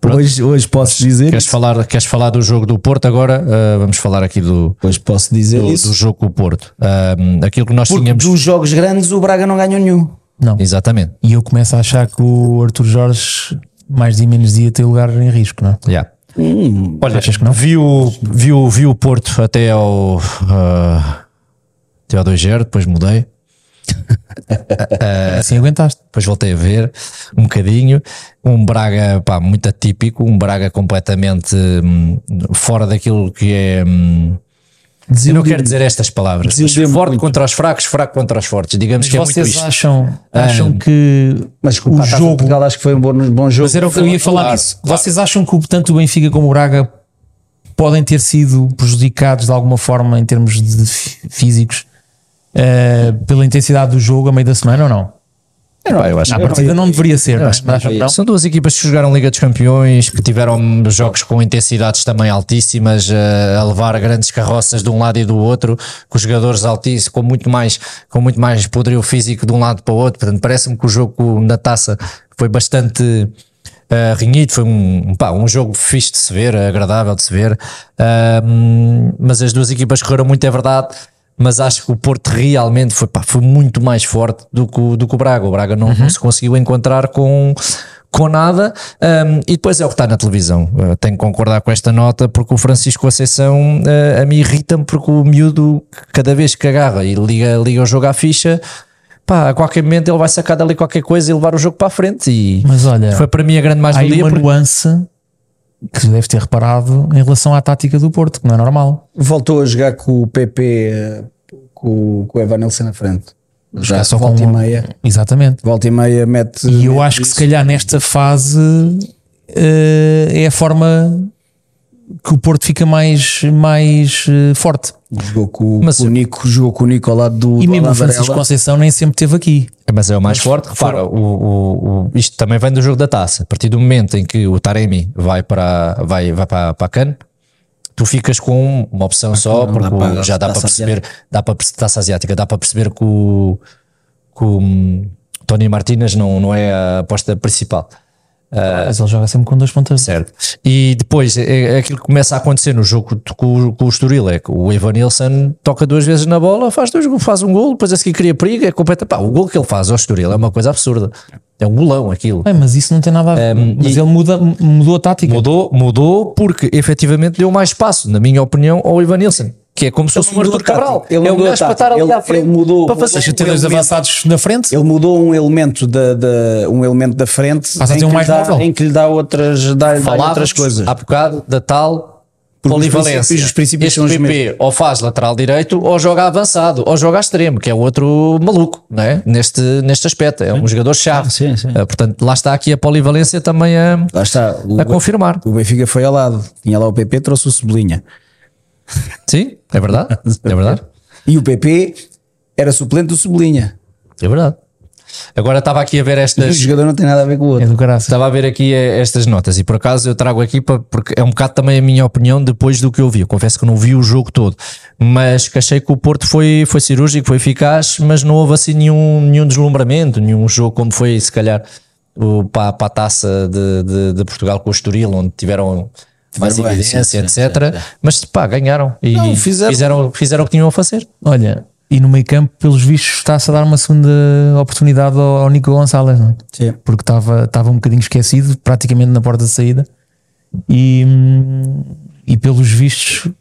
[SPEAKER 2] hoje, hoje posso dizer,
[SPEAKER 3] Queres
[SPEAKER 2] isso.
[SPEAKER 3] falar, queres falar do jogo do Porto agora? Ah, vamos falar aqui do,
[SPEAKER 2] hoje posso dizer
[SPEAKER 3] do,
[SPEAKER 2] isso.
[SPEAKER 3] do jogo com o Porto. Ah, aquilo que nós
[SPEAKER 2] Porque
[SPEAKER 3] tínhamos.
[SPEAKER 2] dos jogos grandes o Braga não ganhou nenhum.
[SPEAKER 3] Exatamente.
[SPEAKER 4] E eu começo a achar que o Arthur Jorge, mais dia menos dia, tem lugar em risco, não é?
[SPEAKER 3] Yeah. Olha,
[SPEAKER 4] Achas que não?
[SPEAKER 3] Vi, o, vi, o, vi o Porto até ao, ah, até ao 2-0, depois mudei. Eh,
[SPEAKER 4] Assim aguentaste.
[SPEAKER 3] depois voltei a ver um bocadinho. Um Braga pá, muito atípico, um Braga completamente hum, fora daquilo que é. hum, eu não quero dizer estas palavras. mas
[SPEAKER 2] Desiludiu-me
[SPEAKER 3] forte
[SPEAKER 2] muito.
[SPEAKER 3] contra os fracos, fraco contra os fortes. Digamos
[SPEAKER 4] Mas
[SPEAKER 3] que é muito
[SPEAKER 4] vocês
[SPEAKER 3] isto.
[SPEAKER 4] acham, acham
[SPEAKER 2] Ah.
[SPEAKER 4] que
[SPEAKER 2] Mas com
[SPEAKER 4] o
[SPEAKER 2] a Taça de
[SPEAKER 4] jogo
[SPEAKER 2] Portugal acho que foi um bom, bom jogo.
[SPEAKER 4] Mas era o que eu ia falar
[SPEAKER 3] Claro,
[SPEAKER 4] nisso. Vocês acham que o- tanto o Benfica como o Braga podem ter sido prejudicados de alguma forma em termos de fí- físicos eh, pela intensidade do jogo a meio da semana ou não?
[SPEAKER 3] Pá, eu acho
[SPEAKER 4] A
[SPEAKER 3] que-
[SPEAKER 4] partida não deveria ser, não, é? Mas acham que não?
[SPEAKER 3] São duas equipas que jogaram Liga dos Campeões, que tiveram jogos com intensidades também altíssimas, eh, a levar grandes carroças de um lado e do outro, com os jogadores altíssimos, com muito mais, com muito mais poderio físico de um lado para o outro. Portanto, parece-me que o jogo na taça foi bastante eh, renhido, foi um, pá, um jogo fixe de se ver, agradável de se ver. Ahm, mas as duas equipas correram muito, é verdade mas acho que o Porto realmente foi, pá, foi muito mais forte do que, o- do que o Braga. O Braga não, não se conseguiu encontrar com, com nada. Um, e depois é o que está na televisão. Uh, tenho que concordar com esta nota porque o Francisco Conceição uh, a mim irrita-me porque o miúdo, cada vez que agarra e liga, liga o jogo à ficha, pá, a qualquer momento ele vai sacar dali qualquer coisa e levar o jogo para a frente. E
[SPEAKER 4] Mas olha,
[SPEAKER 3] foi para mim a grande
[SPEAKER 4] há aí
[SPEAKER 3] mais-valia.
[SPEAKER 4] uma
[SPEAKER 3] porque-
[SPEAKER 4] nuance que deve ter reparado em relação à tática do Porto, que não é normal.
[SPEAKER 2] Voltou a jogar com o PP, eh, com, com o Evanilson na frente. Já só
[SPEAKER 4] só com
[SPEAKER 2] volta
[SPEAKER 4] um.
[SPEAKER 2] e meia.
[SPEAKER 4] Exatamente.
[SPEAKER 2] Volta e meia mete.
[SPEAKER 4] E eu acho que se calhar nesta fase eh, é a forma que o Porto fica mais, mais eh, forte.
[SPEAKER 2] Jogou com,
[SPEAKER 3] Mas-
[SPEAKER 2] com o Nico, jogou com o Nico ao lado do.
[SPEAKER 4] E
[SPEAKER 2] do
[SPEAKER 4] mesmo assim, o
[SPEAKER 2] Alan Varela.
[SPEAKER 4] Francisco Conceição nem sempre esteve aqui.
[SPEAKER 3] Mas é o mais forte, repara, o, o- o- isto também vem do jogo da taça. A partir do momento em que o Taremi vai para, vai, vai para, para a CAN, tu ficas com uma opção só,
[SPEAKER 2] não,
[SPEAKER 3] porque
[SPEAKER 2] dá para-
[SPEAKER 3] o- já dá para
[SPEAKER 2] taça
[SPEAKER 3] perceber, dá para perce- taça asiática, dá para perceber que o, que o hum, Tony Martínez não, não é a aposta principal.
[SPEAKER 2] Ah.
[SPEAKER 4] Mas ele joga sempre com dois pontas.
[SPEAKER 3] Certo. E depois, é, é aquilo que começa a acontecer no jogo t- com, o- com o Estoril é que o Evanilson toca duas vezes na bola, faz, dois, go- faz um gol, depois a seguir cria perigo, é completa. Pá, o gol que ele faz ao Estoril é uma coisa absurda. É um golão aquilo.
[SPEAKER 4] Bem, mas isso não tem nada a ver. mas
[SPEAKER 3] e-
[SPEAKER 4] ele muda, mudou a tática.
[SPEAKER 3] Mudou, mudou porque efetivamente deu mais espaço, na minha opinião, ao Evanilson. Que é como se fosse
[SPEAKER 2] Ele
[SPEAKER 3] um
[SPEAKER 2] mudou
[SPEAKER 3] Arthur
[SPEAKER 2] a tática.
[SPEAKER 3] Cabral.
[SPEAKER 2] Ele
[SPEAKER 3] é um
[SPEAKER 2] mudou a
[SPEAKER 3] gajo para
[SPEAKER 2] tática.
[SPEAKER 3] estar ali
[SPEAKER 2] Ele-
[SPEAKER 3] à frente.
[SPEAKER 2] ele mudou-
[SPEAKER 3] para fazer
[SPEAKER 4] Deixa ter
[SPEAKER 2] Ele
[SPEAKER 4] dois
[SPEAKER 2] mesmo-
[SPEAKER 4] avançados na frente.
[SPEAKER 2] Ele mudou um elemento da, da- um elemento da frente
[SPEAKER 4] Passa a ter
[SPEAKER 2] em,
[SPEAKER 4] um
[SPEAKER 2] que
[SPEAKER 4] mais
[SPEAKER 2] lhe dá,
[SPEAKER 4] móvel. Ah.
[SPEAKER 2] em que lhe dá outras, dá, dá
[SPEAKER 3] Falávamos
[SPEAKER 2] outras coisas.
[SPEAKER 3] Há bocado da tal
[SPEAKER 2] os
[SPEAKER 3] polivalência.
[SPEAKER 2] princípios- os princípios
[SPEAKER 3] este
[SPEAKER 2] são os
[SPEAKER 3] PP ou faz lateral direito ou joga avançado ou joga a extremo, que é outro maluco, não é? Neste, neste aspecto. É um jogador chave.
[SPEAKER 2] sim, sim.
[SPEAKER 3] Ah, portanto, lá está aqui a polivalência também a,
[SPEAKER 2] Lá está. O,
[SPEAKER 4] Tá
[SPEAKER 3] a confirmar.
[SPEAKER 2] o Benfica foi ao lado. Tinha lá o PP, trouxe o Sublinha.
[SPEAKER 3] Sim, é verdade. É verdade.
[SPEAKER 2] E o PP era suplente do Sublinha.
[SPEAKER 3] É verdade. Agora estava aqui a ver
[SPEAKER 2] O
[SPEAKER 3] estas.
[SPEAKER 2] jogador não tem nada a ver com o
[SPEAKER 4] É
[SPEAKER 2] outro.
[SPEAKER 4] do graça.
[SPEAKER 3] Estava a ver aqui eh, estas notas e por acaso eu trago aqui para, porque é um bocado também a minha opinião depois do que eu vi. Eu confesso que não vi o jogo todo, mas que achei que o Porto foi, foi cirúrgico, foi eficaz, mas não houve assim nenhum, nenhum deslumbramento, nenhum jogo como foi, se calhar, o, para, para a taça de, de- de Portugal com o Estoril, onde tiveram. Mais
[SPEAKER 2] Tiveram bem, sim,
[SPEAKER 3] evidência, etc. Mas pá, ganharam e
[SPEAKER 2] Não,
[SPEAKER 3] fizeram,
[SPEAKER 2] fizeram-
[SPEAKER 3] fizeram, o que tinham a fazer.
[SPEAKER 4] Olha, e no meio campo, pelos vistos, está-se a dar uma segunda oportunidade ao, ao Nico Gonçalves, não é?
[SPEAKER 2] Sim.
[SPEAKER 4] porque estava estava um bocadinho esquecido, praticamente na porta de saída. E, hum, e pelos vistos,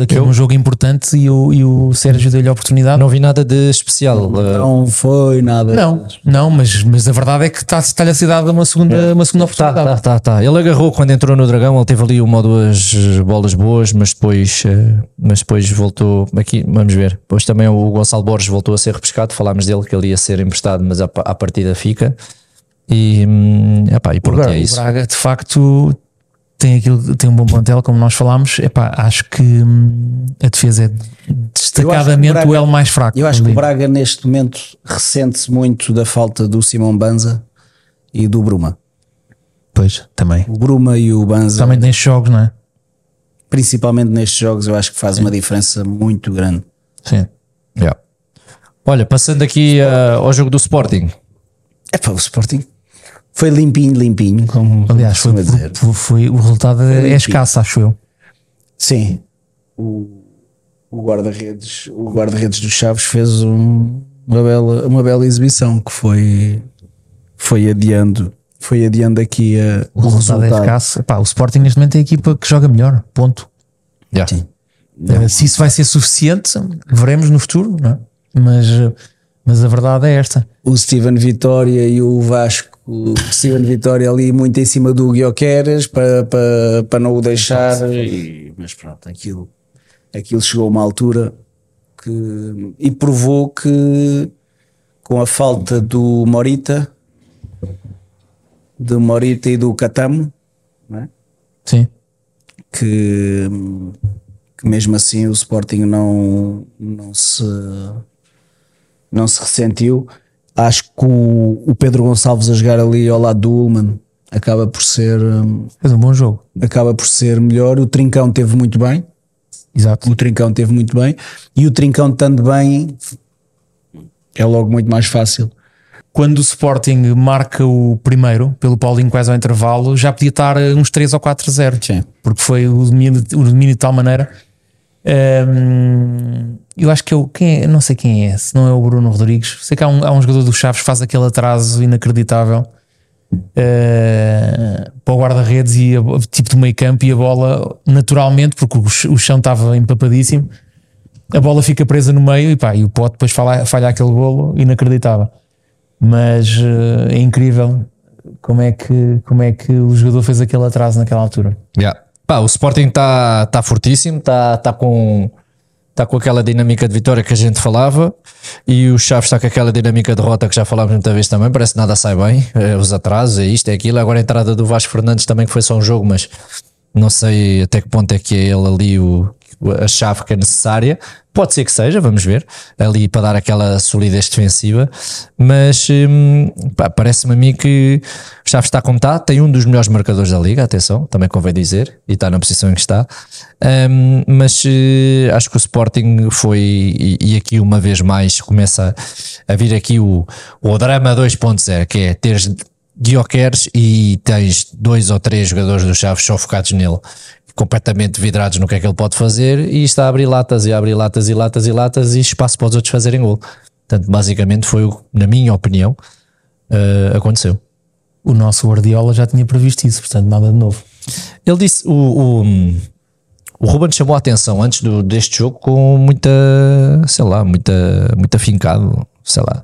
[SPEAKER 4] aquele é um jogo importante e o, e o Sérgio deu-lhe a oportunidade.
[SPEAKER 3] Não vi nada de especial. eh,
[SPEAKER 2] Não foi nada.
[SPEAKER 4] Não, não, mas, mas a verdade é que está- está-lhe a cidade uma segunda, uma segunda
[SPEAKER 3] Tá,
[SPEAKER 4] oportunidade.
[SPEAKER 3] tá, tá, tá. Ele agarrou quando entrou no Dragão, ele teve ali uma ou duas eh, bolas boas, mas depois, eh, mas depois voltou aqui, vamos ver. Depois também o Gonçalo Borges voltou a ser repescado, falámos dele que ele ia ser emprestado, mas a, a partida fica. E, hum, epá, e pronto,
[SPEAKER 4] Agora,
[SPEAKER 3] é
[SPEAKER 4] o
[SPEAKER 3] isso.
[SPEAKER 4] Braga de facto tem, aquilo, tem um bom plantel, como nós falámos. Epá, acho que hum, a defesa é destacadamente
[SPEAKER 2] Eu acho que o
[SPEAKER 4] o
[SPEAKER 2] Braga-
[SPEAKER 4] L mais fraco.
[SPEAKER 2] Eu acho que o
[SPEAKER 4] ali.
[SPEAKER 2] Braga neste momento ressente-se muito da falta do Simão Banza e do Bruma.
[SPEAKER 4] Pois, também.
[SPEAKER 2] O Bruma e o Banza,
[SPEAKER 4] Também tem jogos, não é?
[SPEAKER 2] principalmente nestes jogos, eu acho que faz uma diferença muito grande.
[SPEAKER 4] Sim.
[SPEAKER 3] Yeah. Olha, passando aqui ah, ao jogo do Sporting,
[SPEAKER 2] É para o Sporting. Foi limpinho, limpinho. Como
[SPEAKER 4] Aliás, foi,
[SPEAKER 2] costuma dizer.
[SPEAKER 4] foi- foi- o resultado é escasso, acho eu.
[SPEAKER 2] Sim. O, o guarda-redes o guarda-redes dos Chaves fez um- uma, bela, uma bela exibição que foi, foi adiando foi adiando aqui a, o
[SPEAKER 4] O, resultado, é
[SPEAKER 2] resultado.
[SPEAKER 4] escasso. Epá, o Sporting neste momento é a equipa que joga melhor. Ponto.
[SPEAKER 3] Yeah.
[SPEAKER 2] Sim.
[SPEAKER 4] Eh, Se isso vai ser suficiente, veremos no futuro, não é? Mas, eh, mas a verdade é esta.
[SPEAKER 2] O Steven Vitória e o Vasco, o Steven Vitória ali muito em cima do Guioqueras para, para, para não o deixar. e- mas pronto, aquilo, aquilo chegou a uma altura que, e provou que com a falta do Morita, do Morita e do Catamo, não é?
[SPEAKER 4] Sim.
[SPEAKER 2] que, que mesmo assim o Sporting não, não se não se ressentiu. Acho que o, o Pedro Gonçalves a jogar ali ao lado do Ullman acaba por ser hum,
[SPEAKER 4] Fez um bom jogo.
[SPEAKER 2] acaba por ser melhor. O Trincão teve muito bem,
[SPEAKER 4] Exato.
[SPEAKER 2] o Trincão teve muito bem e o Trincão estando bem é logo muito mais fácil.
[SPEAKER 4] quando o Sporting marca o primeiro pelo Paulinho quase ao intervalo, já podia estar eh, uns 3 ou 4-0,
[SPEAKER 2] Sim.
[SPEAKER 4] porque foi o domínio, o domínio de tal maneira. Ehm, eu acho que eu, quem é, não sei quem é, se não é o Bruno Rodrigues, sei que há um, há um jogador do Chaves que faz aquele atraso inacreditável eh, para o guarda-redes e a bo- tipo do meio campo e a bola naturalmente, porque o, ch- o chão estava empapadíssimo, a bola fica presa no meio e pá, e o pote depois falha, falha aquele golo inacreditável. Mas eh, é incrível como é, que, como é que o jogador fez aquele atraso naquela altura.
[SPEAKER 3] Yeah. Pá, o Sporting está tá fortíssimo, está tá com, tá com aquela dinâmica de vitória que a gente falava e o Chaves está com aquela dinâmica de derrota que já falámos muita vez também. Parece que nada sai bem, eh, os atrasos, é isto, é aquilo. Agora a entrada do Vasco Fernandes também, que foi só um jogo, mas não sei até que ponto é que é ele ali o, a chave que é necessária. Pode ser que seja, vamos ver, ali para dar aquela solidez defensiva, mas hum, pá, parece-me a mim que o Chaves está como está, tem um dos melhores marcadores da liga, atenção, também convém dizer, e está na posição em que está, Hum, mas eh, acho que o Sporting foi, e, e aqui uma vez mais começa a vir aqui o, o drama 2.0, que é teres Guioqueres e tens dois ou três jogadores do Chaves só focados nele completamente vidrados no que é que ele pode fazer e está a abrir latas e a abrir latas e latas e latas e espaço para os outros fazerem gol. Portanto, basicamente foi o que, na minha opinião, eh, aconteceu.
[SPEAKER 4] O nosso Guardiola já tinha previsto isso, portanto, nada de novo.
[SPEAKER 3] Ele disse, o, o, o Ruben chamou a atenção antes do, deste jogo com muita, sei lá, muita, muito afincado, sei lá.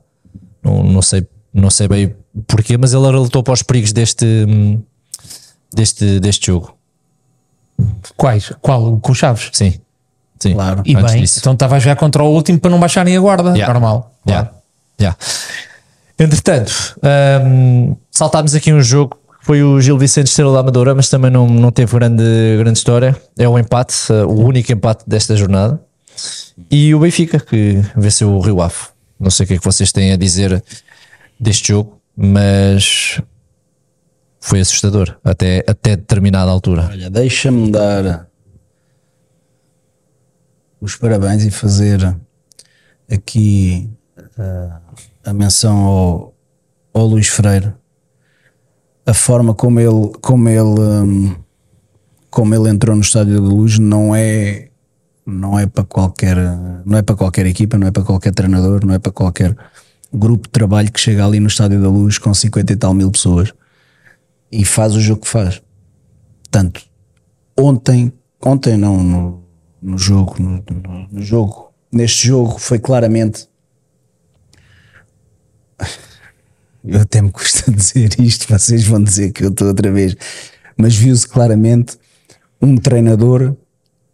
[SPEAKER 3] Não, não, sei, não sei bem porquê, mas ele alertou para os perigos deste, hum, deste, deste jogo.
[SPEAKER 4] Quais? Qual? O Com o Chaves?
[SPEAKER 3] Sim. Sim.
[SPEAKER 2] Claro.
[SPEAKER 4] E
[SPEAKER 3] Antes
[SPEAKER 4] bem,
[SPEAKER 3] disso.
[SPEAKER 4] então estava a jogar contra o último para não baixarem a guarda.
[SPEAKER 3] Yeah.
[SPEAKER 4] Normal.
[SPEAKER 3] Yeah.
[SPEAKER 4] claro.
[SPEAKER 3] Yeah. Entretanto, hum, saltámos aqui um jogo que foi o Gil Vicente Estrela da Amadora, mas também não, não teve grande, grande história. É o empate, uh, o único empate desta jornada. E o Benfica, que venceu o Rio Ave. Não sei o que é que vocês têm a dizer deste jogo, mas foi assustador até, até determinada altura.
[SPEAKER 2] Olha, deixa-me dar os parabéns e fazer aqui eh, a menção ao, ao Luís Freire. A forma como ele, como ele, hum, como ele entrou no estádio de luz não é não é para qualquer não é para qualquer equipa, não é para qualquer treinador, não é para qualquer grupo de trabalho que chega ali no estádio da luz com 50 e tal mil pessoas e faz o jogo que faz. Portanto, ontem, ontem não, no, no jogo, no, no- no jogo, neste jogo foi claramente. Eu até me custa dizer isto, vocês vão dizer que eu estou outra vez, mas viu-se claramente um treinador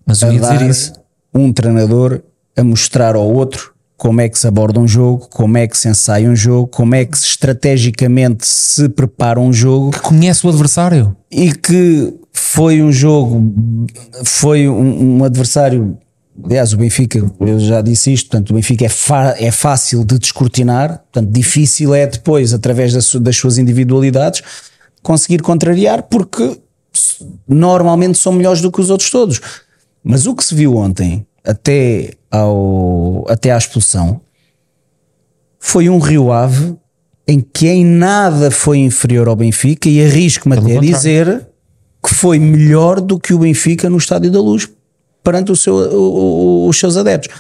[SPEAKER 4] Mas eu
[SPEAKER 2] a
[SPEAKER 4] ia
[SPEAKER 2] dar
[SPEAKER 4] dizer isso.
[SPEAKER 2] um treinador a mostrar ao outro como é que se aborda um jogo, como é que se ensaia um jogo, como é que se estrategicamente se prepara um jogo
[SPEAKER 4] Conhece o adversário.
[SPEAKER 2] e que foi um jogo, foi um, um adversário. Aliás, o Benfica, eu já disse isto, portanto, o Benfica é, fa- é fácil de descortinar, portanto, difícil é depois, através da su- das suas individualidades, conseguir contrariar, porque s- normalmente são melhores do que os outros todos. Mas o que se viu ontem, até, ao, até à expulsão, foi um Rio Ave em que em nada foi inferior ao Benfica e arrisco-me até a
[SPEAKER 4] contrário.
[SPEAKER 2] dizer que foi melhor do que o Benfica no Estádio da Luz perante o seu- o- o- os seus adeptos.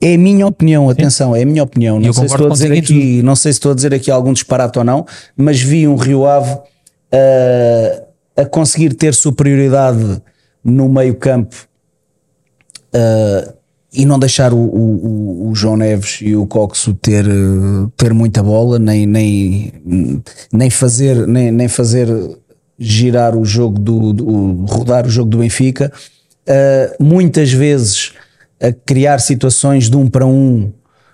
[SPEAKER 2] É a minha opinião, atenção, é a minha opinião. Não
[SPEAKER 4] Uhum. eu
[SPEAKER 2] sei, se
[SPEAKER 4] concordo
[SPEAKER 2] estou a dizer
[SPEAKER 4] contigo em
[SPEAKER 2] aqui, não sei se estou a dizer aqui algum disparate ou não, mas vi um Rio Ave ah, a conseguir ter superioridade no meio campo e não deixar o, o- o- o João Neves e o Coxo ter, eh, ter muita bola, nem, nem, nem, fazer, nem, nem fazer girar o jogo do, do- rodar o jogo do Benfica. Eh, muitas vezes a criar situações de um para um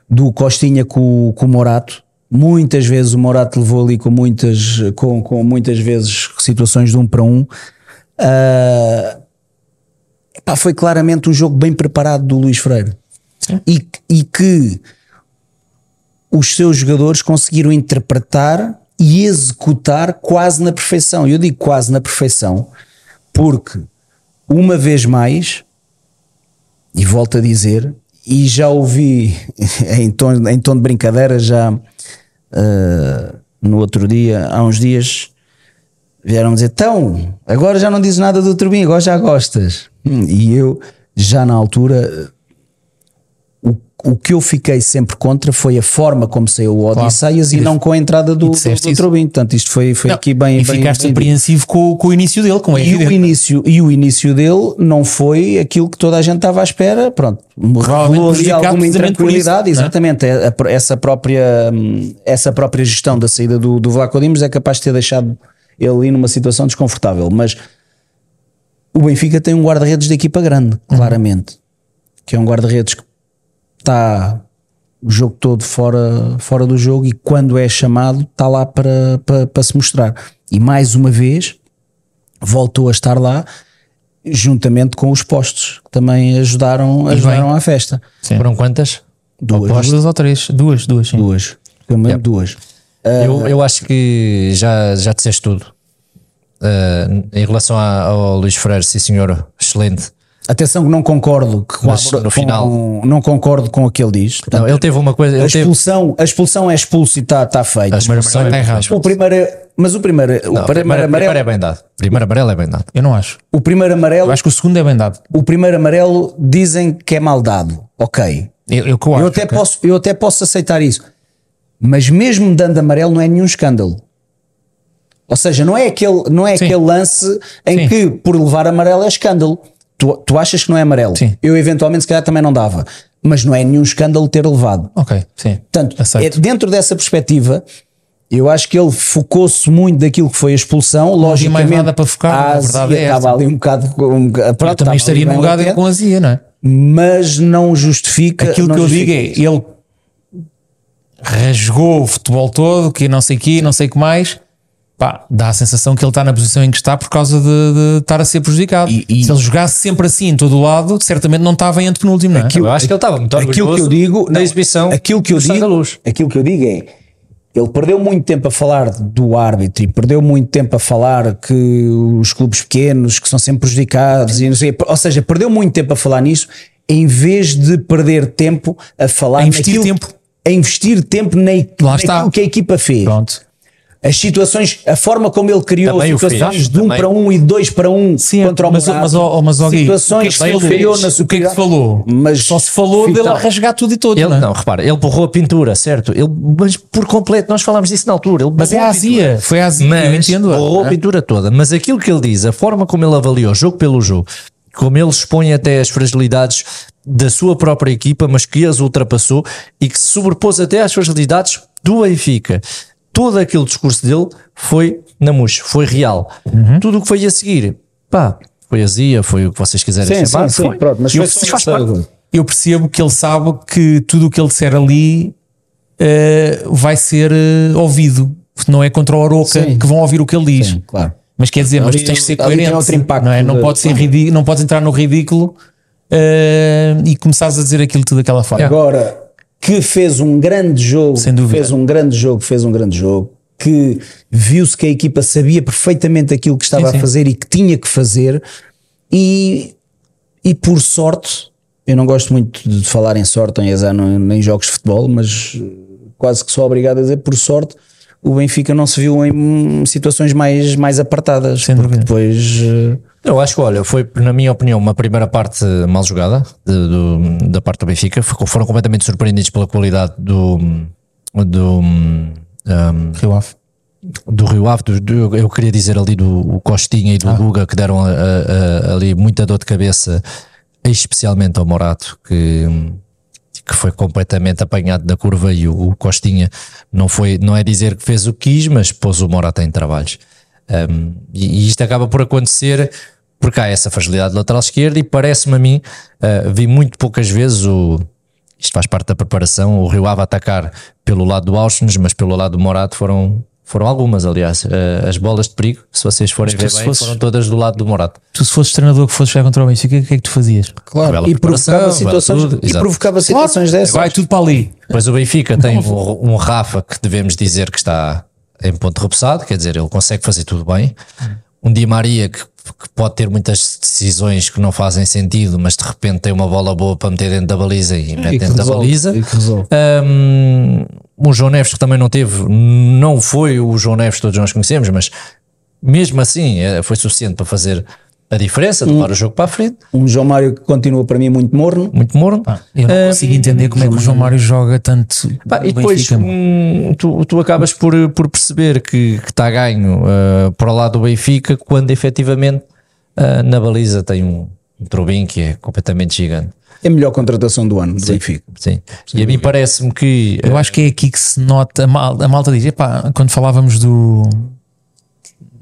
[SPEAKER 2] do Costinha com, o- com o Morato. Muitas vezes o Morato levou ali com muitas, com, com muitas vezes situações de um para um. Eh, Pá, foi claramente um jogo bem preparado do Luís Freire e, e que os seus jogadores conseguiram interpretar e executar quase na perfeição. Eu digo quase na perfeição porque, uma vez mais, e volto a dizer, e já ouvi em tom, em tom de brincadeira, já eh, no outro dia, há uns dias, vieram dizer: Então, agora já não dizes nada do Turbin, agora já gostas. Hum, E eu, já na altura, O, o que eu fiquei sempre contra foi a forma como saiu o
[SPEAKER 4] Claro.
[SPEAKER 2] Odisseias e não com a entrada do, do,
[SPEAKER 4] disseste
[SPEAKER 2] do
[SPEAKER 4] isso.
[SPEAKER 2] Trubin. Portanto, isto foi, foi
[SPEAKER 4] Não,
[SPEAKER 2] aqui bem.
[SPEAKER 4] e
[SPEAKER 2] bem-
[SPEAKER 4] ficaste
[SPEAKER 2] bem dito.
[SPEAKER 4] apreensivo com, com o início dele, como é
[SPEAKER 2] E o,
[SPEAKER 4] evidente.
[SPEAKER 2] início, e o início dele não foi aquilo que toda a gente estava à espera. Pronto, revelou ali
[SPEAKER 4] prejudicado
[SPEAKER 2] alguma
[SPEAKER 4] precisamente por
[SPEAKER 2] intranquilidade.
[SPEAKER 4] isso, não é?
[SPEAKER 2] exatamente. É, a- Essa própria, hum, essa própria gestão da saída do, do Vlaco Dimos é capaz de ter deixado ele ali numa situação desconfortável. Mas o Benfica tem um guarda-redes de equipa grande,
[SPEAKER 4] Uhum.
[SPEAKER 2] claramente. Que é um guarda-redes que está o jogo todo fora, fora do jogo e quando é chamado está lá para, para, para se mostrar. E mais uma vez voltou a estar lá juntamente com os postos que também ajudaram, ajudaram à festa.
[SPEAKER 4] Sim.
[SPEAKER 3] Foram quantas?
[SPEAKER 2] Duas,
[SPEAKER 4] Aposto duas ou três, duas, duas. Sim.
[SPEAKER 2] duas, pelo menos duas.
[SPEAKER 3] Eu, eu acho que já, já disseste tudo. Ah, em relação a- ao Luís Freire, sim senhor, excelente.
[SPEAKER 2] Atenção que não concordo que com, a-
[SPEAKER 3] Mas no
[SPEAKER 2] com-
[SPEAKER 3] final-
[SPEAKER 2] não concordo com o que ele diz.
[SPEAKER 3] Não, ele teve uma coisa.
[SPEAKER 2] a,
[SPEAKER 3] Ele teve,
[SPEAKER 2] expulsão, a expulsão é expulso e está tá feita.
[SPEAKER 3] a primeira amarela
[SPEAKER 4] está
[SPEAKER 3] é-
[SPEAKER 4] errado.
[SPEAKER 2] O primeiro, é- mas o primeiro,
[SPEAKER 3] Não,
[SPEAKER 2] o
[SPEAKER 3] a
[SPEAKER 2] primeiro
[SPEAKER 3] primeira-
[SPEAKER 2] amarelo,
[SPEAKER 3] primeira é bem dado. Primeiro amarelo é bem dado.
[SPEAKER 4] Eu não acho.
[SPEAKER 2] o primeiro
[SPEAKER 4] Eu
[SPEAKER 2] amarelo,
[SPEAKER 4] acho que o segundo é bem dado.
[SPEAKER 2] o primeiro amarelo dizem que é mal dado. OK.
[SPEAKER 4] Eu, eu, que eu
[SPEAKER 2] Eu
[SPEAKER 4] acho,
[SPEAKER 2] até,
[SPEAKER 4] ok?
[SPEAKER 2] posso, eu até posso aceitar isso. Mas mesmo dando amarelo não é nenhum escândalo. Ou seja, não é aquele, não é
[SPEAKER 4] Sim.
[SPEAKER 2] aquele lance em
[SPEAKER 4] Sim.
[SPEAKER 2] que por levar amarelo é escândalo. Tu, tu achas que não é amarelo?
[SPEAKER 4] Sim.
[SPEAKER 2] Eu eventualmente se calhar também não dava. Mas não é nenhum escândalo ter levado.
[SPEAKER 4] Ok, sim.
[SPEAKER 2] Portanto, é,
[SPEAKER 4] Aceito.
[SPEAKER 2] dentro dessa perspectiva, eu acho que ele focou-se muito daquilo que foi a expulsão.
[SPEAKER 4] havia mais
[SPEAKER 2] Logicamente,
[SPEAKER 4] nada para focar,
[SPEAKER 2] a
[SPEAKER 4] a verdade
[SPEAKER 2] Ásia
[SPEAKER 4] é
[SPEAKER 2] estava
[SPEAKER 4] esta.
[SPEAKER 2] ali um bocado. Um, bocado- pronto,
[SPEAKER 4] Eu
[SPEAKER 2] estava
[SPEAKER 4] também
[SPEAKER 2] ali
[SPEAKER 4] estaria
[SPEAKER 2] bem
[SPEAKER 4] no lugar dele
[SPEAKER 2] latente,
[SPEAKER 4] com a Zia, não é?
[SPEAKER 2] Mas não justifica.
[SPEAKER 4] Aquilo
[SPEAKER 2] não
[SPEAKER 4] que eu digo
[SPEAKER 2] justifica
[SPEAKER 4] é,
[SPEAKER 2] isso.
[SPEAKER 4] ele rasgou o futebol todo, que não sei o quê, não sei o que mais. Pá, dá a sensação que ele está na posição em que está por causa de, de estar a ser prejudicado. Se ele jogasse sempre assim em todo o lado, certamente não estava em antepenúltimo, não é?
[SPEAKER 3] Eu acho que ele estava muito
[SPEAKER 2] aquilo que eu
[SPEAKER 3] orgulhoso
[SPEAKER 2] digo
[SPEAKER 3] da exibição
[SPEAKER 2] aquilo que eu
[SPEAKER 3] do Estádio
[SPEAKER 2] digo
[SPEAKER 3] da Luz.
[SPEAKER 2] aquilo que eu digo é ele perdeu muito tempo a falar do árbitro e perdeu muito tempo a falar que os clubes pequenos que são sempre prejudicados e não sei, ou seja perdeu muito tempo a falar nisso em vez de perder tempo a falar
[SPEAKER 4] A investir
[SPEAKER 2] naquilo-
[SPEAKER 4] tempo.
[SPEAKER 2] a investir tempo na,
[SPEAKER 4] Lá
[SPEAKER 2] naquilo
[SPEAKER 4] está.
[SPEAKER 2] que a equipa fez
[SPEAKER 4] Pronto.
[SPEAKER 2] as situações a forma como ele criou
[SPEAKER 3] Também o
[SPEAKER 2] situações
[SPEAKER 3] fez,
[SPEAKER 2] de um
[SPEAKER 3] também.
[SPEAKER 2] para um e de dois para um
[SPEAKER 4] Sim, é,
[SPEAKER 2] contra o
[SPEAKER 4] mas,
[SPEAKER 2] Morata.
[SPEAKER 4] mas, ó- ó- mas, ó, Gui,
[SPEAKER 2] situações
[SPEAKER 4] o que é que
[SPEAKER 2] que
[SPEAKER 4] se
[SPEAKER 2] ele criou
[SPEAKER 4] fez?
[SPEAKER 2] na
[SPEAKER 4] O que é que se
[SPEAKER 2] superioridade
[SPEAKER 4] falou?
[SPEAKER 2] mas
[SPEAKER 4] Só se falou dele a rasgar tudo e todo,
[SPEAKER 3] Ele,
[SPEAKER 4] não é?
[SPEAKER 3] não, repara, ele borrou a pintura, certo? Ele, mas por completo, nós falámos disso na altura. Ele
[SPEAKER 4] Mas é
[SPEAKER 3] borrou
[SPEAKER 4] a
[SPEAKER 3] pintura.
[SPEAKER 4] Azia, foi a Azia, eu
[SPEAKER 3] Mas
[SPEAKER 4] entendo.
[SPEAKER 3] borrou a
[SPEAKER 2] é?
[SPEAKER 4] Ah.
[SPEAKER 3] pintura toda. Mas aquilo que ele diz, a forma como ele avaliou jogo pelo jogo, como ele expõe até as fragilidades da sua própria equipa, mas que as ultrapassou e que se sobrepôs até às fragilidades do Benfica. Todo aquele discurso dele foi na murcha, foi real.
[SPEAKER 2] Uhum.
[SPEAKER 3] Tudo o que foi a seguir, pá, foi azia, foi o que vocês quiserem
[SPEAKER 2] Sim,
[SPEAKER 3] chamar.
[SPEAKER 2] sim, sim,
[SPEAKER 3] foi.
[SPEAKER 2] pronto, mas
[SPEAKER 3] E o
[SPEAKER 2] foi
[SPEAKER 3] que
[SPEAKER 2] só
[SPEAKER 3] se
[SPEAKER 2] esse
[SPEAKER 3] faz parte.
[SPEAKER 2] argumento.
[SPEAKER 4] Eu percebo que ele sabe que tudo o que ele disser ali eh, vai ser eh, ouvido. Não é contra o Oroca
[SPEAKER 2] Sim.
[SPEAKER 4] que vão ouvir o que ele diz.
[SPEAKER 2] Sim, claro.
[SPEAKER 4] Mas quer dizer, mas
[SPEAKER 2] Ali-
[SPEAKER 4] tu tens de ser
[SPEAKER 2] ali tem
[SPEAKER 4] coerente.
[SPEAKER 2] outro impacto
[SPEAKER 4] não, é? não,
[SPEAKER 2] de-
[SPEAKER 4] pode ser ridículo, não podes entrar no ridículo eh, e começares a dizer aquilo tudo daquela forma.
[SPEAKER 2] Agora, que fez um grande jogo,
[SPEAKER 4] É. Sem dúvida.
[SPEAKER 2] fez um grande jogo, fez um grande jogo, que viu-se que a equipa sabia perfeitamente aquilo que estava
[SPEAKER 4] Sim, sim.
[SPEAKER 2] a fazer e que tinha que fazer, e, e por sorte, eu não gosto muito de falar em sorte ou em azar não- nem em jogos de futebol, mas eh, quase que sou obrigado a dizer por sorte. O Benfica não se viu em hum, situações mais, mais apartadas,
[SPEAKER 4] Sem
[SPEAKER 2] porque
[SPEAKER 4] dúvida.
[SPEAKER 2] depois eh,
[SPEAKER 3] Eu acho que, olha, foi, na minha opinião, uma primeira parte mal jogada de- do- da parte do Benfica. Ficou- Foram completamente surpreendidos pela qualidade do, do, um,
[SPEAKER 4] Rio Ave.
[SPEAKER 3] do Rio Ave. do- do- eu queria dizer ali do o Costinha e
[SPEAKER 4] Ah.
[SPEAKER 3] do Guga, que deram a- a- a- ali muita dor de cabeça, especialmente ao Morato, que, que foi completamente apanhado da curva. E o, o Costinha não, foi, não é dizer que fez o que quis, mas pôs o Morato em trabalhos. Um, e, e isto acaba por acontecer porque há essa fragilidade lateral esquerda e parece-me a mim, uh, vi muito poucas vezes o. Isto faz parte da preparação, o Rio Ave atacar pelo lado do Auschwitz, mas pelo lado do Morato foram, foram algumas, aliás. Uh, as bolas de perigo, se vocês forem
[SPEAKER 4] Mas tu
[SPEAKER 3] ver
[SPEAKER 4] se
[SPEAKER 3] bem,
[SPEAKER 4] fosses-
[SPEAKER 3] foram todas do lado do Morato.
[SPEAKER 4] Tu se fosses treinador que fosses jogar contra o Benfica, o que é que tu fazias?
[SPEAKER 3] Bela
[SPEAKER 2] eh, e provocava
[SPEAKER 3] preparação,
[SPEAKER 2] situações,
[SPEAKER 3] tudo,
[SPEAKER 2] e
[SPEAKER 3] exato.
[SPEAKER 2] provocava situações dessas.
[SPEAKER 4] Vai tudo para ali.
[SPEAKER 3] Pois o Benfica tem um, um Rafa que devemos dizer que está em ponto repousado, quer dizer, ele consegue fazer tudo bem. Um Di Maria que, que pode ter muitas decisões que não fazem sentido, mas de repente tem uma bola boa para meter dentro da baliza e mete dentro da baliza. Um, o João Neves que também não teve, não foi o João Neves que todos nós conhecemos, mas mesmo assim eh, foi é, suficiente para fazer a diferença de levar o jogo para a frente,
[SPEAKER 2] Um João Mário que continua para mim muito morno.
[SPEAKER 3] muito morno.
[SPEAKER 4] Eu não
[SPEAKER 2] Hum,
[SPEAKER 3] Ah,
[SPEAKER 4] consigo entender como é que o João Mário joga tanto.
[SPEAKER 3] Pá,
[SPEAKER 4] no
[SPEAKER 3] e depois
[SPEAKER 4] Benfica, é
[SPEAKER 2] um-
[SPEAKER 4] meu.
[SPEAKER 3] hum, tu, tu acabas por, por perceber que está ganho ah, para o lado do Benfica quando efetivamente ah, na baliza tem um, um Trubin que é completamente gigante.
[SPEAKER 2] É a melhor contratação do ano do Benfica.
[SPEAKER 3] Sim. E a mim parece-me que ah,
[SPEAKER 4] Eu acho que é aqui que se nota. A mal- a malta diz: epá, quando falávamos do,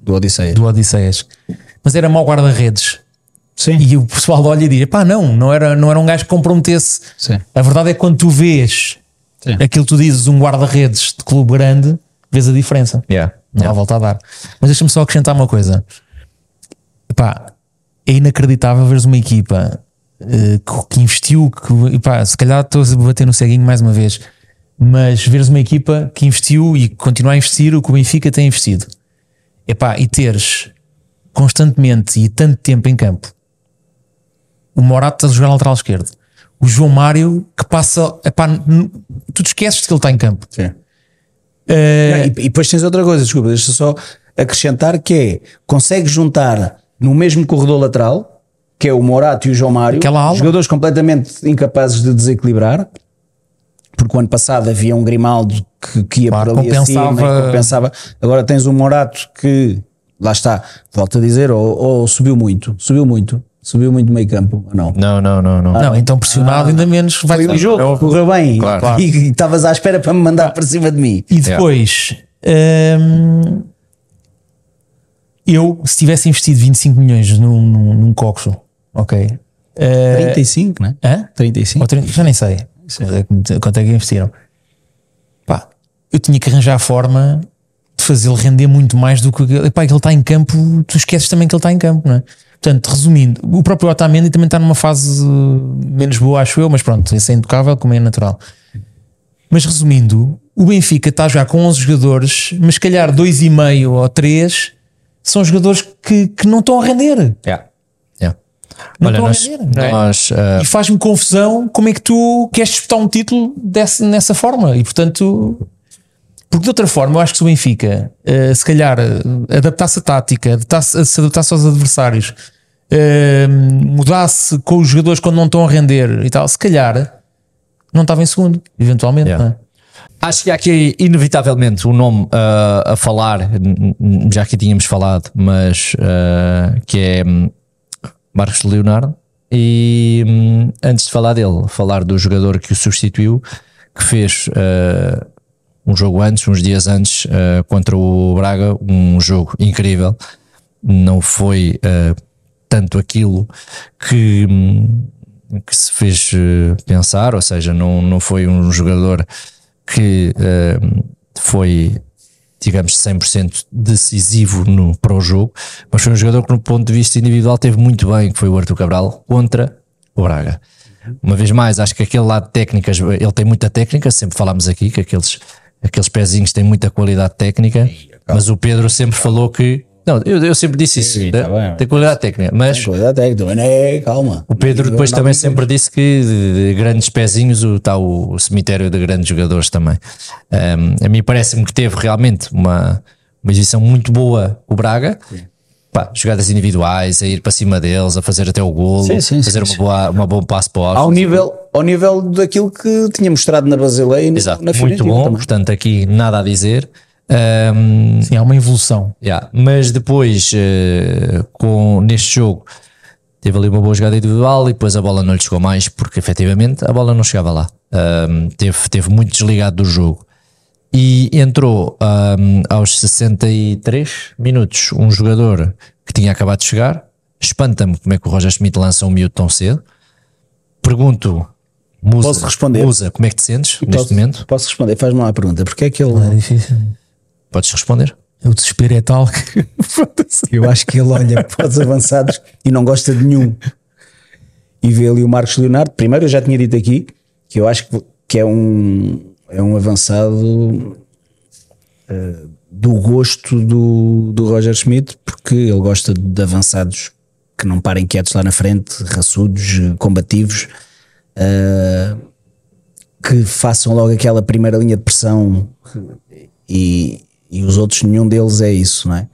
[SPEAKER 2] Do Odisseia.
[SPEAKER 4] do Odisseias, mas era mau guarda-redes.
[SPEAKER 2] Sim.
[SPEAKER 4] E o pessoal olha e diz: pá, não, não era, não era um gajo que comprometesse.
[SPEAKER 2] Sim.
[SPEAKER 4] A verdade é que quando tu vês
[SPEAKER 2] Sim.
[SPEAKER 4] aquilo que tu dizes, um guarda-redes de clube grande, vês a diferença.
[SPEAKER 3] Yeah.
[SPEAKER 4] Não há volta a dar. Mas deixa-me só acrescentar uma coisa. Pá, é inacreditável veres uma equipa eh, que, que investiu, que, pá, se calhar estou a bater no ceguinho mais uma vez, mas veres uma equipa que investiu e que continua a investir o que o Benfica tem investido. Epá, e teres constantemente e tanto tempo em campo o Morato a jogar lateral esquerdo, o João Mário que passa, epá, n- tu te esqueces de que ele está em campo.
[SPEAKER 2] Sim.
[SPEAKER 4] Eh,
[SPEAKER 2] E, e depois tens outra coisa, desculpa, deixa só acrescentar que é, consegues juntar no mesmo corredor lateral, que é o Morato e o João Mário,
[SPEAKER 4] Aquela ala.
[SPEAKER 2] jogadores completamente incapazes de desequilibrar, porque o ano passado havia um Grimaldo que, que ia
[SPEAKER 4] Claro,
[SPEAKER 2] por ali
[SPEAKER 4] compensava-
[SPEAKER 2] acima e compensava. Agora tens o Morato que, lá está, volto a dizer, ou, ou subiu muito, subiu muito, subiu muito meio campo, ou não?
[SPEAKER 3] Não, não, não, não.
[SPEAKER 4] Não, então pressionado ainda menos vai
[SPEAKER 2] Foi um jogo, que correu bem
[SPEAKER 3] É Claro. Ah.
[SPEAKER 2] e e estavas à espera para me mandar para cima de mim.
[SPEAKER 4] E depois hum, eu, se tivesse investido 25 milhões num, num, num coxo, ok? Eh,
[SPEAKER 2] 35, né?
[SPEAKER 4] Hã?
[SPEAKER 2] 35.
[SPEAKER 4] Ou 30, já nem sei quanto é que- quanto é que investiram. Pá, eu tinha que arranjar a forma de fazê-lo render muito mais do que. Epá, ele está em campo, tu esqueces também que ele está em campo, não é? Portanto, resumindo, o próprio Otamendi também está numa fase uh, menos boa, acho eu, mas pronto, isso é intocável, como é natural. Mas resumindo, o Benfica está a jogar com 11 jogadores, mas se calhar 2,5 ou 3 são jogadores que, que não estão a render.
[SPEAKER 3] Yeah. Yeah.
[SPEAKER 4] Não
[SPEAKER 3] Olha,
[SPEAKER 4] estão a
[SPEAKER 3] nós,
[SPEAKER 4] vender, não é?
[SPEAKER 3] nós, ah,
[SPEAKER 4] E faz-me confusão como é que tu queres disputar um título desse, nessa forma. E portanto, porque de outra forma, eu acho que se o Benfica, eh, se calhar, eh, adaptasse a tática, adaptasse- se adaptasse aos adversários, eh, mudasse com os jogadores quando não estão a render e tal, se calhar não estava em segundo, eventualmente.
[SPEAKER 3] Yeah.
[SPEAKER 4] não é?
[SPEAKER 3] Acho que há aqui inevitavelmente um nome ah, a falar, n- n- já que tínhamos falado, mas ah, que é hum, Marcos Leonardo. E hum, antes de falar dele, falar do jogador que o substituiu, que fez ah, um jogo antes, uns dias antes, ah, contra o Braga, um jogo incrível. Não foi ah, tanto aquilo que, hum, que se fez eh, pensar, ou seja, não, não foi um jogador que eh, foi, digamos, 100% decisivo no, para o jogo, mas foi um jogador que, no ponto de vista individual, teve muito bem, que foi o Arthur Cabral contra o Braga. Uma vez mais, acho que aquele lado de técnicas, ele tem muita técnica, sempre falámos aqui que aqueles, aqueles pezinhos têm muita qualidade técnica, mas o Pedro sempre falou que. Não, eu, eu sempre disse isso,
[SPEAKER 2] Sim, tá
[SPEAKER 3] né?
[SPEAKER 2] bem, mas-
[SPEAKER 3] tem qualidade técnica, mas
[SPEAKER 2] Coisa técnica, não é? Calma.
[SPEAKER 3] o Pedro depois também sempre disse que de, de grandes pezinhos o- está o, o cemitério de grandes jogadores também. Ahm, a mim parece-me que teve realmente uma, uma exibição muito boa o Braga. Pá, jogadas individuais, a ir para cima deles, a fazer até o golo,
[SPEAKER 2] Sim, sim,
[SPEAKER 3] fazer
[SPEAKER 2] sim, um
[SPEAKER 3] uma boa, uma bom passo para o Austin.
[SPEAKER 2] Ao nível, ao nível daquilo que tinha mostrado na Basileia e no-
[SPEAKER 3] Exato,
[SPEAKER 2] na
[SPEAKER 3] muito
[SPEAKER 2] Fiorentina Então,
[SPEAKER 3] bom,
[SPEAKER 2] também.
[SPEAKER 3] portanto aqui nada a dizer. Ahm,
[SPEAKER 4] Sim, há uma evolução.
[SPEAKER 3] Yeah, Mas depois, eh, com, neste jogo, teve ali uma boa jogada individual e depois a bola não lhe chegou mais, porque efetivamente a bola não chegava lá. Ahm, teve, teve muito desligado do jogo. E entrou ahm, aos 63 minutos um jogador que tinha acabado de chegar. Espanta-me como é que o Roger Schmidt lança um miúdo tão cedo. Pergunto, Musa,
[SPEAKER 2] Posso responder?
[SPEAKER 3] Musa, como é que te sentes neste
[SPEAKER 2] Posso-
[SPEAKER 3] momento?
[SPEAKER 2] Posso responder? Faz-me lá a pergunta. Porque é que ele.
[SPEAKER 4] É difícil.
[SPEAKER 3] Podes responder?
[SPEAKER 4] O desespero é tal que.
[SPEAKER 2] Eu acho que ele olha para os avançados e não gosta de nenhum. E vê ali o Marcos Leonardo. Primeiro, eu já tinha dito aqui que eu acho que, que é, um, é um avançado eh, do gosto do, do Roger Schmidt, porque ele gosta de avançados que não parem quietos lá na frente, raçudos, eh, combativos, eh, que façam logo aquela primeira linha de pressão. E, e os outros, nenhum deles é isso, não é?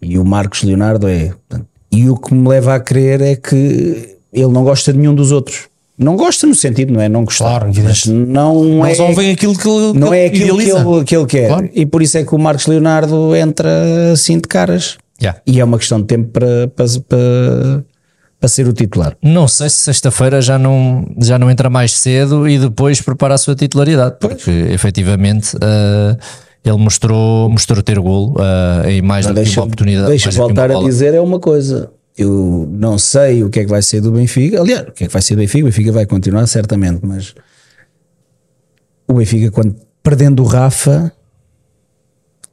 [SPEAKER 2] E o Marcos Leonardo é portanto, E o que me leva a crer é que ele não gosta de nenhum dos outros. Não gosta no sentido, não é? Não gostar.
[SPEAKER 4] Claro, evidente.
[SPEAKER 2] mas não,
[SPEAKER 4] Não
[SPEAKER 2] é.
[SPEAKER 4] resolvem aquilo que ele
[SPEAKER 2] não
[SPEAKER 4] que
[SPEAKER 2] é
[SPEAKER 4] ele
[SPEAKER 2] aquilo que
[SPEAKER 4] idealiza.
[SPEAKER 2] ele, que ele quer.
[SPEAKER 4] Claro.
[SPEAKER 2] E por isso é que o Marcos Leonardo entra assim de caras.
[SPEAKER 3] Yeah.
[SPEAKER 2] E é uma questão de tempo para, para, para, para ser o titular.
[SPEAKER 3] Não sei se sexta-feira já não, já não entra mais cedo e depois prepara a sua titularidade, porque efetivamente ah, ele mostrou, mostrou ter golo ah, em mais do que
[SPEAKER 2] Deixa,
[SPEAKER 3] uma oportunidade.
[SPEAKER 2] deixa
[SPEAKER 3] mais do que uma
[SPEAKER 2] voltar a
[SPEAKER 3] bola.
[SPEAKER 2] dizer é uma coisa. Eu não sei o que é que vai ser do Benfica. Aliás, o que é que vai ser do Benfica? O Benfica vai continuar, certamente, mas o Benfica, quando perdendo o Rafa,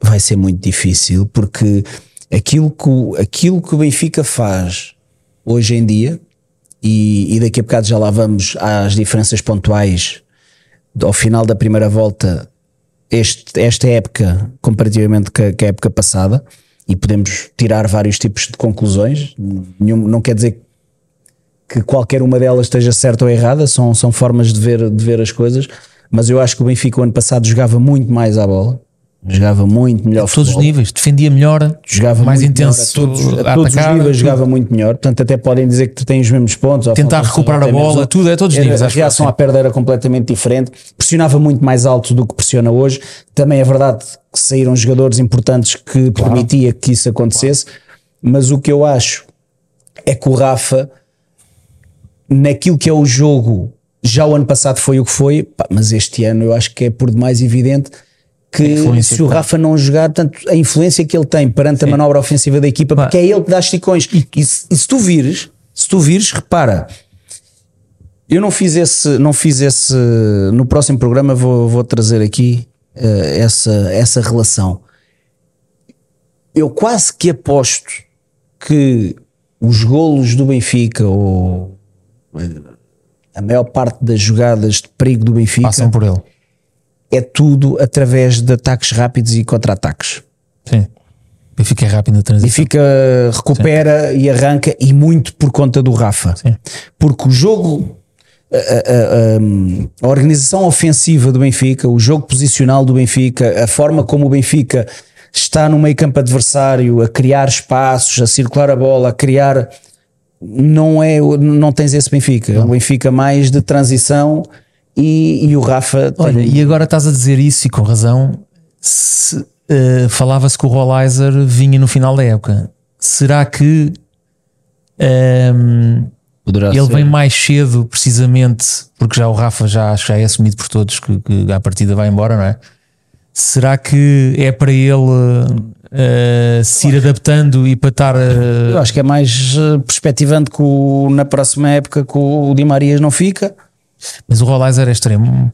[SPEAKER 2] vai ser muito difícil, porque aquilo que, o- aquilo que o Benfica faz hoje em dia, e, e daqui a bocado já lá vamos às diferenças pontuais ao final da primeira volta, este- esta época, comparativamente com a, com a época passada, e podemos tirar vários tipos de conclusões, nenhum- não quer dizer que qualquer uma delas esteja certa ou errada, são, são formas de ver, de ver as coisas, mas eu acho que o Benfica o ano passado jogava muito mais à bola, jogava muito melhor
[SPEAKER 4] Todos os
[SPEAKER 2] futebol
[SPEAKER 4] níveis, defendia melhor,
[SPEAKER 2] jogava
[SPEAKER 4] mais
[SPEAKER 2] muito
[SPEAKER 4] intenso,
[SPEAKER 2] melhor, a todos, a
[SPEAKER 4] a
[SPEAKER 2] todos os
[SPEAKER 4] atacar.
[SPEAKER 2] níveis jogava muito melhor, portanto até podem dizer que tem os mesmos pontos, ou
[SPEAKER 4] Tentar
[SPEAKER 2] faltam-
[SPEAKER 4] recuperar a
[SPEAKER 2] até menos
[SPEAKER 4] bola,
[SPEAKER 2] um.
[SPEAKER 4] tudo, é todos os
[SPEAKER 2] Era-
[SPEAKER 4] níveis,
[SPEAKER 2] A
[SPEAKER 4] acho que
[SPEAKER 2] reação
[SPEAKER 4] sim.
[SPEAKER 2] à perda era completamente diferente, pressionava muito mais alto do que pressiona hoje. Também é verdade que saíram jogadores importantes que permitia que isso acontecesse, mas o que eu acho é que o Rafa, naquilo que é o jogo, já o ano passado foi o que foi, pá, mas este ano eu acho que é por demais evidente que
[SPEAKER 4] influência
[SPEAKER 2] se o
[SPEAKER 4] que tem.
[SPEAKER 2] Rafa não jogar, portanto, a influência que ele tem perante a manobra ofensiva da equipa, porque é ele que dá esticões. E se, e se tu vires, se tu vires, repara, eu não fiz esse, não fiz esse. No próximo programa vou, vou trazer aqui eh, essa, essa relação. Eu quase que aposto que os golos do Benfica ou eh, a maior parte das jogadas de perigo do Benfica
[SPEAKER 4] Passam por ele.
[SPEAKER 2] é tudo através de ataques rápidos e contra-ataques.
[SPEAKER 4] Sim. E fica rápido na
[SPEAKER 2] E
[SPEAKER 4] transição.
[SPEAKER 2] fica, recupera e arranca, e muito por conta do Rafa.
[SPEAKER 4] Sim.
[SPEAKER 2] Porque o jogo, a, a- a- a organização ofensiva do Benfica, o jogo posicional do Benfica, a forma como o Benfica está no meio campo adversário, a criar espaços, a circular a bola, a criar. Não, é, o- não tens esse Benfica. É um Benfica mais de transição e, e o Rafa. tem-
[SPEAKER 4] Olha, e agora estás a dizer isso e com razão. se, eh, Falava-se que o Rollizer vinha no final da época. Será que ehm,
[SPEAKER 2] poderá
[SPEAKER 4] ele
[SPEAKER 2] ser.
[SPEAKER 4] vem mais cedo, precisamente porque já o Rafa já, acho que já é assumido por todos que, que à partida vai embora, não é? Será que é para ele eh, se ir adaptando e para estar. eh,
[SPEAKER 2] Eu acho que é mais eh, perspectivando que o- na próxima época que o Di Marias não fica.
[SPEAKER 4] mas o Rollizer é extremo.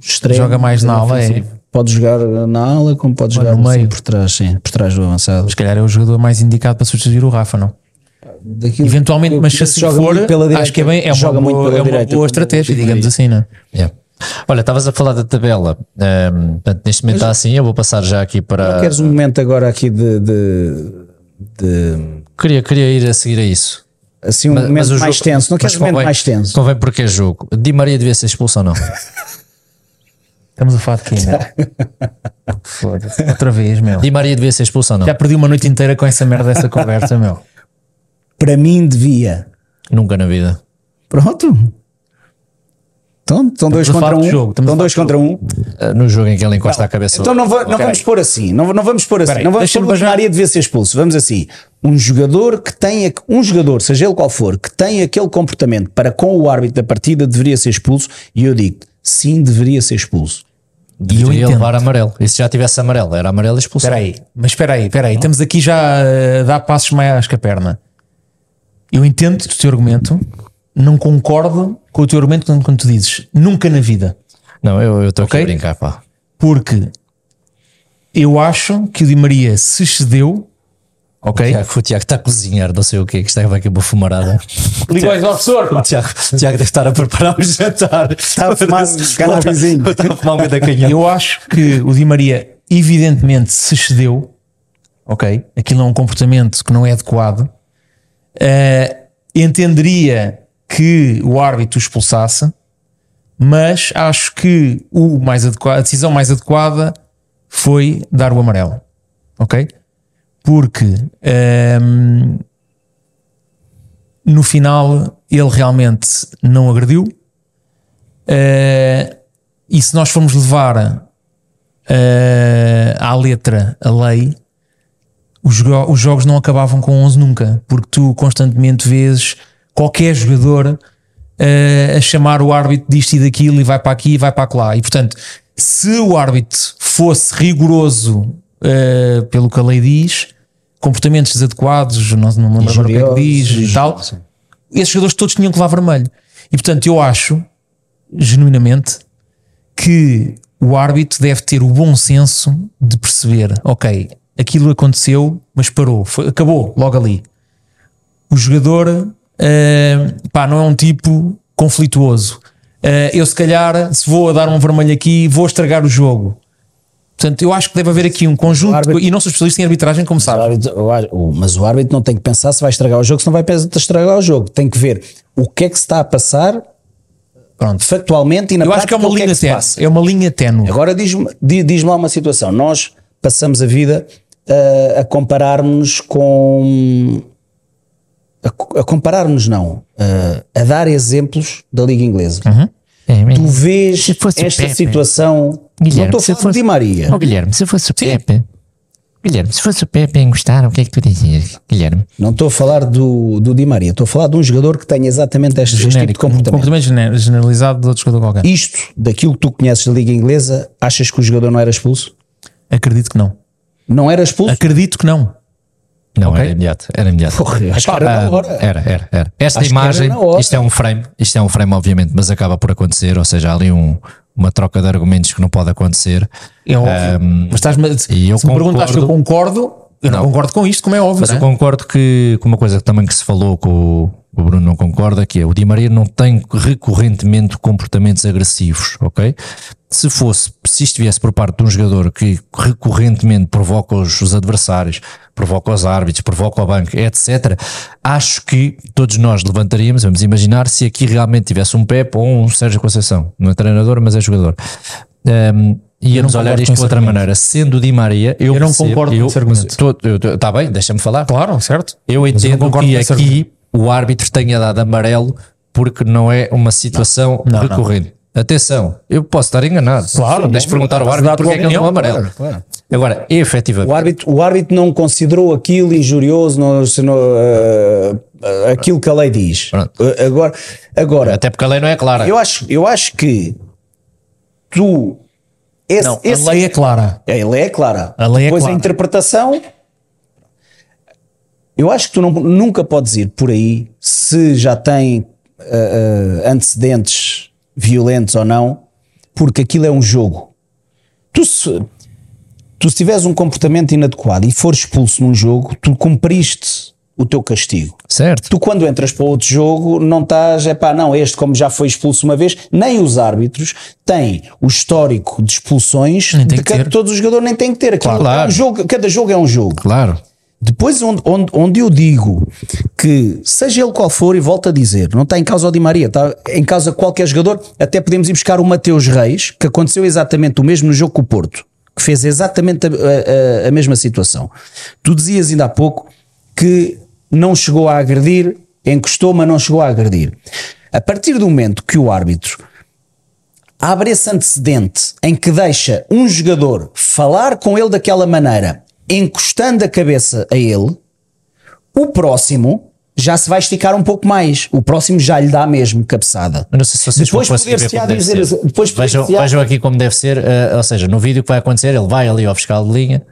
[SPEAKER 2] Extremo,
[SPEAKER 4] Joga mais na
[SPEAKER 2] é
[SPEAKER 4] ala, é?
[SPEAKER 2] ofensivo. Pode jogar na ala, como pode
[SPEAKER 4] Ou
[SPEAKER 2] jogar
[SPEAKER 4] no
[SPEAKER 2] assim
[SPEAKER 4] meio.
[SPEAKER 2] por trás, sim, por trás do avançado.
[SPEAKER 4] Se calhar é o jogador mais indicado para substituir o Rafa, não?
[SPEAKER 2] Daquilo-
[SPEAKER 4] Eventualmente, mas se
[SPEAKER 2] Esse
[SPEAKER 4] assim
[SPEAKER 2] joga
[SPEAKER 4] for,
[SPEAKER 2] muito pela direita,
[SPEAKER 4] acho que é, bem, é uma,
[SPEAKER 2] joga muito
[SPEAKER 4] boa,
[SPEAKER 2] pela
[SPEAKER 4] é uma
[SPEAKER 2] direita,
[SPEAKER 4] boa
[SPEAKER 2] como
[SPEAKER 4] estratégia,
[SPEAKER 2] diz o
[SPEAKER 4] digamos
[SPEAKER 2] Maria.
[SPEAKER 4] assim, não
[SPEAKER 3] Yeah. É. Olha, estavas a falar da tabela. Ahm, portanto, neste momento está assim, eu vou passar já aqui para.
[SPEAKER 2] Não queres um momento agora aqui de. de- de-
[SPEAKER 3] Queria, queria ir a seguir a isso.
[SPEAKER 2] assim, um momento
[SPEAKER 3] o
[SPEAKER 2] mais
[SPEAKER 3] jogo-
[SPEAKER 2] tenso. Não
[SPEAKER 3] mas
[SPEAKER 2] queres um momento
[SPEAKER 3] convém-
[SPEAKER 2] mais tenso?
[SPEAKER 3] Convém porque é jogo. Di Maria devia ser expulso ou não?
[SPEAKER 4] Estamos a falar de quem, meu? Foda-se. Outra vez, meu.
[SPEAKER 3] Di Maria devia ser expulso ou não?
[SPEAKER 4] Já perdi uma noite inteira com essa merda dessa conversa, meu.
[SPEAKER 2] Para mim, devia.
[SPEAKER 3] Nunca na vida.
[SPEAKER 2] Pronto. Então, estão dois
[SPEAKER 4] a falar
[SPEAKER 2] contra
[SPEAKER 4] de
[SPEAKER 2] um.
[SPEAKER 4] jogo, estamos a
[SPEAKER 2] Estão
[SPEAKER 4] falar
[SPEAKER 2] dois
[SPEAKER 4] de
[SPEAKER 2] contra um.
[SPEAKER 3] Ah, No jogo em que ele encosta a cabeça.
[SPEAKER 2] Então não, va- não vamos pôr assim, não, não vamos pôr assim,
[SPEAKER 4] Peraí,
[SPEAKER 2] não vamos
[SPEAKER 4] deixa-me
[SPEAKER 2] pôr o Di
[SPEAKER 4] já-
[SPEAKER 2] Maria devia ser expulso. Vamos assim, um jogador que tenha um jogador, seja ele qual for, que tenha aquele comportamento para com o árbitro da partida deveria ser expulso e eu digo, sim, deveria ser expulso.
[SPEAKER 3] Deveria
[SPEAKER 4] eu entendo.
[SPEAKER 3] levar amarelo. E se já tivesse amarelo, era amarelo e expulsão.
[SPEAKER 4] Espera aí, mas espera aí, espera aí. Estamos aqui já eh, a dar passos mais que a perna. Eu entendo o teu argumento, não concordo com o teu argumento quando, quando tu dizes nunca na vida.
[SPEAKER 3] Não, eu estou
[SPEAKER 4] Ok.
[SPEAKER 3] aqui a brincar, pá.
[SPEAKER 4] Porque eu acho que o Di Maria se cedeu, ok?
[SPEAKER 3] Tiago, o Tiago está a cozinhar, não sei o quê, que estava aqui uma fumarada.
[SPEAKER 4] Liga ao professor,
[SPEAKER 3] O Tiago, o Tiago deve estar a preparar o jantar. Está
[SPEAKER 2] a fumar um canabizinho.
[SPEAKER 3] Está a fumar um da canhão.
[SPEAKER 4] Eu acho que o Di Maria evidentemente se excedeu, ok? Aquilo é um comportamento que não é adequado. Eh, entenderia que o árbitro o expulsasse, mas acho que o mais adequa- a decisão mais adequada foi dar o amarelo, ok? Porque ehm, No final, ele realmente não agrediu. Eh, e se nós formos levar eh, à letra a lei, os, jo- os jogos não acabavam com 11 nunca, porque tu constantemente vês qualquer jogador eh, a chamar o árbitro disto e daquilo e vai para aqui e vai para lá. E portanto, se o árbitro fosse rigoroso, eh, pelo que a lei diz, comportamentos desadequados, não, não me lembro agora o que é que diz
[SPEAKER 2] Injuriosos,
[SPEAKER 4] e tal,
[SPEAKER 2] sim.
[SPEAKER 4] esses jogadores todos tinham que levar vermelho. E portanto, eu acho, genuinamente, que o árbitro deve ter o bom senso de perceber, ok, aquilo aconteceu, mas parou, foi- acabou logo ali. O jogador eh, pá, não é um tipo conflituoso. Eh, eu se calhar, se vou a dar um vermelho aqui, vou estragar o jogo. Portanto, eu acho que deve haver aqui um conjunto,
[SPEAKER 2] árbitro-
[SPEAKER 4] e não sou especialista em arbitragem, como
[SPEAKER 2] O
[SPEAKER 4] sabes.
[SPEAKER 2] árbitro- o ar- o- mas o árbitro não tem que pensar se vai estragar o jogo, se não vai pensar- estragar o jogo. Tem que ver o que é que se está a passar
[SPEAKER 4] Pronto.
[SPEAKER 2] factualmente e na
[SPEAKER 4] Eu acho que
[SPEAKER 2] prática
[SPEAKER 4] é uma
[SPEAKER 2] o que é que
[SPEAKER 4] linha
[SPEAKER 2] se
[SPEAKER 4] ténue.
[SPEAKER 2] passa.
[SPEAKER 4] É uma linha ténue.
[SPEAKER 2] Agora diz-me di- diz-me lá uma situação. Nós passamos a vida ah, a compararmos com. A, co- a compararmos, não. ah, a dar exemplos da Liga Inglesa.
[SPEAKER 5] É
[SPEAKER 2] Tu
[SPEAKER 5] mesmo.
[SPEAKER 2] vês
[SPEAKER 5] Se fosse o
[SPEAKER 2] esta
[SPEAKER 5] Pepe.
[SPEAKER 2] situação. não
[SPEAKER 5] Guilherme,
[SPEAKER 2] estou a
[SPEAKER 5] se
[SPEAKER 2] falar
[SPEAKER 5] fosse-
[SPEAKER 2] de Di Maria.
[SPEAKER 5] Oh, Guilherme, se fosse o Pepe. Guilherme, se fosse o Pepe a encostar, o que é que tu dizias, Guilherme?
[SPEAKER 2] Não estou a falar do, do Di Maria. Estou a falar de um jogador que tem exatamente este, este tipo de
[SPEAKER 4] Genérico, um
[SPEAKER 2] comportamento.
[SPEAKER 4] comportamento gené- generalizado de outro jogador qualquer.
[SPEAKER 2] Isto, daquilo que tu conheces da Liga Inglesa, achas que o jogador não era expulso?
[SPEAKER 4] Acredito que não.
[SPEAKER 2] Não era
[SPEAKER 5] É.
[SPEAKER 2] expulso?
[SPEAKER 4] Acredito que não.
[SPEAKER 3] Não, era imediato, era
[SPEAKER 5] É
[SPEAKER 3] imediato.
[SPEAKER 2] Porra, acho que era
[SPEAKER 3] Ah,
[SPEAKER 2] na hora.
[SPEAKER 3] era, era, era. Esta
[SPEAKER 2] Acho que era
[SPEAKER 3] imagem,
[SPEAKER 2] na hora.
[SPEAKER 3] isto é um frame, isto é um frame, obviamente, mas acaba por acontecer, ou seja, há ali um- uma troca de argumentos que não pode acontecer.
[SPEAKER 4] É óbvio. mas estás-me a- se
[SPEAKER 3] e eu
[SPEAKER 4] me perguntas se eu
[SPEAKER 3] concordo-
[SPEAKER 4] concordo, eu não, concordo com isto, como é óbvio.
[SPEAKER 3] Mas eu
[SPEAKER 4] não é?
[SPEAKER 3] concordo que com uma coisa que também que se falou que o, que o Bruno não concorda, que é o Di Maria não tem recorrentemente comportamentos agressivos, ok? Se fosse, se isto viesse por parte de um jogador que recorrentemente provoca os, os adversários, provoca os árbitros, provoca o banco, etc., acho que todos nós levantaríamos, vamos imaginar, se aqui realmente tivesse um Pep ou um Sérgio Conceição, não é treinador, mas é jogador. Ahm, íamos
[SPEAKER 4] não
[SPEAKER 3] olhar
[SPEAKER 4] concordo
[SPEAKER 3] isto de
[SPEAKER 4] com esse
[SPEAKER 3] outra
[SPEAKER 4] argumento.
[SPEAKER 3] maneira. Sendo o Di Maria, eu,
[SPEAKER 4] Eu não
[SPEAKER 3] percebo-
[SPEAKER 4] concordo com
[SPEAKER 3] eu-
[SPEAKER 4] esse
[SPEAKER 3] mas
[SPEAKER 4] argumento.
[SPEAKER 3] Tô- eu- eu- Tá bem, deixa-me falar.
[SPEAKER 4] Claro, certo?
[SPEAKER 3] Eu entendo
[SPEAKER 4] concordo
[SPEAKER 3] que
[SPEAKER 4] com esse
[SPEAKER 3] aqui o árbitro tenha dado amarelo porque não é uma situação
[SPEAKER 4] Não, não.
[SPEAKER 3] recorrente. Atenção, eu posso estar enganado.
[SPEAKER 4] Claro,
[SPEAKER 3] deixa
[SPEAKER 4] não,
[SPEAKER 3] perguntar ao
[SPEAKER 4] não,
[SPEAKER 3] árbitro
[SPEAKER 4] dá a tua
[SPEAKER 3] porque é que ele deu
[SPEAKER 4] opinião,
[SPEAKER 3] amarelo. Agora, efetivamente,
[SPEAKER 2] O árbitro, o árbitro não considerou aquilo injurioso, não, se não, eh, aquilo que a lei diz.
[SPEAKER 3] Pronto.
[SPEAKER 2] Eh, agora, agora
[SPEAKER 3] até porque a lei não é clara.
[SPEAKER 2] eu, acho, eu acho que tu. Esse,
[SPEAKER 4] Não,
[SPEAKER 2] esse-
[SPEAKER 4] a lei é clara.
[SPEAKER 2] a lei é clara.
[SPEAKER 4] A lei é
[SPEAKER 2] Depois
[SPEAKER 4] clara.
[SPEAKER 2] a interpretação. Eu acho que tu não- nunca podes ir por aí se já tem ah, ah, antecedentes violentos ou não, porque aquilo é um jogo. Tu se, tu se tiveres um comportamento inadequado e fores expulso num jogo, tu cumpriste o teu castigo.
[SPEAKER 3] Certo.
[SPEAKER 2] Tu, quando entras para outro jogo, não estás, é pá, não, este, como já foi expulso uma vez, nem os árbitros têm o histórico de expulsões
[SPEAKER 4] Nem tem
[SPEAKER 2] de
[SPEAKER 4] que ter.
[SPEAKER 2] todos os jogadores, nem têm que ter. Aquilo
[SPEAKER 3] Claro.
[SPEAKER 2] é um jogo, cada jogo é um jogo.
[SPEAKER 3] Claro.
[SPEAKER 2] Depois, onde, onde, onde eu digo que, seja ele qual for, e volto a dizer, não está em causa o Di Maria, está em causa qualquer jogador, até podemos ir buscar o Mateus Reis, que aconteceu exatamente o mesmo no jogo com o Porto, que fez exatamente a, a- a- a mesma situação. Tu dizias ainda há pouco que não chegou a agredir, encostou, mas não chegou a agredir. A partir do momento que o árbitro abre esse antecedente em que deixa um jogador falar com ele daquela maneira, encostando a cabeça a ele, o próximo já se vai esticar um pouco mais. O próximo já lhe dá mesmo cabeçada.
[SPEAKER 3] Eu não sei se vocês
[SPEAKER 2] Depois
[SPEAKER 3] vão conseguir ver
[SPEAKER 2] poder-se-á
[SPEAKER 3] como deve
[SPEAKER 2] dizer-
[SPEAKER 3] ser.
[SPEAKER 2] depois
[SPEAKER 3] vejam,
[SPEAKER 2] poder-se-á-
[SPEAKER 3] vejam aqui como deve ser, eh, ou seja, no vídeo o que vai acontecer, ele vai ali ao fiscal de linha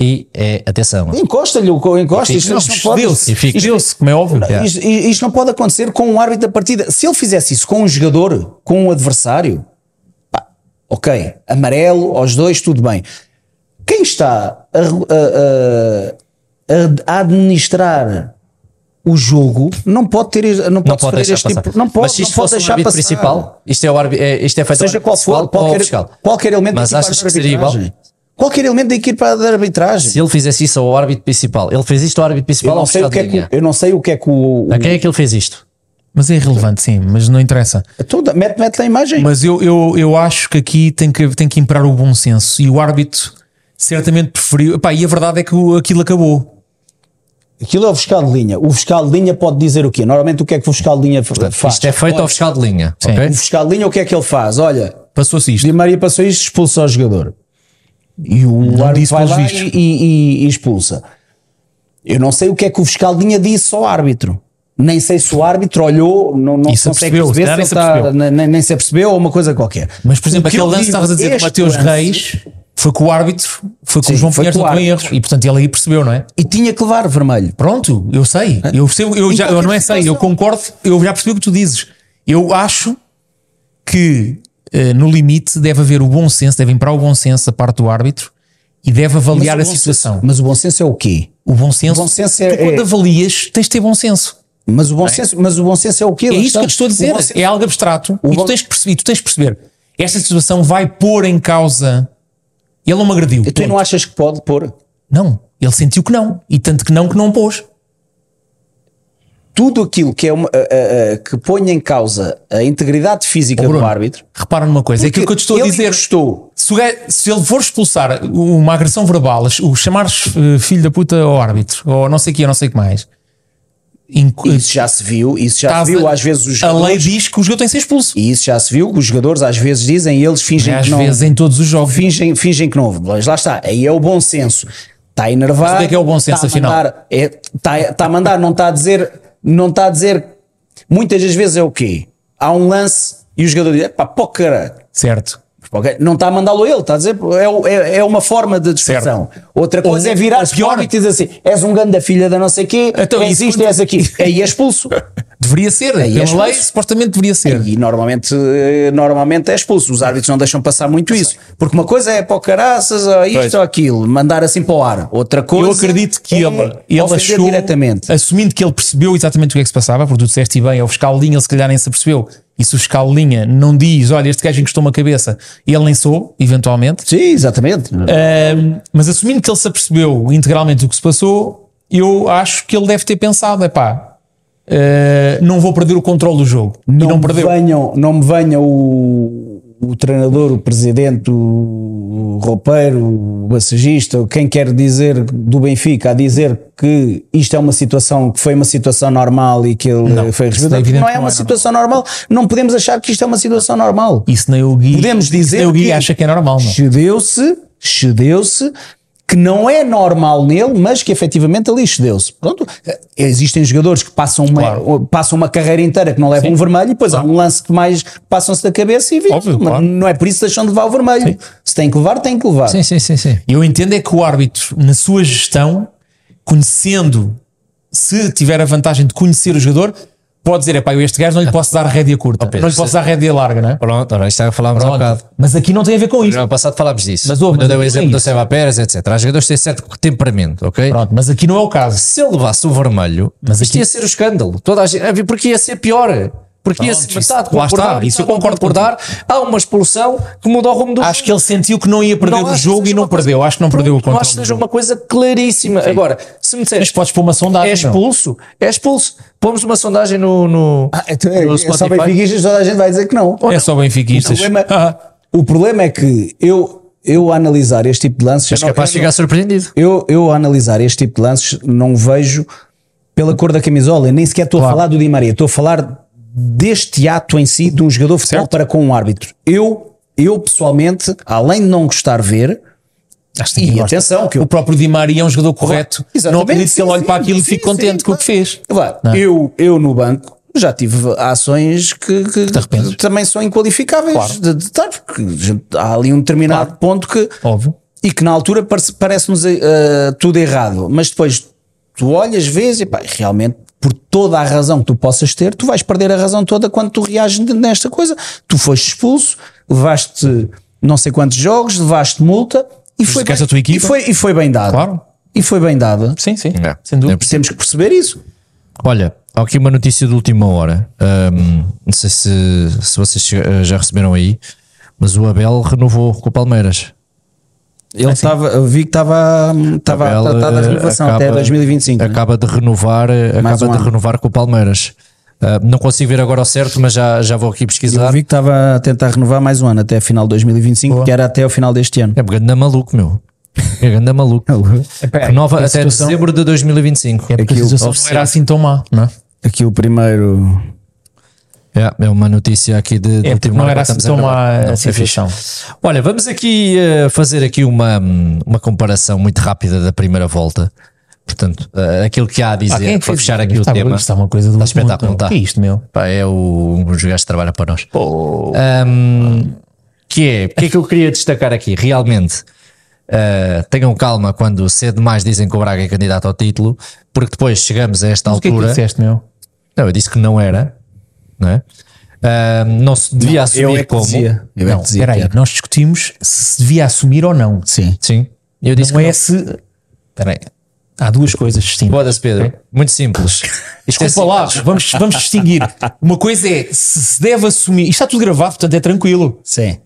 [SPEAKER 3] e é, atenção,
[SPEAKER 2] Encosta-lhe, o co- encosta, isto,
[SPEAKER 3] Não,
[SPEAKER 2] isto não pode.
[SPEAKER 4] Deu-se,
[SPEAKER 3] E fica.
[SPEAKER 4] deu-se, como é óbvio.
[SPEAKER 2] Isto- Isto, isto não pode acontecer com um árbitro da partida. Se ele fizesse isso com um jogador, com um adversário, pá, ok, amarelo aos dois, tudo bem. Quem está a, regu- a- a- a administrar o jogo não pode ter, não pode,
[SPEAKER 3] não pode
[SPEAKER 2] sofrer
[SPEAKER 3] deixar
[SPEAKER 2] este
[SPEAKER 3] passar.
[SPEAKER 2] tipo, não pode,
[SPEAKER 3] Mas se isto
[SPEAKER 2] não pode
[SPEAKER 3] fosse um
[SPEAKER 2] deixar
[SPEAKER 3] árbitro
[SPEAKER 2] passar.
[SPEAKER 3] principal, isto é, o árbitro, é, isto é feito
[SPEAKER 2] seja
[SPEAKER 3] ao
[SPEAKER 2] qual
[SPEAKER 3] principal
[SPEAKER 2] for,
[SPEAKER 3] ou ao
[SPEAKER 2] qualquer,
[SPEAKER 3] fiscal.
[SPEAKER 2] qualquer elemento
[SPEAKER 3] Mas
[SPEAKER 2] da equipa
[SPEAKER 3] achas
[SPEAKER 2] de
[SPEAKER 3] que seria igual?
[SPEAKER 2] arbitragem. Qualquer elemento da equipa de arbitragem.
[SPEAKER 3] Se ele fizesse isso ao árbitro principal, ele fez isto ao árbitro principal
[SPEAKER 2] Eu
[SPEAKER 3] ou
[SPEAKER 2] não,
[SPEAKER 3] ao
[SPEAKER 2] sei
[SPEAKER 3] fiscal
[SPEAKER 2] o que
[SPEAKER 3] de
[SPEAKER 2] é que,
[SPEAKER 3] linha?
[SPEAKER 2] eu não sei o que é que o. o
[SPEAKER 3] A quem é que ele fez isto?
[SPEAKER 4] Mas é irrelevante, sim, mas não interessa.
[SPEAKER 2] Então, mete, mete na imagem.
[SPEAKER 4] Mas eu, eu, eu acho que aqui tem que, tem que imperar o bom senso. E o árbitro certamente preferiu. Epá, e a verdade é que o- aquilo acabou.
[SPEAKER 2] Aquilo é o fiscal de linha. O fiscal de linha pode dizer o quê? Normalmente o que é que o fiscal de linha faz?
[SPEAKER 3] Isto é feito ao fiscal de linha. ok?
[SPEAKER 2] O fiscal de linha o que é que ele faz? Olha,
[SPEAKER 4] Passou-se isto.
[SPEAKER 2] Di Maria passou isto, expulsa o jogador. E o
[SPEAKER 4] disse
[SPEAKER 2] árbitro vai
[SPEAKER 4] pelos
[SPEAKER 2] lá
[SPEAKER 4] vistos.
[SPEAKER 2] e, e- e expulsa. Eu não sei o que é que o fiscal de linha disse ao árbitro. Nem sei se o árbitro olhou, não, não
[SPEAKER 4] E se
[SPEAKER 2] consegue
[SPEAKER 4] apercebeu,
[SPEAKER 2] perceber, se
[SPEAKER 4] se calhar nem
[SPEAKER 2] ele
[SPEAKER 4] se
[SPEAKER 2] tá,
[SPEAKER 4] apercebeu.
[SPEAKER 2] nem, nem- nem se apercebeu ou uma coisa qualquer.
[SPEAKER 4] Mas, por exemplo,
[SPEAKER 2] O que
[SPEAKER 4] aquele
[SPEAKER 2] eu
[SPEAKER 4] lance que
[SPEAKER 2] digo,
[SPEAKER 4] estavas a dizer que
[SPEAKER 2] este
[SPEAKER 4] Mateus
[SPEAKER 2] lance-
[SPEAKER 4] Reis foi com o árbitro, foi com
[SPEAKER 2] Sim,
[SPEAKER 4] o João
[SPEAKER 2] foi
[SPEAKER 4] Pinheiro,
[SPEAKER 2] com o
[SPEAKER 4] não tem
[SPEAKER 2] árbitro.
[SPEAKER 4] erro. E portanto ele aí percebeu, não é?
[SPEAKER 2] E tinha que levar vermelho.
[SPEAKER 4] Pronto, eu sei. Eu, percebo, eu, já, eu não é sei, eu concordo, eu já percebi o que tu dizes. Eu acho que eh, no limite deve haver o bom senso, deve imprar o bom senso da parte do árbitro e deve avaliar a
[SPEAKER 2] Mas o bom
[SPEAKER 4] situação.
[SPEAKER 2] senso- mas o bom senso é o quê?
[SPEAKER 4] o bom senso,
[SPEAKER 2] o bom senso é-
[SPEAKER 4] tu quando
[SPEAKER 2] é-
[SPEAKER 4] avalias tens de ter bom senso.
[SPEAKER 2] Mas o bom, senso, mas o bom senso é o quê?
[SPEAKER 4] É
[SPEAKER 2] Lá
[SPEAKER 4] isto que eu te
[SPEAKER 2] está.
[SPEAKER 4] estou a dizer.
[SPEAKER 2] O bom senso-
[SPEAKER 4] É algo abstrato. e
[SPEAKER 2] bom-
[SPEAKER 4] tu tens que perceber, tu tens que perceber. Esta situação vai pôr em causa. Ele não me agrediu.
[SPEAKER 2] Tu não
[SPEAKER 4] É Ponto.
[SPEAKER 2] achas que pode pôr?
[SPEAKER 4] Não, ele sentiu que não. E tanto que não, que não pôs.
[SPEAKER 2] Tudo aquilo que, é uma- a- a- a- que põe em causa a integridade física do
[SPEAKER 4] Bruno,
[SPEAKER 2] árbitro
[SPEAKER 4] Repara numa coisa, é aquilo que eu te estou a
[SPEAKER 2] ele
[SPEAKER 4] dizer.
[SPEAKER 2] encostou.
[SPEAKER 4] Se, o gajo- se ele for expulsar uma agressão verbal, o chamares eh, filho da puta ao árbitro, ou não sei o que, não sei o que mais. Inco-
[SPEAKER 2] Isso já se viu, isso já
[SPEAKER 4] estás
[SPEAKER 2] se viu
[SPEAKER 4] a-
[SPEAKER 2] às vezes os
[SPEAKER 4] A lei
[SPEAKER 2] jogadores.
[SPEAKER 4] diz que o jogador tem que ser expulso.
[SPEAKER 2] E isso já se viu, os jogadores às vezes dizem, eles fingem
[SPEAKER 4] às
[SPEAKER 2] que não.
[SPEAKER 4] vezes em todos os jogos.
[SPEAKER 2] Fingem, fingem que não houve. Mas lá está, aí é o bom senso. Está enervado.
[SPEAKER 4] Mas o que é que é o bom
[SPEAKER 2] está
[SPEAKER 4] senso,
[SPEAKER 2] a
[SPEAKER 4] afinal?
[SPEAKER 2] mandar, é, está, está a mandar, não está a dizer, não está a dizer. Muitas das vezes é o quê? Há um lance e o jogador diz, pá, pô, caralho.
[SPEAKER 4] Certo.
[SPEAKER 2] Ok? Não está a mandá-lo a ele, está a dizer, é, o- é, é uma forma de discussão. Outra coisa é virar
[SPEAKER 4] ou pior.
[SPEAKER 2] pior e dizer assim: és um ganda filha da não sei quê,
[SPEAKER 4] Então, isso
[SPEAKER 2] existe,
[SPEAKER 4] quando-
[SPEAKER 2] és aqui. Aí é expulso.
[SPEAKER 4] Deveria ser.
[SPEAKER 2] Aí é
[SPEAKER 4] pela lei,
[SPEAKER 2] expulso.
[SPEAKER 4] supostamente deveria ser.
[SPEAKER 2] É, E normalmente, eh, normalmente é expulso. Os árbitros não deixam passar muito isso. Porque uma coisa é para o caraças, ou isto
[SPEAKER 4] Pois.
[SPEAKER 2] ou aquilo, mandar assim para o ar. Outra coisa.
[SPEAKER 4] Eu acredito que
[SPEAKER 2] é
[SPEAKER 4] ele, ele
[SPEAKER 2] ofender
[SPEAKER 4] achou,
[SPEAKER 2] diretamente.
[SPEAKER 4] assumindo que ele percebeu exatamente o que é que se passava, porque tu disseste e bem, é o fiscal de linha, ele se calhar nem se apercebeu. E se o fiscal de linha não diz, olha, este gajo encostou uma cabeça, ele nem sou, eventualmente.
[SPEAKER 2] Sim, exatamente.
[SPEAKER 4] Ahm, mas assumindo que ele se apercebeu integralmente do que se passou, eu acho que ele deve ter pensado, epá, eh, não vou perder o controle do jogo. e não
[SPEAKER 2] me
[SPEAKER 4] perdeu.
[SPEAKER 2] venham, não me venham o, o treinador, o presidente, o roupeiro, o massagista, quem quer dizer do Benfica a dizer que isto é uma situação que foi uma situação normal e que ele foi
[SPEAKER 4] isso é
[SPEAKER 2] resolvido.
[SPEAKER 4] evidente
[SPEAKER 2] Não
[SPEAKER 4] que
[SPEAKER 2] é
[SPEAKER 4] não
[SPEAKER 2] uma
[SPEAKER 4] é
[SPEAKER 2] situação normal. Não podemos achar que isto é uma situação normal.
[SPEAKER 4] Isso nem o Gui,
[SPEAKER 2] Podemos
[SPEAKER 4] isso nem
[SPEAKER 2] dizer
[SPEAKER 4] o Gui
[SPEAKER 2] que-
[SPEAKER 4] acha que é normal, não?
[SPEAKER 2] Cedeu-se, cedeu-se, que não é normal nele, mas que efetivamente ali cedeu-se. Pronto, eh, existem jogadores que passam uma, eh,
[SPEAKER 4] Claro.
[SPEAKER 2] passam uma carreira inteira que não levam um vermelho e depois há um lance que mais passam-se da cabeça e viram.
[SPEAKER 4] Óbvio,
[SPEAKER 2] Mas
[SPEAKER 4] claro.
[SPEAKER 2] Não é por isso que deixam de levar o vermelho. Se tem que levar, tem que levar.
[SPEAKER 5] Sim, sim, sim, sim.
[SPEAKER 4] Eu entendo é que o árbitro, na sua gestão, conhecendo, se tiver a vantagem de conhecer o jogador, pode dizer: epá, eu este gajo não lhe posso dar rédea curta,
[SPEAKER 3] Pedro,
[SPEAKER 4] não lhe posso
[SPEAKER 3] se-
[SPEAKER 4] dar rédea larga, não é?
[SPEAKER 3] Pronto, ora, isto é falámos há um bocado.
[SPEAKER 4] Pronto. Mas aqui não tem a ver com isso.
[SPEAKER 3] No é passado falámos disso.
[SPEAKER 4] Mas, ouve,
[SPEAKER 3] Quando
[SPEAKER 2] um
[SPEAKER 3] eu dei
[SPEAKER 4] mas
[SPEAKER 3] o
[SPEAKER 4] é
[SPEAKER 3] exemplo do
[SPEAKER 4] isso.
[SPEAKER 3] Seba Pérez, etc. Há jogadores que têm certo temperamento, ok?
[SPEAKER 4] Pronto, mas aqui não é o caso.
[SPEAKER 3] Se ele levasse o vermelho,
[SPEAKER 4] Mas
[SPEAKER 3] isto
[SPEAKER 4] aqui-
[SPEAKER 3] ia ser o escândalo. Toda a gente, é, porque ia ser pior. Porque ia
[SPEAKER 4] Pronto,
[SPEAKER 3] se
[SPEAKER 4] isso-
[SPEAKER 3] metade
[SPEAKER 4] lá está,
[SPEAKER 3] concordar,
[SPEAKER 4] isso eu
[SPEAKER 3] metade
[SPEAKER 4] concordo
[SPEAKER 3] concordar. Há uma expulsão que muda o rumo do
[SPEAKER 4] Acho
[SPEAKER 3] jogo.
[SPEAKER 4] que ele sentiu que não ia perder
[SPEAKER 3] Não
[SPEAKER 4] o
[SPEAKER 3] acho que
[SPEAKER 4] jogo e
[SPEAKER 3] seja
[SPEAKER 4] não
[SPEAKER 3] uma coisa-
[SPEAKER 4] perdeu. Acho que não perdeu o
[SPEAKER 3] Não acho que
[SPEAKER 4] controle. do
[SPEAKER 3] seja
[SPEAKER 4] jogo.
[SPEAKER 3] uma coisa claríssima. Agora, se me
[SPEAKER 4] Mas
[SPEAKER 3] disseres,
[SPEAKER 4] podes pôr uma sondagem.
[SPEAKER 3] é
[SPEAKER 4] não?
[SPEAKER 3] expulso, é expulso. Pomos uma sondagem no, no,
[SPEAKER 2] Ah, então é,
[SPEAKER 3] no
[SPEAKER 2] é só
[SPEAKER 3] Spotify.
[SPEAKER 2] benfiquistas, toda a gente vai dizer que não.
[SPEAKER 4] É só benfiquistas.
[SPEAKER 2] O problema-
[SPEAKER 4] Ah,
[SPEAKER 2] O problema é que eu, eu a analisar este tipo de lances.
[SPEAKER 3] Mas
[SPEAKER 2] eu não-
[SPEAKER 3] capaz de
[SPEAKER 2] eu
[SPEAKER 3] ficar surpreendido.
[SPEAKER 2] eu, eu a analisar este tipo de lances não vejo pela cor da camisola, eu nem sequer estou a falar do Di Maria, estou a falar deste ato em si de um jogador de futebol para com um árbitro. Eu, eu pessoalmente, além de não gostar ver,
[SPEAKER 4] acho que
[SPEAKER 2] E
[SPEAKER 4] ninguém gosta.
[SPEAKER 2] atenção, que eu-
[SPEAKER 4] o próprio Di Maria é um jogador correto. Não
[SPEAKER 2] Exatamente,
[SPEAKER 4] acredito que ele
[SPEAKER 2] sim,
[SPEAKER 4] olhe para
[SPEAKER 2] sim,
[SPEAKER 4] aquilo e
[SPEAKER 2] sim,
[SPEAKER 4] fique
[SPEAKER 2] sim,
[SPEAKER 4] contente com o que fez.
[SPEAKER 2] vá, eu, eu no banco já tive ações que, que
[SPEAKER 4] arrependes.
[SPEAKER 2] também são inqualificáveis de, de estar, porque a gente- há ali um determinado ponto que
[SPEAKER 4] Óbvio.
[SPEAKER 2] e que na altura parece- parece-nos eh, tudo errado, mas depois tu olhas, vês e pá, realmente por toda a razão que tu possas ter, tu vais perder a razão toda quando tu reages n- nesta coisa. Tu foste expulso, levaste não sei quantos jogos, levaste multa e foi, bem,
[SPEAKER 4] Prejudicaste a tua equipa.
[SPEAKER 2] e foi, e foi bem dado.
[SPEAKER 4] Claro.
[SPEAKER 2] E foi bem dada.
[SPEAKER 4] Sim, sim.
[SPEAKER 3] É.
[SPEAKER 4] Sem dúvida.
[SPEAKER 2] Temos que perceber isso.
[SPEAKER 3] Olha, há aqui uma notícia de última hora. Ahm, não sei se, se vocês che- eh, já receberam aí, mas o Abel renovou com o Palmeiras.
[SPEAKER 2] Ele estava, eu vi que estava estava
[SPEAKER 3] Abel,
[SPEAKER 2] tratada a
[SPEAKER 3] eh,
[SPEAKER 2] tá renovação até
[SPEAKER 3] acaba-
[SPEAKER 2] 2025. né?
[SPEAKER 3] Acaba de renovar, eh,
[SPEAKER 2] Mais
[SPEAKER 3] acaba
[SPEAKER 2] um
[SPEAKER 3] de
[SPEAKER 2] ano.
[SPEAKER 3] renovar com o Palmeiras. Ah, não consigo ver agora ao certo, mas já, já vou aqui
[SPEAKER 2] Eu
[SPEAKER 3] pesquisar.
[SPEAKER 2] vi que estava a tentar renovar mais um ano até a final de 2025, que era até ao final deste ano.
[SPEAKER 3] É bugando na É maluco, meu. É grande maluco. Renova até dezembro de 2025.
[SPEAKER 4] É porque a
[SPEAKER 2] Aquilo,
[SPEAKER 4] situação não
[SPEAKER 3] oficial.
[SPEAKER 4] era assim tão má, não é?
[SPEAKER 2] Aqui o primeiro.
[SPEAKER 3] É, é uma notícia aqui de, de
[SPEAKER 4] É porque
[SPEAKER 3] última
[SPEAKER 4] não
[SPEAKER 3] hora
[SPEAKER 4] era
[SPEAKER 3] que
[SPEAKER 4] assim
[SPEAKER 3] estamos a
[SPEAKER 4] tão
[SPEAKER 3] gravar.
[SPEAKER 4] má
[SPEAKER 3] Não,
[SPEAKER 4] a
[SPEAKER 3] é fixe.
[SPEAKER 4] situação.
[SPEAKER 3] Olha, vamos aqui eh, fazer aqui uma, uma comparação muito rápida da primeira volta. Portanto, eh, aquilo que há a dizer,
[SPEAKER 4] Ah, quem é que
[SPEAKER 3] para
[SPEAKER 4] fez
[SPEAKER 3] fechar
[SPEAKER 4] isto?
[SPEAKER 3] aqui o
[SPEAKER 4] Isto está-
[SPEAKER 3] tema,
[SPEAKER 4] isto Está uma coisa do outro
[SPEAKER 3] espetáculo,
[SPEAKER 4] mundo,
[SPEAKER 3] não está?
[SPEAKER 4] Que é isto, meu?
[SPEAKER 3] pá, é o, os gajos que trabalham para nós. Ahm, que é, o que é que eu queria destacar aqui? Realmente, eh, tenham calma quando cedo demais dizem que o Braga é candidato ao título, porque depois chegamos a esta
[SPEAKER 4] Mas O que é que tu
[SPEAKER 3] altura.
[SPEAKER 4] disseste, meu?
[SPEAKER 3] não, eu disse que não era, não é? Ahm, não se devia
[SPEAKER 2] Eu
[SPEAKER 3] assumir
[SPEAKER 2] é que
[SPEAKER 3] como.
[SPEAKER 2] dizia. Eu é
[SPEAKER 4] Não,
[SPEAKER 2] que dizia.
[SPEAKER 4] espera aí,
[SPEAKER 2] que era.
[SPEAKER 4] nós discutimos se devia assumir ou não.
[SPEAKER 2] Sim.
[SPEAKER 3] Sim, eu disse
[SPEAKER 4] Não
[SPEAKER 3] que
[SPEAKER 4] é se. Espera aí. Há duas coisas distintas.
[SPEAKER 3] Foda-se, Pedro. Muito simples. Isto é
[SPEAKER 4] Desculpa lá,
[SPEAKER 3] simples.
[SPEAKER 4] vamos, vamos distinguir. Uma coisa é se se deve assumir. Isto está tudo gravado, portanto é tranquilo.
[SPEAKER 2] Sim.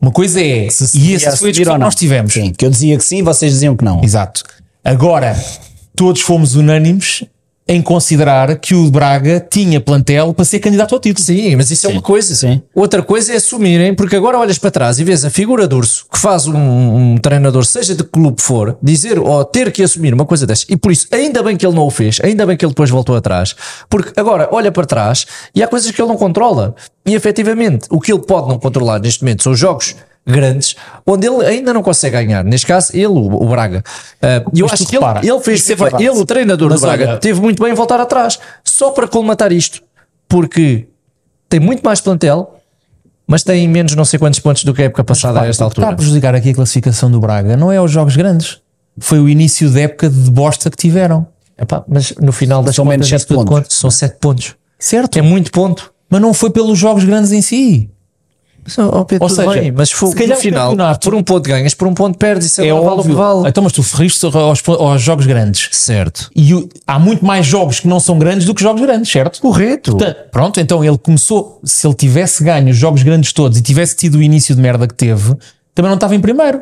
[SPEAKER 4] Uma coisa é.
[SPEAKER 2] Se se
[SPEAKER 4] e
[SPEAKER 2] devia
[SPEAKER 4] essa foi a
[SPEAKER 2] assumir
[SPEAKER 4] discussão
[SPEAKER 2] ou
[SPEAKER 4] que
[SPEAKER 2] não.
[SPEAKER 4] nós tivemos.
[SPEAKER 2] Sim, que eu dizia que sim, vocês diziam que não.
[SPEAKER 4] Exato. Agora, todos fomos unânimes em considerar que o Braga tinha plantel para ser candidato ao título.
[SPEAKER 3] Sim, mas isso é uma coisa.
[SPEAKER 2] Sim.
[SPEAKER 3] Outra coisa é assumirem, porque agora olhas para trás e vês a figura de urso que faz um, um treinador, seja de que clube for, dizer ou ter que assumir uma coisa desta. E por isso, ainda bem que ele não o fez, ainda bem que ele depois voltou atrás, porque agora olha para trás e há coisas que ele não controla. E efetivamente, o que ele pode não controlar neste momento são jogos grandes, onde ele ainda não consegue ganhar. Neste caso, ele, o, o Braga. Ah, E eu
[SPEAKER 4] Mas tu
[SPEAKER 3] acho que ele,
[SPEAKER 4] repara,
[SPEAKER 3] ele fez,
[SPEAKER 4] isso é verdade.
[SPEAKER 3] ele, o treinador
[SPEAKER 4] Mas
[SPEAKER 3] do Braga,
[SPEAKER 4] olha-
[SPEAKER 3] teve muito bem em voltar atrás, só para colmatar isto, porque tem muito mais plantel, mas tem menos não sei quantos pontos do que a época passada a
[SPEAKER 2] tá
[SPEAKER 3] esta
[SPEAKER 4] O que Está a
[SPEAKER 3] altura.
[SPEAKER 4] prejudicar aqui a classificação do Braga. Não é os jogos grandes. Foi o início da época de bosta que tiveram.
[SPEAKER 3] Epá, mas no final das
[SPEAKER 2] São
[SPEAKER 3] contas,
[SPEAKER 2] menos
[SPEAKER 3] isso
[SPEAKER 2] sete
[SPEAKER 3] tudo
[SPEAKER 2] pontos.
[SPEAKER 3] conta, são 7 pontos.
[SPEAKER 4] Certo?
[SPEAKER 3] É muito ponto.
[SPEAKER 4] Mas não foi pelos jogos grandes em si.
[SPEAKER 3] Ou
[SPEAKER 4] tudo
[SPEAKER 3] seja,
[SPEAKER 4] bem,
[SPEAKER 3] mas foi,
[SPEAKER 4] se calhar
[SPEAKER 3] no
[SPEAKER 4] o
[SPEAKER 3] final,
[SPEAKER 4] campeonato-
[SPEAKER 3] por um ponto ganhas, por um ponto perdes. Isso é vale o que vale.
[SPEAKER 4] Então, mas tu ferriste aos, aos jogos grandes.
[SPEAKER 3] Certo.
[SPEAKER 4] E o- há muito mais jogos que não são grandes do que jogos grandes, certo?
[SPEAKER 3] Correto.
[SPEAKER 4] Portanto, Pronto, então ele começou. Se ele tivesse ganho os jogos grandes todos e tivesse tido o início de merda que teve, também não estava em primeiro.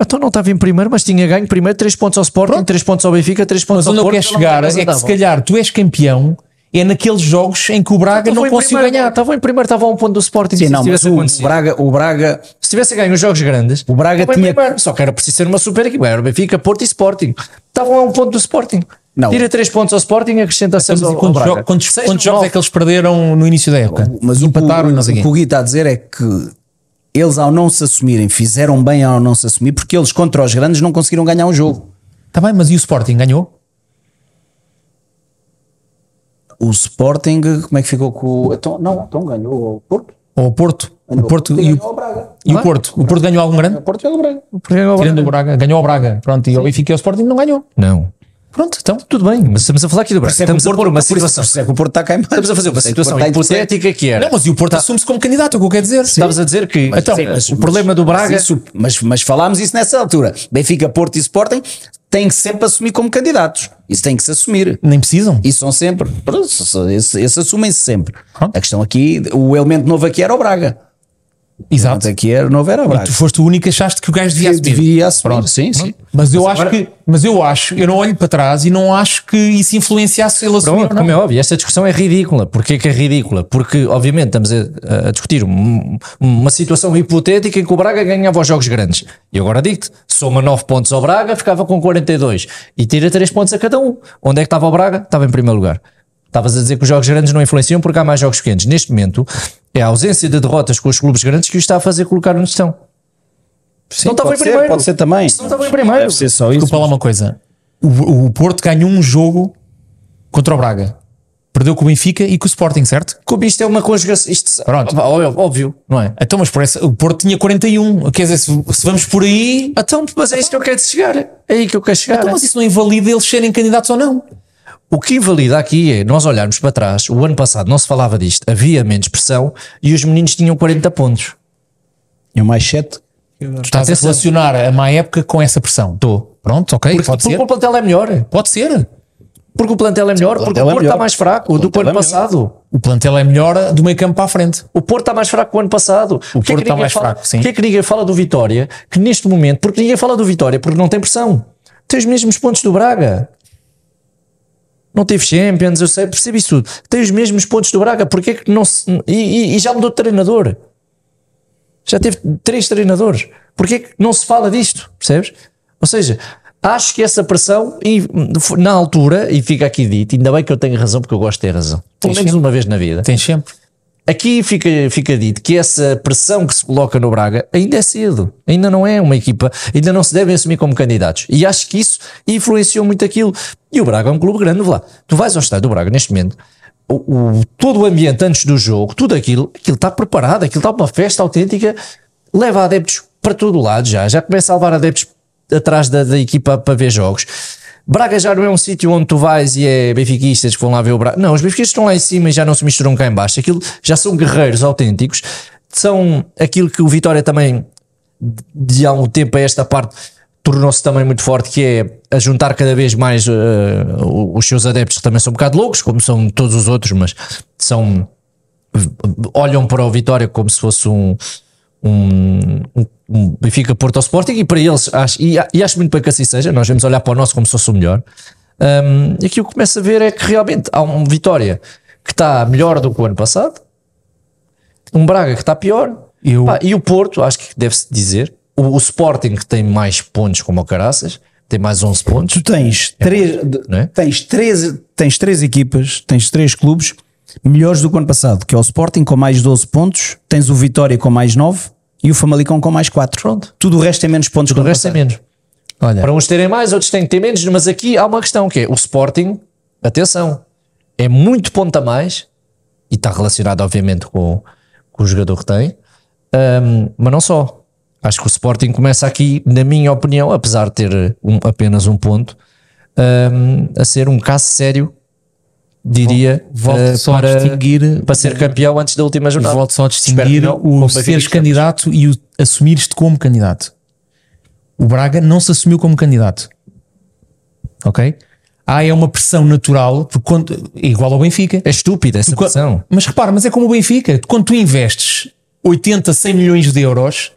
[SPEAKER 3] Então não estava em primeiro, mas tinha ganho primeiro 3 pontos ao Sporting, 3 pontos ao Benfica, 3 pontos
[SPEAKER 4] Mas
[SPEAKER 3] ao
[SPEAKER 4] onde eu
[SPEAKER 3] Porto.
[SPEAKER 4] quero
[SPEAKER 3] já não
[SPEAKER 4] chegar é
[SPEAKER 3] sei
[SPEAKER 4] que
[SPEAKER 3] mais
[SPEAKER 4] se
[SPEAKER 3] onde
[SPEAKER 4] calhar tu és campeão, é naqueles jogos em que o Braga
[SPEAKER 3] estavam.
[SPEAKER 4] não
[SPEAKER 3] Estava Então em
[SPEAKER 4] conseguiu
[SPEAKER 3] primeiro,
[SPEAKER 4] ganhar.
[SPEAKER 3] Estava em primeiro, estava a um ponto do Sporting.
[SPEAKER 2] Sim,
[SPEAKER 3] se
[SPEAKER 2] não, mas
[SPEAKER 3] tivesse
[SPEAKER 2] o
[SPEAKER 3] acontecido.
[SPEAKER 2] Braga, o Braga
[SPEAKER 3] Se tivesse ganho os jogos grandes, o
[SPEAKER 2] Braga tinha-
[SPEAKER 3] só que era preciso ser uma super equipa. Era o Benfica, Porto e Sporting. Estavam a um ponto do Sporting.
[SPEAKER 2] Não.
[SPEAKER 3] Tira 3 pontos ao Sporting e acrescenta 6
[SPEAKER 4] Mas
[SPEAKER 3] ao,
[SPEAKER 4] e
[SPEAKER 3] ao
[SPEAKER 4] quantos,
[SPEAKER 3] Braga.
[SPEAKER 4] jo- quantos-
[SPEAKER 3] Seis no
[SPEAKER 4] quantos jogos
[SPEAKER 3] nove.
[SPEAKER 4] é que eles perderam no início da época?
[SPEAKER 2] Mas
[SPEAKER 4] Empataram
[SPEAKER 2] o,
[SPEAKER 4] e
[SPEAKER 2] o,
[SPEAKER 4] não sei
[SPEAKER 2] o que
[SPEAKER 4] quê.
[SPEAKER 2] o Gui está a dizer é que eles, ao não se assumirem, fizeram bem ao não se assumir, porque eles, contra os grandes, não conseguiram ganhar um jogo.
[SPEAKER 4] Está Tá bem, mas e o Sporting ganhou?
[SPEAKER 2] O Sporting, como é que ficou com o. Então, não, então ganhou o Porto.
[SPEAKER 4] Ou o Porto? O Porto e
[SPEAKER 2] ganhou
[SPEAKER 4] o,
[SPEAKER 2] o Braga.
[SPEAKER 4] e o Porto? O Porto ganhou algum grande?
[SPEAKER 2] O Porto ganhou o Braga.
[SPEAKER 4] Tirando o Braga, ganhou o Braga. Pronto, e o Benfica e o Sporting não ganhou.
[SPEAKER 3] Não.
[SPEAKER 4] Pronto, então.
[SPEAKER 3] Tudo bem, mas estamos a falar aqui do
[SPEAKER 2] Por
[SPEAKER 3] Braga.
[SPEAKER 2] isso é que
[SPEAKER 3] Estamos
[SPEAKER 2] o
[SPEAKER 3] a
[SPEAKER 2] Porto-
[SPEAKER 3] pôr uma
[SPEAKER 2] por isso-
[SPEAKER 3] situação.
[SPEAKER 2] por isso é que o Porto está a queimar.
[SPEAKER 3] Estamos a fazer uma
[SPEAKER 2] Por isso é que o
[SPEAKER 3] situação
[SPEAKER 2] Porto está em terceiro.
[SPEAKER 3] hipotética que era.
[SPEAKER 4] Não, mas e o Porto assume-se como candidato, é o que eu quero dizer.
[SPEAKER 3] Tá. Estavas a dizer que
[SPEAKER 4] Mas-
[SPEAKER 3] então,
[SPEAKER 4] sim,
[SPEAKER 2] mas-
[SPEAKER 3] o problema do Braga.
[SPEAKER 2] Mas, isso- mas, mas falámos isso nessa altura. Benfica, Porto e Sporting têm que sempre assumir como candidatos. Isso tem que se assumir.
[SPEAKER 4] Nem precisam.
[SPEAKER 2] E são sempre. Pronto, Esses esses assumem-se sempre.
[SPEAKER 4] Hã?
[SPEAKER 2] A questão aqui, o elemento novo aqui era o Braga.
[SPEAKER 4] Exato.
[SPEAKER 2] Portanto, aqui era, novo era o Braga.
[SPEAKER 4] Tu foste o único que achaste que o gajo devia
[SPEAKER 2] devia,
[SPEAKER 4] assumir.
[SPEAKER 2] devia assumir. sim, sim.
[SPEAKER 4] Mas eu acho
[SPEAKER 3] agora-
[SPEAKER 4] que, mas eu acho, eu não olho para trás e não acho que isso influenciasse ele assumir
[SPEAKER 3] Pronto,
[SPEAKER 4] ou não.
[SPEAKER 3] como é óbvio, esta discussão é ridícula. Porquê que é ridícula? Porque, obviamente, estamos a, a discutir um- uma situação hipotética em que o Braga ganhava os jogos grandes. E agora digo-te, soma 9 pontos ao Braga, ficava com 42. E tira 3 pontos a cada um. Onde é que estava o Braga? Estava em primeiro lugar. Estavas a dizer que os jogos grandes não influenciam porque há mais jogos pequenos. Neste momento, é a ausência de derrotas com os clubes grandes que os está a fazer colocar onde estão. não estava em
[SPEAKER 2] pode ser,
[SPEAKER 3] primeiro.
[SPEAKER 2] pode ser também.
[SPEAKER 3] Não estava em primeiro.
[SPEAKER 2] Deve ser só isso.
[SPEAKER 4] Desculpa lá uma coisa. O, o Porto ganhou um jogo contra o Braga. Perdeu com o Benfica e com o Sporting, certo?
[SPEAKER 3] Como isto é uma conjugação. Isto,
[SPEAKER 4] Pronto.
[SPEAKER 3] Ó- Óbvio, não é?
[SPEAKER 4] Então, mas por essa, o Porto tinha 41. Quer dizer, se, se vamos por aí.
[SPEAKER 3] Então, mas é isto que eu quero chegar. É aí que eu quero chegar.
[SPEAKER 4] Então, mas isso não invalida eles serem candidatos ou não.
[SPEAKER 3] O que invalida aqui é nós olharmos para trás. O ano passado não se falava disto, havia menos pressão e os meninos tinham 40 pontos.
[SPEAKER 2] E o mais 7.
[SPEAKER 4] Tu estás a
[SPEAKER 3] Atenção.
[SPEAKER 4] relacionar a má época com essa pressão. Estou. Pronto, ok,
[SPEAKER 3] Porque,
[SPEAKER 4] pode
[SPEAKER 3] porque
[SPEAKER 4] ser.
[SPEAKER 3] o plantel é melhor.
[SPEAKER 4] Pode ser.
[SPEAKER 3] Porque o plantel é melhor, porque
[SPEAKER 2] plantel
[SPEAKER 3] o
[SPEAKER 2] é
[SPEAKER 3] Porto
[SPEAKER 2] melhor.
[SPEAKER 3] está mais fraco do que o
[SPEAKER 2] plantel
[SPEAKER 3] ano
[SPEAKER 2] é melhor.
[SPEAKER 3] passado.
[SPEAKER 4] O plantel é melhor do meio campo para a frente.
[SPEAKER 3] O Porto está mais fraco que o ano passado. O
[SPEAKER 4] Porto está mais fraco, sim.
[SPEAKER 3] Porquê que ninguém fala do Vitória? Que neste momento, porque ninguém fala do Vitória, porque não tem pressão. Tem os mesmos pontos do Braga. Não teve Champions, eu sei, percebo isso tudo. Tem os mesmos pontos do Braga, porquê que não se. E, e- e já mudou de treinador. Já teve três treinadores. Porquê que é não se fala disto? Percebes? Ou seja, acho que essa pressão, e, hum, na altura, e fica aqui dito, ainda bem que eu tenho razão, porque eu gosto de ter razão. Pelo menos uma vez na vida.
[SPEAKER 4] Tens sempre.
[SPEAKER 3] Aqui fica, fica dito que essa pressão que se coloca no Braga ainda é cedo, ainda não é uma equipa, ainda não se devem assumir como candidatos. E acho que isso influenciou muito aquilo. E o Braga é um clube grande, vê lá. Tu vais ao estádio do Braga neste momento, o, o- todo o ambiente antes do jogo, tudo aquilo, aquilo está preparado, aquilo está uma festa autêntica, leva adeptos para todo lado já, já começa a levar adeptos atrás da, da equipa para ver jogos. Braga já não é um sítio onde tu vais e é benfiquistas que vão lá ver o Braga. Não, os benfiquistas estão lá em cima e já não se misturam cá em baixo. Aquilo já são guerreiros autênticos. São aquilo que o Vitória também, de há um tempo a esta parte, tornou-se também muito forte, que é a juntar cada vez mais eh, o- os seus adeptos, que também são um bocado loucos, como são todos os outros, mas são olham para o Vitória como se fosse um, um, um- um Benfica Porto ao Sporting e para eles acho, e, a- e acho muito bem que assim seja, nós vamos olhar para o nosso como se fosse o melhor Hum, e aqui o que começo a ver é que realmente há um Vitória que está melhor do que o ano passado um Braga que está pior
[SPEAKER 4] Eu-
[SPEAKER 3] Pá, e o Porto, acho que deve-se dizer o, o Sporting que tem mais pontos como o Caraças, tem mais 11 pontos
[SPEAKER 2] Tu tens três,
[SPEAKER 3] não é?
[SPEAKER 2] tens três, tens três equipas, tens três clubes melhores do que o ano passado, que é o Sporting com mais 12 pontos, tens o Vitória com mais 9 e o Famalicão com mais 4.
[SPEAKER 3] Pronto.
[SPEAKER 2] Tudo o resto tem menos pontos que
[SPEAKER 3] o resto é menos
[SPEAKER 4] Olha,
[SPEAKER 3] Para uns terem mais, outros têm que ter menos, mas aqui há uma questão que é o Sporting, atenção, é muito ponto a mais e está relacionado obviamente com, com o jogador que tem, ahm, mas não só. Acho que o Sporting começa aqui, na minha opinião, apesar de ter um- apenas um ponto, ahm, a ser um caso sério, diria,
[SPEAKER 4] volto
[SPEAKER 3] ah,
[SPEAKER 4] só a
[SPEAKER 3] para,
[SPEAKER 4] distinguir-
[SPEAKER 3] para ser campeão antes da última jornada.
[SPEAKER 4] volto só a
[SPEAKER 3] Espero que
[SPEAKER 4] distinguir
[SPEAKER 3] não, como
[SPEAKER 4] o
[SPEAKER 3] é que
[SPEAKER 4] seres
[SPEAKER 3] ficamos.
[SPEAKER 4] candidato e o assumires-te como candidato. O Braga não se assumiu como candidato. Ok? Há é uma pressão natural, porque quando, é igual ao Benfica.
[SPEAKER 3] É estúpida essa
[SPEAKER 4] Qua-
[SPEAKER 3] pressão.
[SPEAKER 4] Mas repara, mas é como o Benfica. Quando tu investes 80, 100 milhões de euros,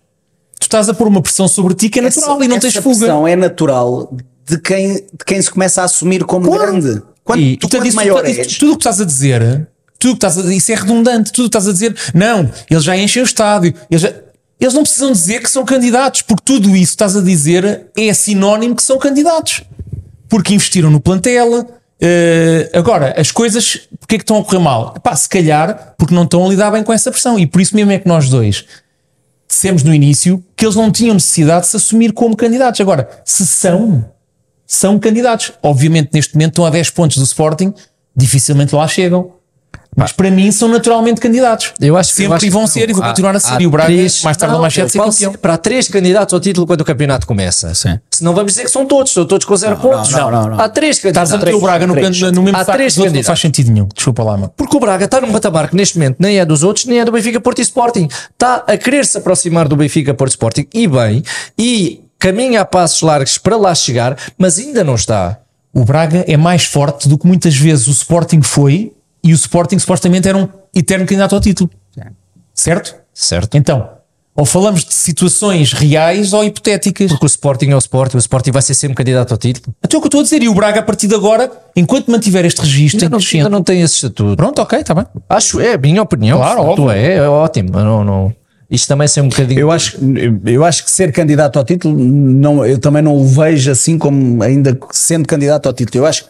[SPEAKER 4] tu estás a pôr uma pressão sobre ti que é natural e não tens fuga.
[SPEAKER 2] é natural de quem, de quem se começa a assumir como grande. Quanto,
[SPEAKER 3] E-
[SPEAKER 2] tu,
[SPEAKER 4] Portanto,
[SPEAKER 2] quanto
[SPEAKER 4] isso-
[SPEAKER 2] maior
[SPEAKER 4] isso-
[SPEAKER 2] és.
[SPEAKER 4] tudo o que estás a dizer, tudo o que estás a, isso é redundante. Tudo o que estás a dizer, não, eles já enchem o estádio, eles, já- eles não precisam dizer que são candidatos, porque tudo isso que estás a dizer é sinónimo que são candidatos. Porque investiram no plantel. eh, agora, as coisas, porque é que estão a correr mal? Epá, se calhar porque não estão a lidar bem com essa pressão. E por isso mesmo é que nós dois dissemos no início que eles não tinham necessidade de se assumir como candidatos. Agora, se são, são candidatos. Obviamente, neste momento estão a 10 pontos do Sporting, dificilmente lá chegam. Mas para mim são naturalmente candidatos.
[SPEAKER 3] Eu acho que
[SPEAKER 4] Sempre
[SPEAKER 3] eu acho
[SPEAKER 4] e vão
[SPEAKER 3] que
[SPEAKER 4] ser e vão
[SPEAKER 3] não. Há-
[SPEAKER 4] continuar a ser.
[SPEAKER 3] há
[SPEAKER 4] E o Braga,
[SPEAKER 3] três-
[SPEAKER 4] mais tarde ou
[SPEAKER 3] não,
[SPEAKER 4] mais cedo, ser assim
[SPEAKER 3] qual
[SPEAKER 4] campeão.
[SPEAKER 3] Para há três candidatos ao título quando o campeonato começa.
[SPEAKER 2] Sim.
[SPEAKER 3] Se não vamos dizer que são todos, são todos com zero pontos.
[SPEAKER 2] não, não, não.
[SPEAKER 3] Há três candidatos.
[SPEAKER 4] Estás a meter o Braga no,
[SPEAKER 2] três.
[SPEAKER 4] can- no mesmo
[SPEAKER 3] Há
[SPEAKER 4] saco
[SPEAKER 3] três
[SPEAKER 4] dos outros, não faz
[SPEAKER 3] candidatos.
[SPEAKER 4] sentido nenhum. Desculpa lá, mano.
[SPEAKER 3] Porque o Braga está num patamar que neste momento nem é dos outros, nem é do Benfica Porto e Sporting. Está a querer se aproximar do Benfica Porto e Sporting e bem, e caminha a passos largos para lá chegar, mas ainda não está.
[SPEAKER 4] O Braga é mais forte do que muitas vezes o Sporting foi e o Sporting supostamente era um eterno candidato ao título. Certo?
[SPEAKER 3] Certo?
[SPEAKER 4] Então, ou falamos de situações reais ou hipotéticas.
[SPEAKER 3] Porque o Sporting é o Sporting, o Sporting vai ser sempre candidato ao título.
[SPEAKER 4] Até o que eu estou a dizer. E o Braga, a partir de agora, enquanto mantiver este registro,
[SPEAKER 3] Ainda
[SPEAKER 4] em
[SPEAKER 3] não,
[SPEAKER 4] crescendo.
[SPEAKER 3] ainda não tem esse estatuto.
[SPEAKER 4] Pronto, ok, está bem.
[SPEAKER 3] Acho, é a minha opinião.
[SPEAKER 4] Claro,
[SPEAKER 3] Claro,
[SPEAKER 4] óbvio.
[SPEAKER 3] é, é ótimo. mas Não, não. Isto também é um bocadinho.
[SPEAKER 2] Eu acho, eu acho que ser candidato ao título, não, eu também não o vejo assim como ainda sendo candidato ao título. Eu acho que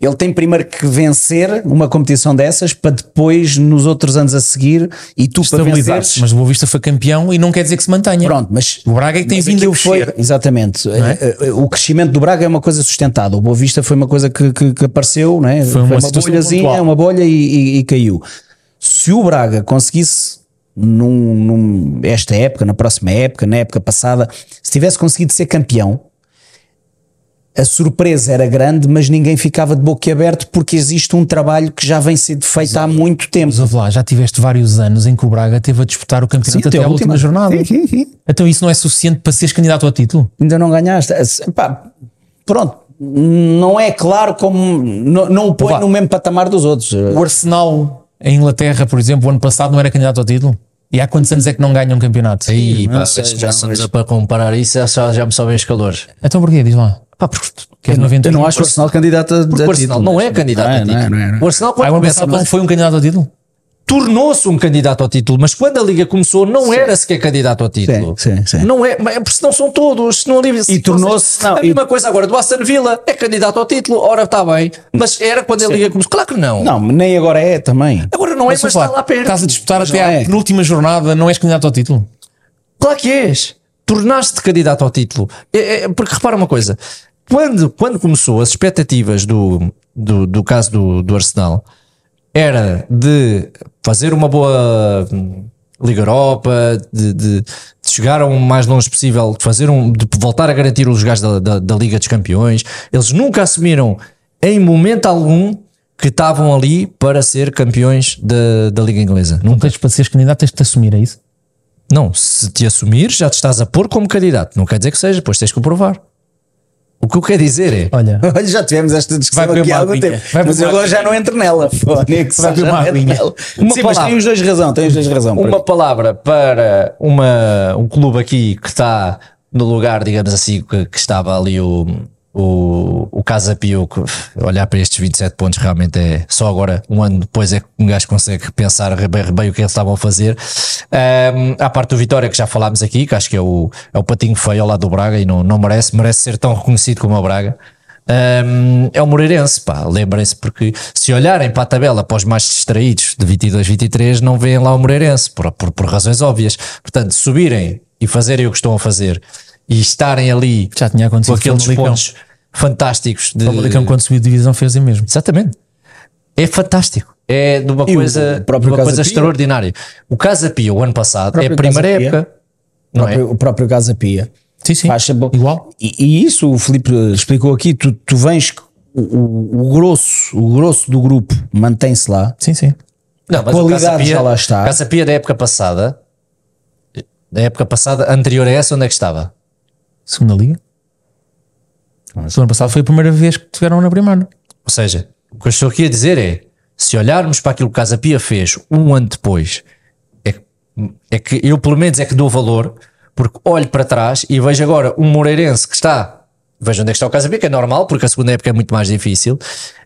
[SPEAKER 2] ele tem primeiro que vencer uma competição dessas para depois, nos outros anos a seguir, e tu para
[SPEAKER 4] Estabilizar-se.
[SPEAKER 2] venceres.
[SPEAKER 4] Mas o Boa Vista foi campeão e não quer dizer que se mantenha.
[SPEAKER 2] Pronto, mas
[SPEAKER 4] O Braga é que tem
[SPEAKER 2] mas
[SPEAKER 4] vindo a
[SPEAKER 2] aquilo foi-
[SPEAKER 4] crescer. é?
[SPEAKER 2] Exatamente. Eh, eh, O crescimento do Braga é uma coisa sustentada. O Boa Vista foi uma coisa que, que- que apareceu, né? foi
[SPEAKER 4] uma
[SPEAKER 2] uma,
[SPEAKER 4] situação
[SPEAKER 2] bolhazinha,
[SPEAKER 4] pontual.
[SPEAKER 2] uma bolha e, e- e caiu. Se o Braga conseguisse, num, num- esta época, na próxima época, na época passada, se tivesse conseguido ser campeão, a surpresa era grande, mas ninguém ficava de boca aberto porque existe um trabalho que já vem sendo feito há muito tempo.
[SPEAKER 4] Mas ouve lá, já tiveste vários anos em que o Braga teve a disputar o campeonato até à última, jornada.
[SPEAKER 2] então, Sim, sim, sim.
[SPEAKER 4] Então isso não é suficiente para seres candidato ao título?
[SPEAKER 2] ainda não ganhaste. Eh, pá, pronto, não é claro como. Não, não o põe
[SPEAKER 4] Opa.
[SPEAKER 2] no mesmo patamar dos outros.
[SPEAKER 4] O Arsenal, em Inglaterra, por exemplo, o ano passado não era candidato ao título? E há quantos anos é que não ganha um campeonato?
[SPEAKER 3] Ih, pá,
[SPEAKER 2] sei,
[SPEAKER 3] já
[SPEAKER 2] já
[SPEAKER 3] estamos a para comparar isso, já, só- já me sobem os calores.
[SPEAKER 4] Então porquê? Diz lá.
[SPEAKER 3] Pá, porque
[SPEAKER 4] Que é 90
[SPEAKER 2] Eu não acho o Arsenal candidato a, a
[SPEAKER 3] o Arsenal
[SPEAKER 2] título.
[SPEAKER 3] não é candidato
[SPEAKER 2] Não é,
[SPEAKER 3] a título.
[SPEAKER 2] não é, não é, não é.
[SPEAKER 3] O Arsenal
[SPEAKER 4] Ah,
[SPEAKER 3] quando
[SPEAKER 4] o ano
[SPEAKER 3] começa
[SPEAKER 4] passado não foi um candidato ao título?
[SPEAKER 3] tornou-se um candidato ao título, mas quando a Liga começou não era sequer candidato ao título.
[SPEAKER 2] Sim, sim, sim.
[SPEAKER 3] Não é, mas- porque senão são todos. Senão a Liga, se-
[SPEAKER 2] tornou-se- não,
[SPEAKER 3] A
[SPEAKER 2] e-
[SPEAKER 3] mesma coisa agora do Aston Villa, é candidato ao título, ora está bem, mas era quando a Liga começou. Claro que não.
[SPEAKER 2] Não, nem agora é também.
[SPEAKER 3] Agora não é, mas,
[SPEAKER 4] Mas,
[SPEAKER 3] está
[SPEAKER 4] opa,
[SPEAKER 3] lá perto.
[SPEAKER 4] Estás a disputar
[SPEAKER 2] Mas
[SPEAKER 4] até
[SPEAKER 2] não
[SPEAKER 4] à
[SPEAKER 2] é.
[SPEAKER 4] penúltima jornada, não és candidato ao título?
[SPEAKER 3] Claro que és. Tornaste-te candidato ao título. É- é- porque repara uma coisa: quando, quando começou as expectativas do, do, do caso do, do Arsenal era de fazer uma boa hum, Liga Europa, de, de- de chegar o mais longe possível, de, fazer um, de voltar a garantir os lugares da, da, da Liga dos Campeões. Eles nunca assumiram em momento algum que estavam ali para ser campeões da, da Liga Inglesa.
[SPEAKER 4] Não tens para seres candidato, tens de te assumir, é isso?
[SPEAKER 3] Não, se te assumir, já te estás a pôr como candidato. Não quer dizer que seja, pois tens que o provar. O que eu quero dizer é.
[SPEAKER 4] Olha,
[SPEAKER 2] Olha, já tivemos esta discussão
[SPEAKER 4] Vai beber
[SPEAKER 2] aqui há
[SPEAKER 4] uma
[SPEAKER 2] algum
[SPEAKER 4] aguinha.
[SPEAKER 2] tempo.
[SPEAKER 4] Vai beber
[SPEAKER 2] mas eu
[SPEAKER 4] uma
[SPEAKER 2] agora já não entro nela, Fónix.
[SPEAKER 4] Vai beber
[SPEAKER 2] Já
[SPEAKER 4] uma
[SPEAKER 2] não entro
[SPEAKER 4] aguinha.
[SPEAKER 2] nela.
[SPEAKER 3] Uma
[SPEAKER 2] Sim, mas
[SPEAKER 3] palavra.
[SPEAKER 2] têm os dois razão, têm os dois razão.
[SPEAKER 3] Uma palavra para uma, um clube aqui que está no lugar, digamos assim, que, que estava ali o, o, o Casa Pio. que, uf, Olhar para estes 27 pontos realmente é só agora, um ano depois, é que um gajo consegue pensar bem, bem o que eles estavam a fazer. Ahm, à parte do Vitória, que já falámos aqui, que acho que é o, é o patinho feio ao lado do Braga e não, não merece, merece ser tão reconhecido como é o Braga. Ahm, é o Moreirense, pá, lembrem-se, porque se olharem para a tabela para os mais distraídos de 22, 23, não veem lá o Moreirense, por, por, por razões óbvias. Portanto, subirem e fazerem o que estão a fazer e estarem ali
[SPEAKER 4] Já tinha
[SPEAKER 3] com
[SPEAKER 4] acontecido
[SPEAKER 3] aqueles
[SPEAKER 4] com o Famalicão.
[SPEAKER 3] pontos fantásticos de.
[SPEAKER 4] o Famalicão quando subiu de divisão fez o mesmo.
[SPEAKER 3] Exatamente. É fantástico. É de uma
[SPEAKER 2] E o
[SPEAKER 3] coisa,
[SPEAKER 2] próprio
[SPEAKER 3] de uma
[SPEAKER 2] Casa
[SPEAKER 3] coisa
[SPEAKER 2] Pia?
[SPEAKER 3] extraordinária. O Casa Pia, o ano passado, é a
[SPEAKER 2] próprio Casa
[SPEAKER 3] primeira
[SPEAKER 2] Pia.
[SPEAKER 3] época.
[SPEAKER 2] O
[SPEAKER 3] Não é?
[SPEAKER 2] próprio- O próprio Casa Pia.
[SPEAKER 4] Sim, sim.
[SPEAKER 2] Faz sempre-
[SPEAKER 4] Igual.
[SPEAKER 2] E, e isso o Filipe explicou aqui. Tu, tu vens o, o- o grosso, o grosso do grupo mantém-se lá.
[SPEAKER 4] Sim, sim.
[SPEAKER 3] Não, mas
[SPEAKER 2] qualidade
[SPEAKER 3] o Casa Pia-
[SPEAKER 2] já lá está.
[SPEAKER 3] Casa Pia da época passada, da época passada, anterior a essa, onde é que estava?
[SPEAKER 4] Segunda Liga.
[SPEAKER 3] Então,
[SPEAKER 4] O ano passado foi a primeira vez que tiveram na primeira.
[SPEAKER 3] Ou seja, o que eu estou aqui a dizer é: se olharmos para aquilo que Casa Pia fez um ano depois, é, que- é que eu, pelo menos, é que dou valor, porque olho para trás e vejo agora um Moreirense que está. Vejo onde é que está o Casa Pia, que é normal, porque a segunda época é muito mais difícil.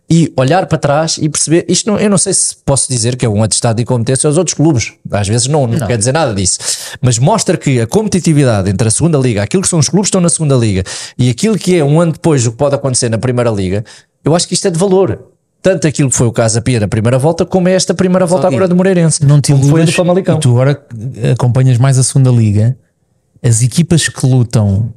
[SPEAKER 3] E olhar para trás e perceber, isto não, eu não sei se posso dizer que é um atestado de incompetência aos outros clubes, às vezes não, não, quer dizer nada disso, mas mostra que a competitividade entre a segunda liga, aquilo que são os clubes que estão na segunda liga e aquilo que é um ano depois o que pode acontecer na primeira liga, eu acho que isto é de valor. Tanto aquilo que foi o Casa Pia na primeira volta, como é esta primeira volta agora do Moreirense.
[SPEAKER 4] Não te
[SPEAKER 3] como foi a do
[SPEAKER 4] iludas.
[SPEAKER 3] Famalicão.
[SPEAKER 4] E tu agora acompanhas mais a segunda liga. As equipas que lutam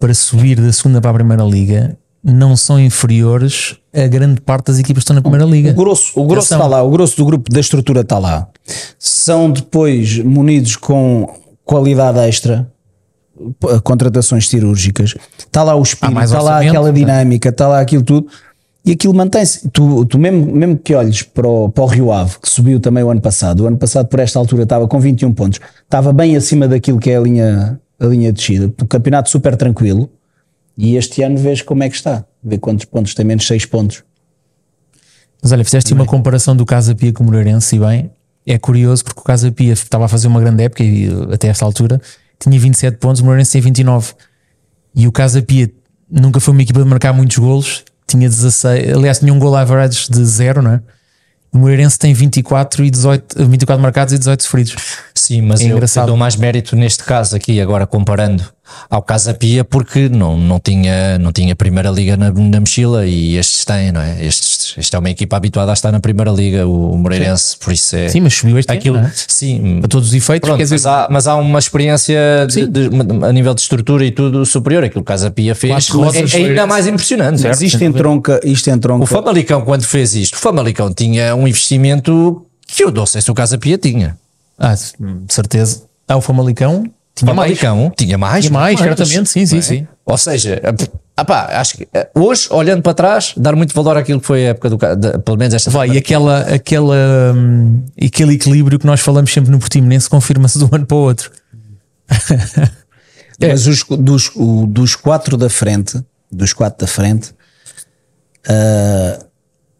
[SPEAKER 4] para subir da segunda para a primeira liga não são inferiores a grande parte das equipas que estão na primeira liga.
[SPEAKER 2] O grosso, o grosso
[SPEAKER 4] Atenção.
[SPEAKER 2] está lá, o grosso do grupo da estrutura está lá. São depois munidos com qualidade extra, p- contratações cirúrgicas, está lá o espírito,
[SPEAKER 4] mais
[SPEAKER 2] está lá
[SPEAKER 4] orçamento,
[SPEAKER 2] aquela
[SPEAKER 4] não é?
[SPEAKER 2] dinâmica, está lá aquilo tudo, e aquilo mantém-se. Tu, tu mesmo, mesmo que olhes para o, para o Rio Ave, que subiu também o ano passado, o ano passado por esta altura estava com 21 pontos, estava bem acima daquilo que é a linha, a linha de descida, o campeonato super tranquilo, e este ano vês como é que está, vê quantos pontos, tem menos 6 pontos.
[SPEAKER 4] Mas olha, fizeste uma comparação do Casa Pia com o Moreirense, e bem, é curioso porque o Casa Pia estava a fazer uma grande época e eh, até esta altura tinha 27 pontos, o Moreirense tem 29. E o Casa Pia nunca foi uma equipa de marcar muitos golos, tinha 16, aliás, tinha um gol average de zero, não é? O Moreirense tem 24, e 18, 24 marcados e 18 sofridos.
[SPEAKER 3] Sim, mas
[SPEAKER 4] É
[SPEAKER 3] eu,
[SPEAKER 4] engraçado.
[SPEAKER 3] eu dou mais mérito neste caso aqui, agora comparando ao Casa Pia, porque não, não, tinha, não tinha Primeira Liga na, na mochila e estes têm, não é? Estes, esta é uma equipa habituada a estar na Primeira Liga, o, o Moreirense, por isso é.
[SPEAKER 4] Sim, mas subiu este
[SPEAKER 3] aquilo.
[SPEAKER 4] ano, não é?
[SPEAKER 3] Sim,
[SPEAKER 4] A todos os efeitos,
[SPEAKER 3] pronto,
[SPEAKER 4] quer dizer,
[SPEAKER 3] mas, há, mas há uma experiência de- de- a nível de estrutura e tudo superior. Aquilo que o Casa Pia fez
[SPEAKER 4] Quatro
[SPEAKER 3] é,
[SPEAKER 4] rodas,
[SPEAKER 3] é ainda mais impressionante.
[SPEAKER 2] Mas isto entronca, isto entronca
[SPEAKER 3] O Famalicão, quando fez isto, o Famalicão tinha um investimento que eu não sei se o Casa Pia tinha.
[SPEAKER 4] ah, de certeza. Ah, o Famalicão
[SPEAKER 3] O
[SPEAKER 4] tinha mais.
[SPEAKER 3] Famalicão tinha mais.
[SPEAKER 4] Tinha mais,
[SPEAKER 3] muito
[SPEAKER 4] certamente, sim, sim,
[SPEAKER 3] não é?
[SPEAKER 4] sim.
[SPEAKER 3] Ou seja, ah pá, acho que eh, hoje, olhando para trás, dar muito valor àquilo que foi a época do Ca- da- pelo menos esta
[SPEAKER 4] Vai, e aquela, aquela, hum, e aquele equilíbrio que nós falamos sempre no Portimonense confirma-se de um ano para o outro.
[SPEAKER 3] é.
[SPEAKER 2] Mas os, dos, o- dos quatro da frente, dos quatro da frente,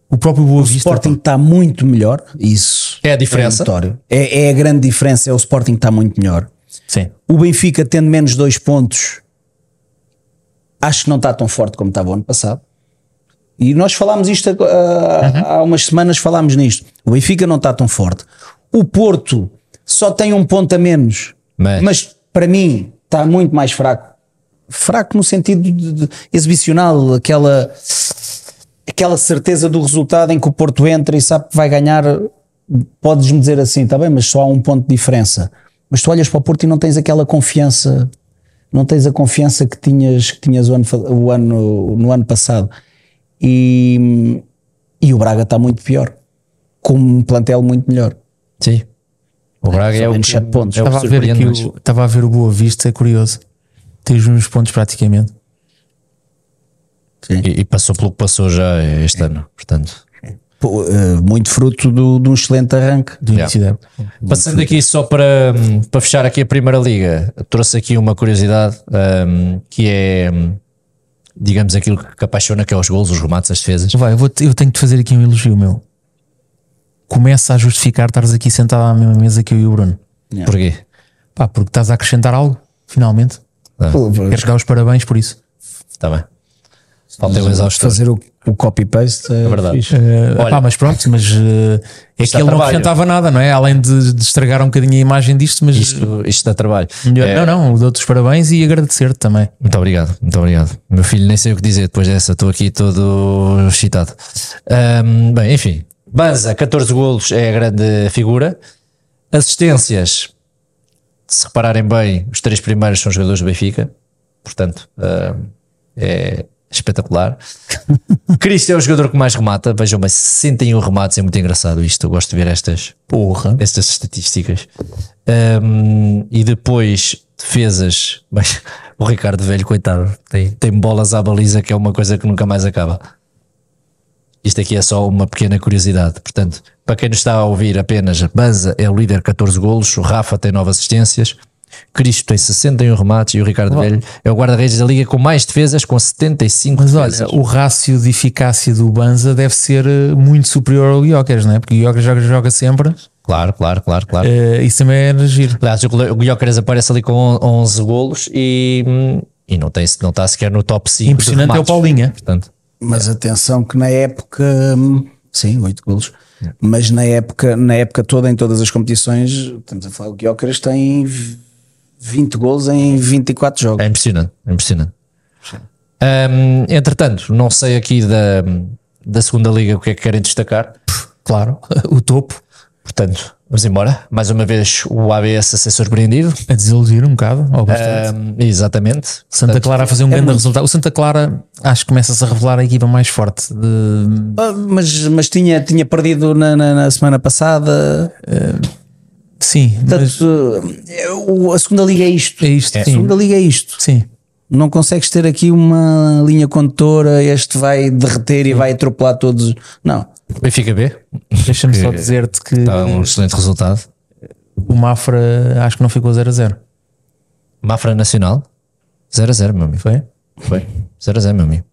[SPEAKER 4] O próprio Boa
[SPEAKER 2] o
[SPEAKER 4] Vista.
[SPEAKER 2] Sporting está muito melhor. Isso
[SPEAKER 3] É a diferença.
[SPEAKER 2] É, notório. é, é a grande diferença. É o Sporting está muito melhor.
[SPEAKER 4] Sim.
[SPEAKER 2] O Benfica tendo menos dois pontos, acho que não está tão forte como estava o ano passado. eh, E nós falámos isto ah, há umas semanas, falámos nisto. O Benfica não está tão forte. O Porto só tem um ponto a menos,
[SPEAKER 3] Mas-
[SPEAKER 2] mas, para mim está muito mais fraco. Fraco no sentido de- de exibicional, aquela, aquela certeza do resultado em que o Porto entra e sabe que vai ganhar. Podes-me dizer assim, está bem, mas só há um ponto de diferença. Mas tu olhas para o Porto e não tens aquela confiança, não tens a confiança que tinhas, que tinhas o ano, fa- o ano, no ano passado. E, e o Braga está muito pior, com um plantel muito melhor.
[SPEAKER 3] Sim. O Braga é o
[SPEAKER 2] menos
[SPEAKER 3] que-
[SPEAKER 2] sete pontos.
[SPEAKER 3] É o que
[SPEAKER 4] Estava a, ver
[SPEAKER 3] surpreende
[SPEAKER 4] aqui
[SPEAKER 3] mais.
[SPEAKER 4] o, estava a ver o Boa Vista, é curioso. Tem os mesmos pontos praticamente.
[SPEAKER 3] E, e passou pelo que passou já este ano, portanto.
[SPEAKER 2] Pô, eh, muito fruto do- de um excelente arranque.
[SPEAKER 4] Do início da época.
[SPEAKER 3] Passando aqui só para, hum, para fechar aqui a Primeira Liga, trouxe aqui uma curiosidade hum, que é, hum, digamos, aquilo que apaixona que é os gols, os remates, as defesas.
[SPEAKER 4] Vai, eu, vou te- eu tenho que te fazer aqui um elogio, meu. Começa a justificar estares aqui sentado à mesma mesa que eu e o Bruno.
[SPEAKER 3] Porquê?
[SPEAKER 4] Pá, porque estás a acrescentar algo, finalmente. Quero-te dar os parabéns por isso.
[SPEAKER 3] Está Tá bem. Falta o exaustor.
[SPEAKER 2] Fazer o, o copy-paste é
[SPEAKER 3] verdade.
[SPEAKER 2] fixe.
[SPEAKER 4] Eh,
[SPEAKER 3] Olha.
[SPEAKER 4] pá, mas pronto, mas eh, é
[SPEAKER 3] Isto
[SPEAKER 4] que
[SPEAKER 3] dá
[SPEAKER 4] ele não
[SPEAKER 3] trabalho.
[SPEAKER 4] acrescentava nada, não é? Além de, de estragar um bocadinho a imagem disto, mas
[SPEAKER 3] Isto, isto dá trabalho.
[SPEAKER 4] melhor.
[SPEAKER 3] É,
[SPEAKER 4] Não, não, dou-te os parabéns e agradecer-te também.
[SPEAKER 3] Muito obrigado, muito obrigado. Meu filho, nem sei o que dizer depois dessa, estou aqui todo excitado. Ahm, bem, enfim. Banza, 14 golos é a grande figura. Assistências, se repararem bem, os três primeiros são jogadores do Benfica, portanto, ahm, é espetacular. Cristo é o jogador que mais remata, vejam bem, 61 remates, é muito engraçado isto, eu gosto de ver estas
[SPEAKER 4] Porra.
[SPEAKER 3] estas estatísticas. Um, e depois defesas, mas o Ricardo Velho, coitado, tem, tem bolas à baliza que é uma coisa que nunca mais acaba. Isto aqui é só uma pequena curiosidade. Portanto, para quem nos está a ouvir apenas, Banza é o líder, 14 golos, o Rafa tem 9 assistências, Cristo tem 61 remates e o Ricardo Velho é o guarda-redes da liga com mais defesas, com 75
[SPEAKER 4] Mas
[SPEAKER 3] defesas.
[SPEAKER 4] olha, o rácio de eficácia do Banza deve ser eh, muito superior ao Guiocas, não é? Porque o Guiocas joga, joga sempre,
[SPEAKER 3] Claro, claro, claro, claro.
[SPEAKER 4] eh, isso também era giro.
[SPEAKER 3] Aliás, o Gole- o Guiocares aparece ali com on- 11 golos e, hum, e não, tem, não está sequer no top 5. de
[SPEAKER 4] Impressionante é o
[SPEAKER 3] remates.
[SPEAKER 4] Paulinha.
[SPEAKER 3] Portanto,
[SPEAKER 2] Mas
[SPEAKER 4] É.
[SPEAKER 2] atenção que na época, hum, sim, oito golos,
[SPEAKER 4] É.
[SPEAKER 2] mas na época, na época toda, em todas as competições, estamos a falar que o Guiócaras tem v- 20 golos em 24 jogos.
[SPEAKER 3] é impressionante, é impressionante. Hum, entretanto, não sei aqui da, da segunda liga o que é que querem destacar.
[SPEAKER 4] Claro, o topo,
[SPEAKER 3] Portanto, vamos embora. Mais uma vez o ABS a ser surpreendido.
[SPEAKER 4] a desiludir um bocado, ou bastante.
[SPEAKER 3] Hum, exatamente.
[SPEAKER 4] Santa Clara a fazer um grande resultado. O Santa Clara acho que começa-se a revelar a equipa mais forte. de-
[SPEAKER 2] Ah, Mas, mas tinha, tinha perdido na, na- na semana passada.
[SPEAKER 4] sim, mas
[SPEAKER 2] Portanto, eh, o- a segunda liga é isto.
[SPEAKER 4] é isto.
[SPEAKER 2] A
[SPEAKER 4] Sim.
[SPEAKER 2] segunda liga é isto.
[SPEAKER 4] Sim.
[SPEAKER 2] Não consegues ter aqui uma linha condutora, este vai derreter e vai atropelar todos. Não.
[SPEAKER 3] Benfica B.
[SPEAKER 4] Deixa-me só dizer-te que
[SPEAKER 3] Está um excelente resultado.
[SPEAKER 4] o Mafra acho que não ficou 0 a 0.
[SPEAKER 3] Mafra Nacional. 0 a 0, meu amigo.
[SPEAKER 4] Foi?
[SPEAKER 3] Foi. 0 a 0, meu amigo.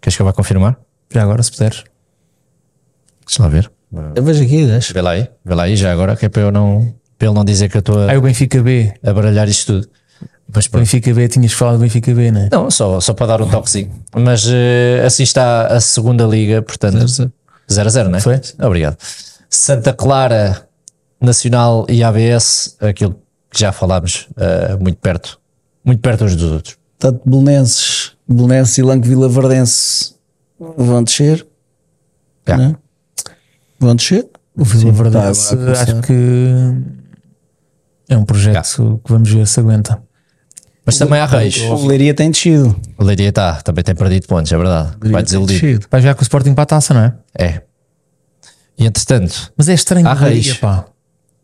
[SPEAKER 3] Queres que eu vá confirmar?
[SPEAKER 4] Já agora, se puderes.
[SPEAKER 3] Deixa lá ver.
[SPEAKER 2] Eu vejo aqui, deixa.
[SPEAKER 3] Vê lá aí, vê lá aí já agora, que é para eu não, para ele não dizer que eu estou a,
[SPEAKER 4] Aí o Benfica B.
[SPEAKER 3] a baralhar isto tudo. Mas
[SPEAKER 4] O
[SPEAKER 3] pronto.
[SPEAKER 4] Benfica B, tinhas falado do Benfica B, não é?
[SPEAKER 3] Não, só, só para dar um toquezinho. Mas eh, assim está a segunda liga, portanto. 0 a 0, não é?
[SPEAKER 4] Foi.
[SPEAKER 3] Obrigado. Santa Clara, Nacional e ABS, aquilo que já falámos, eh, muito perto. Muito perto uns dos outros.
[SPEAKER 2] Portanto, Belenenses, Belenense e Lanco Vilaverdense vão descer.
[SPEAKER 3] Já.
[SPEAKER 2] né? Vão descer.
[SPEAKER 4] O Vila Verde
[SPEAKER 2] tá,
[SPEAKER 4] acho
[SPEAKER 2] agora a começar.
[SPEAKER 4] que é um projeto
[SPEAKER 3] Tá.
[SPEAKER 4] que vamos ver se aguenta.
[SPEAKER 3] Mas também há Reis.
[SPEAKER 2] O Leiria tem descido.
[SPEAKER 3] O Leiria está, também tem perdido pontos, é verdade. Vai desiludir.
[SPEAKER 4] Vai já com o Sporting para a taça, não é?
[SPEAKER 3] É. E entretanto,
[SPEAKER 4] Mas é estranho.
[SPEAKER 3] Há
[SPEAKER 4] o Leiria,
[SPEAKER 3] Ah, raiz.
[SPEAKER 4] pá.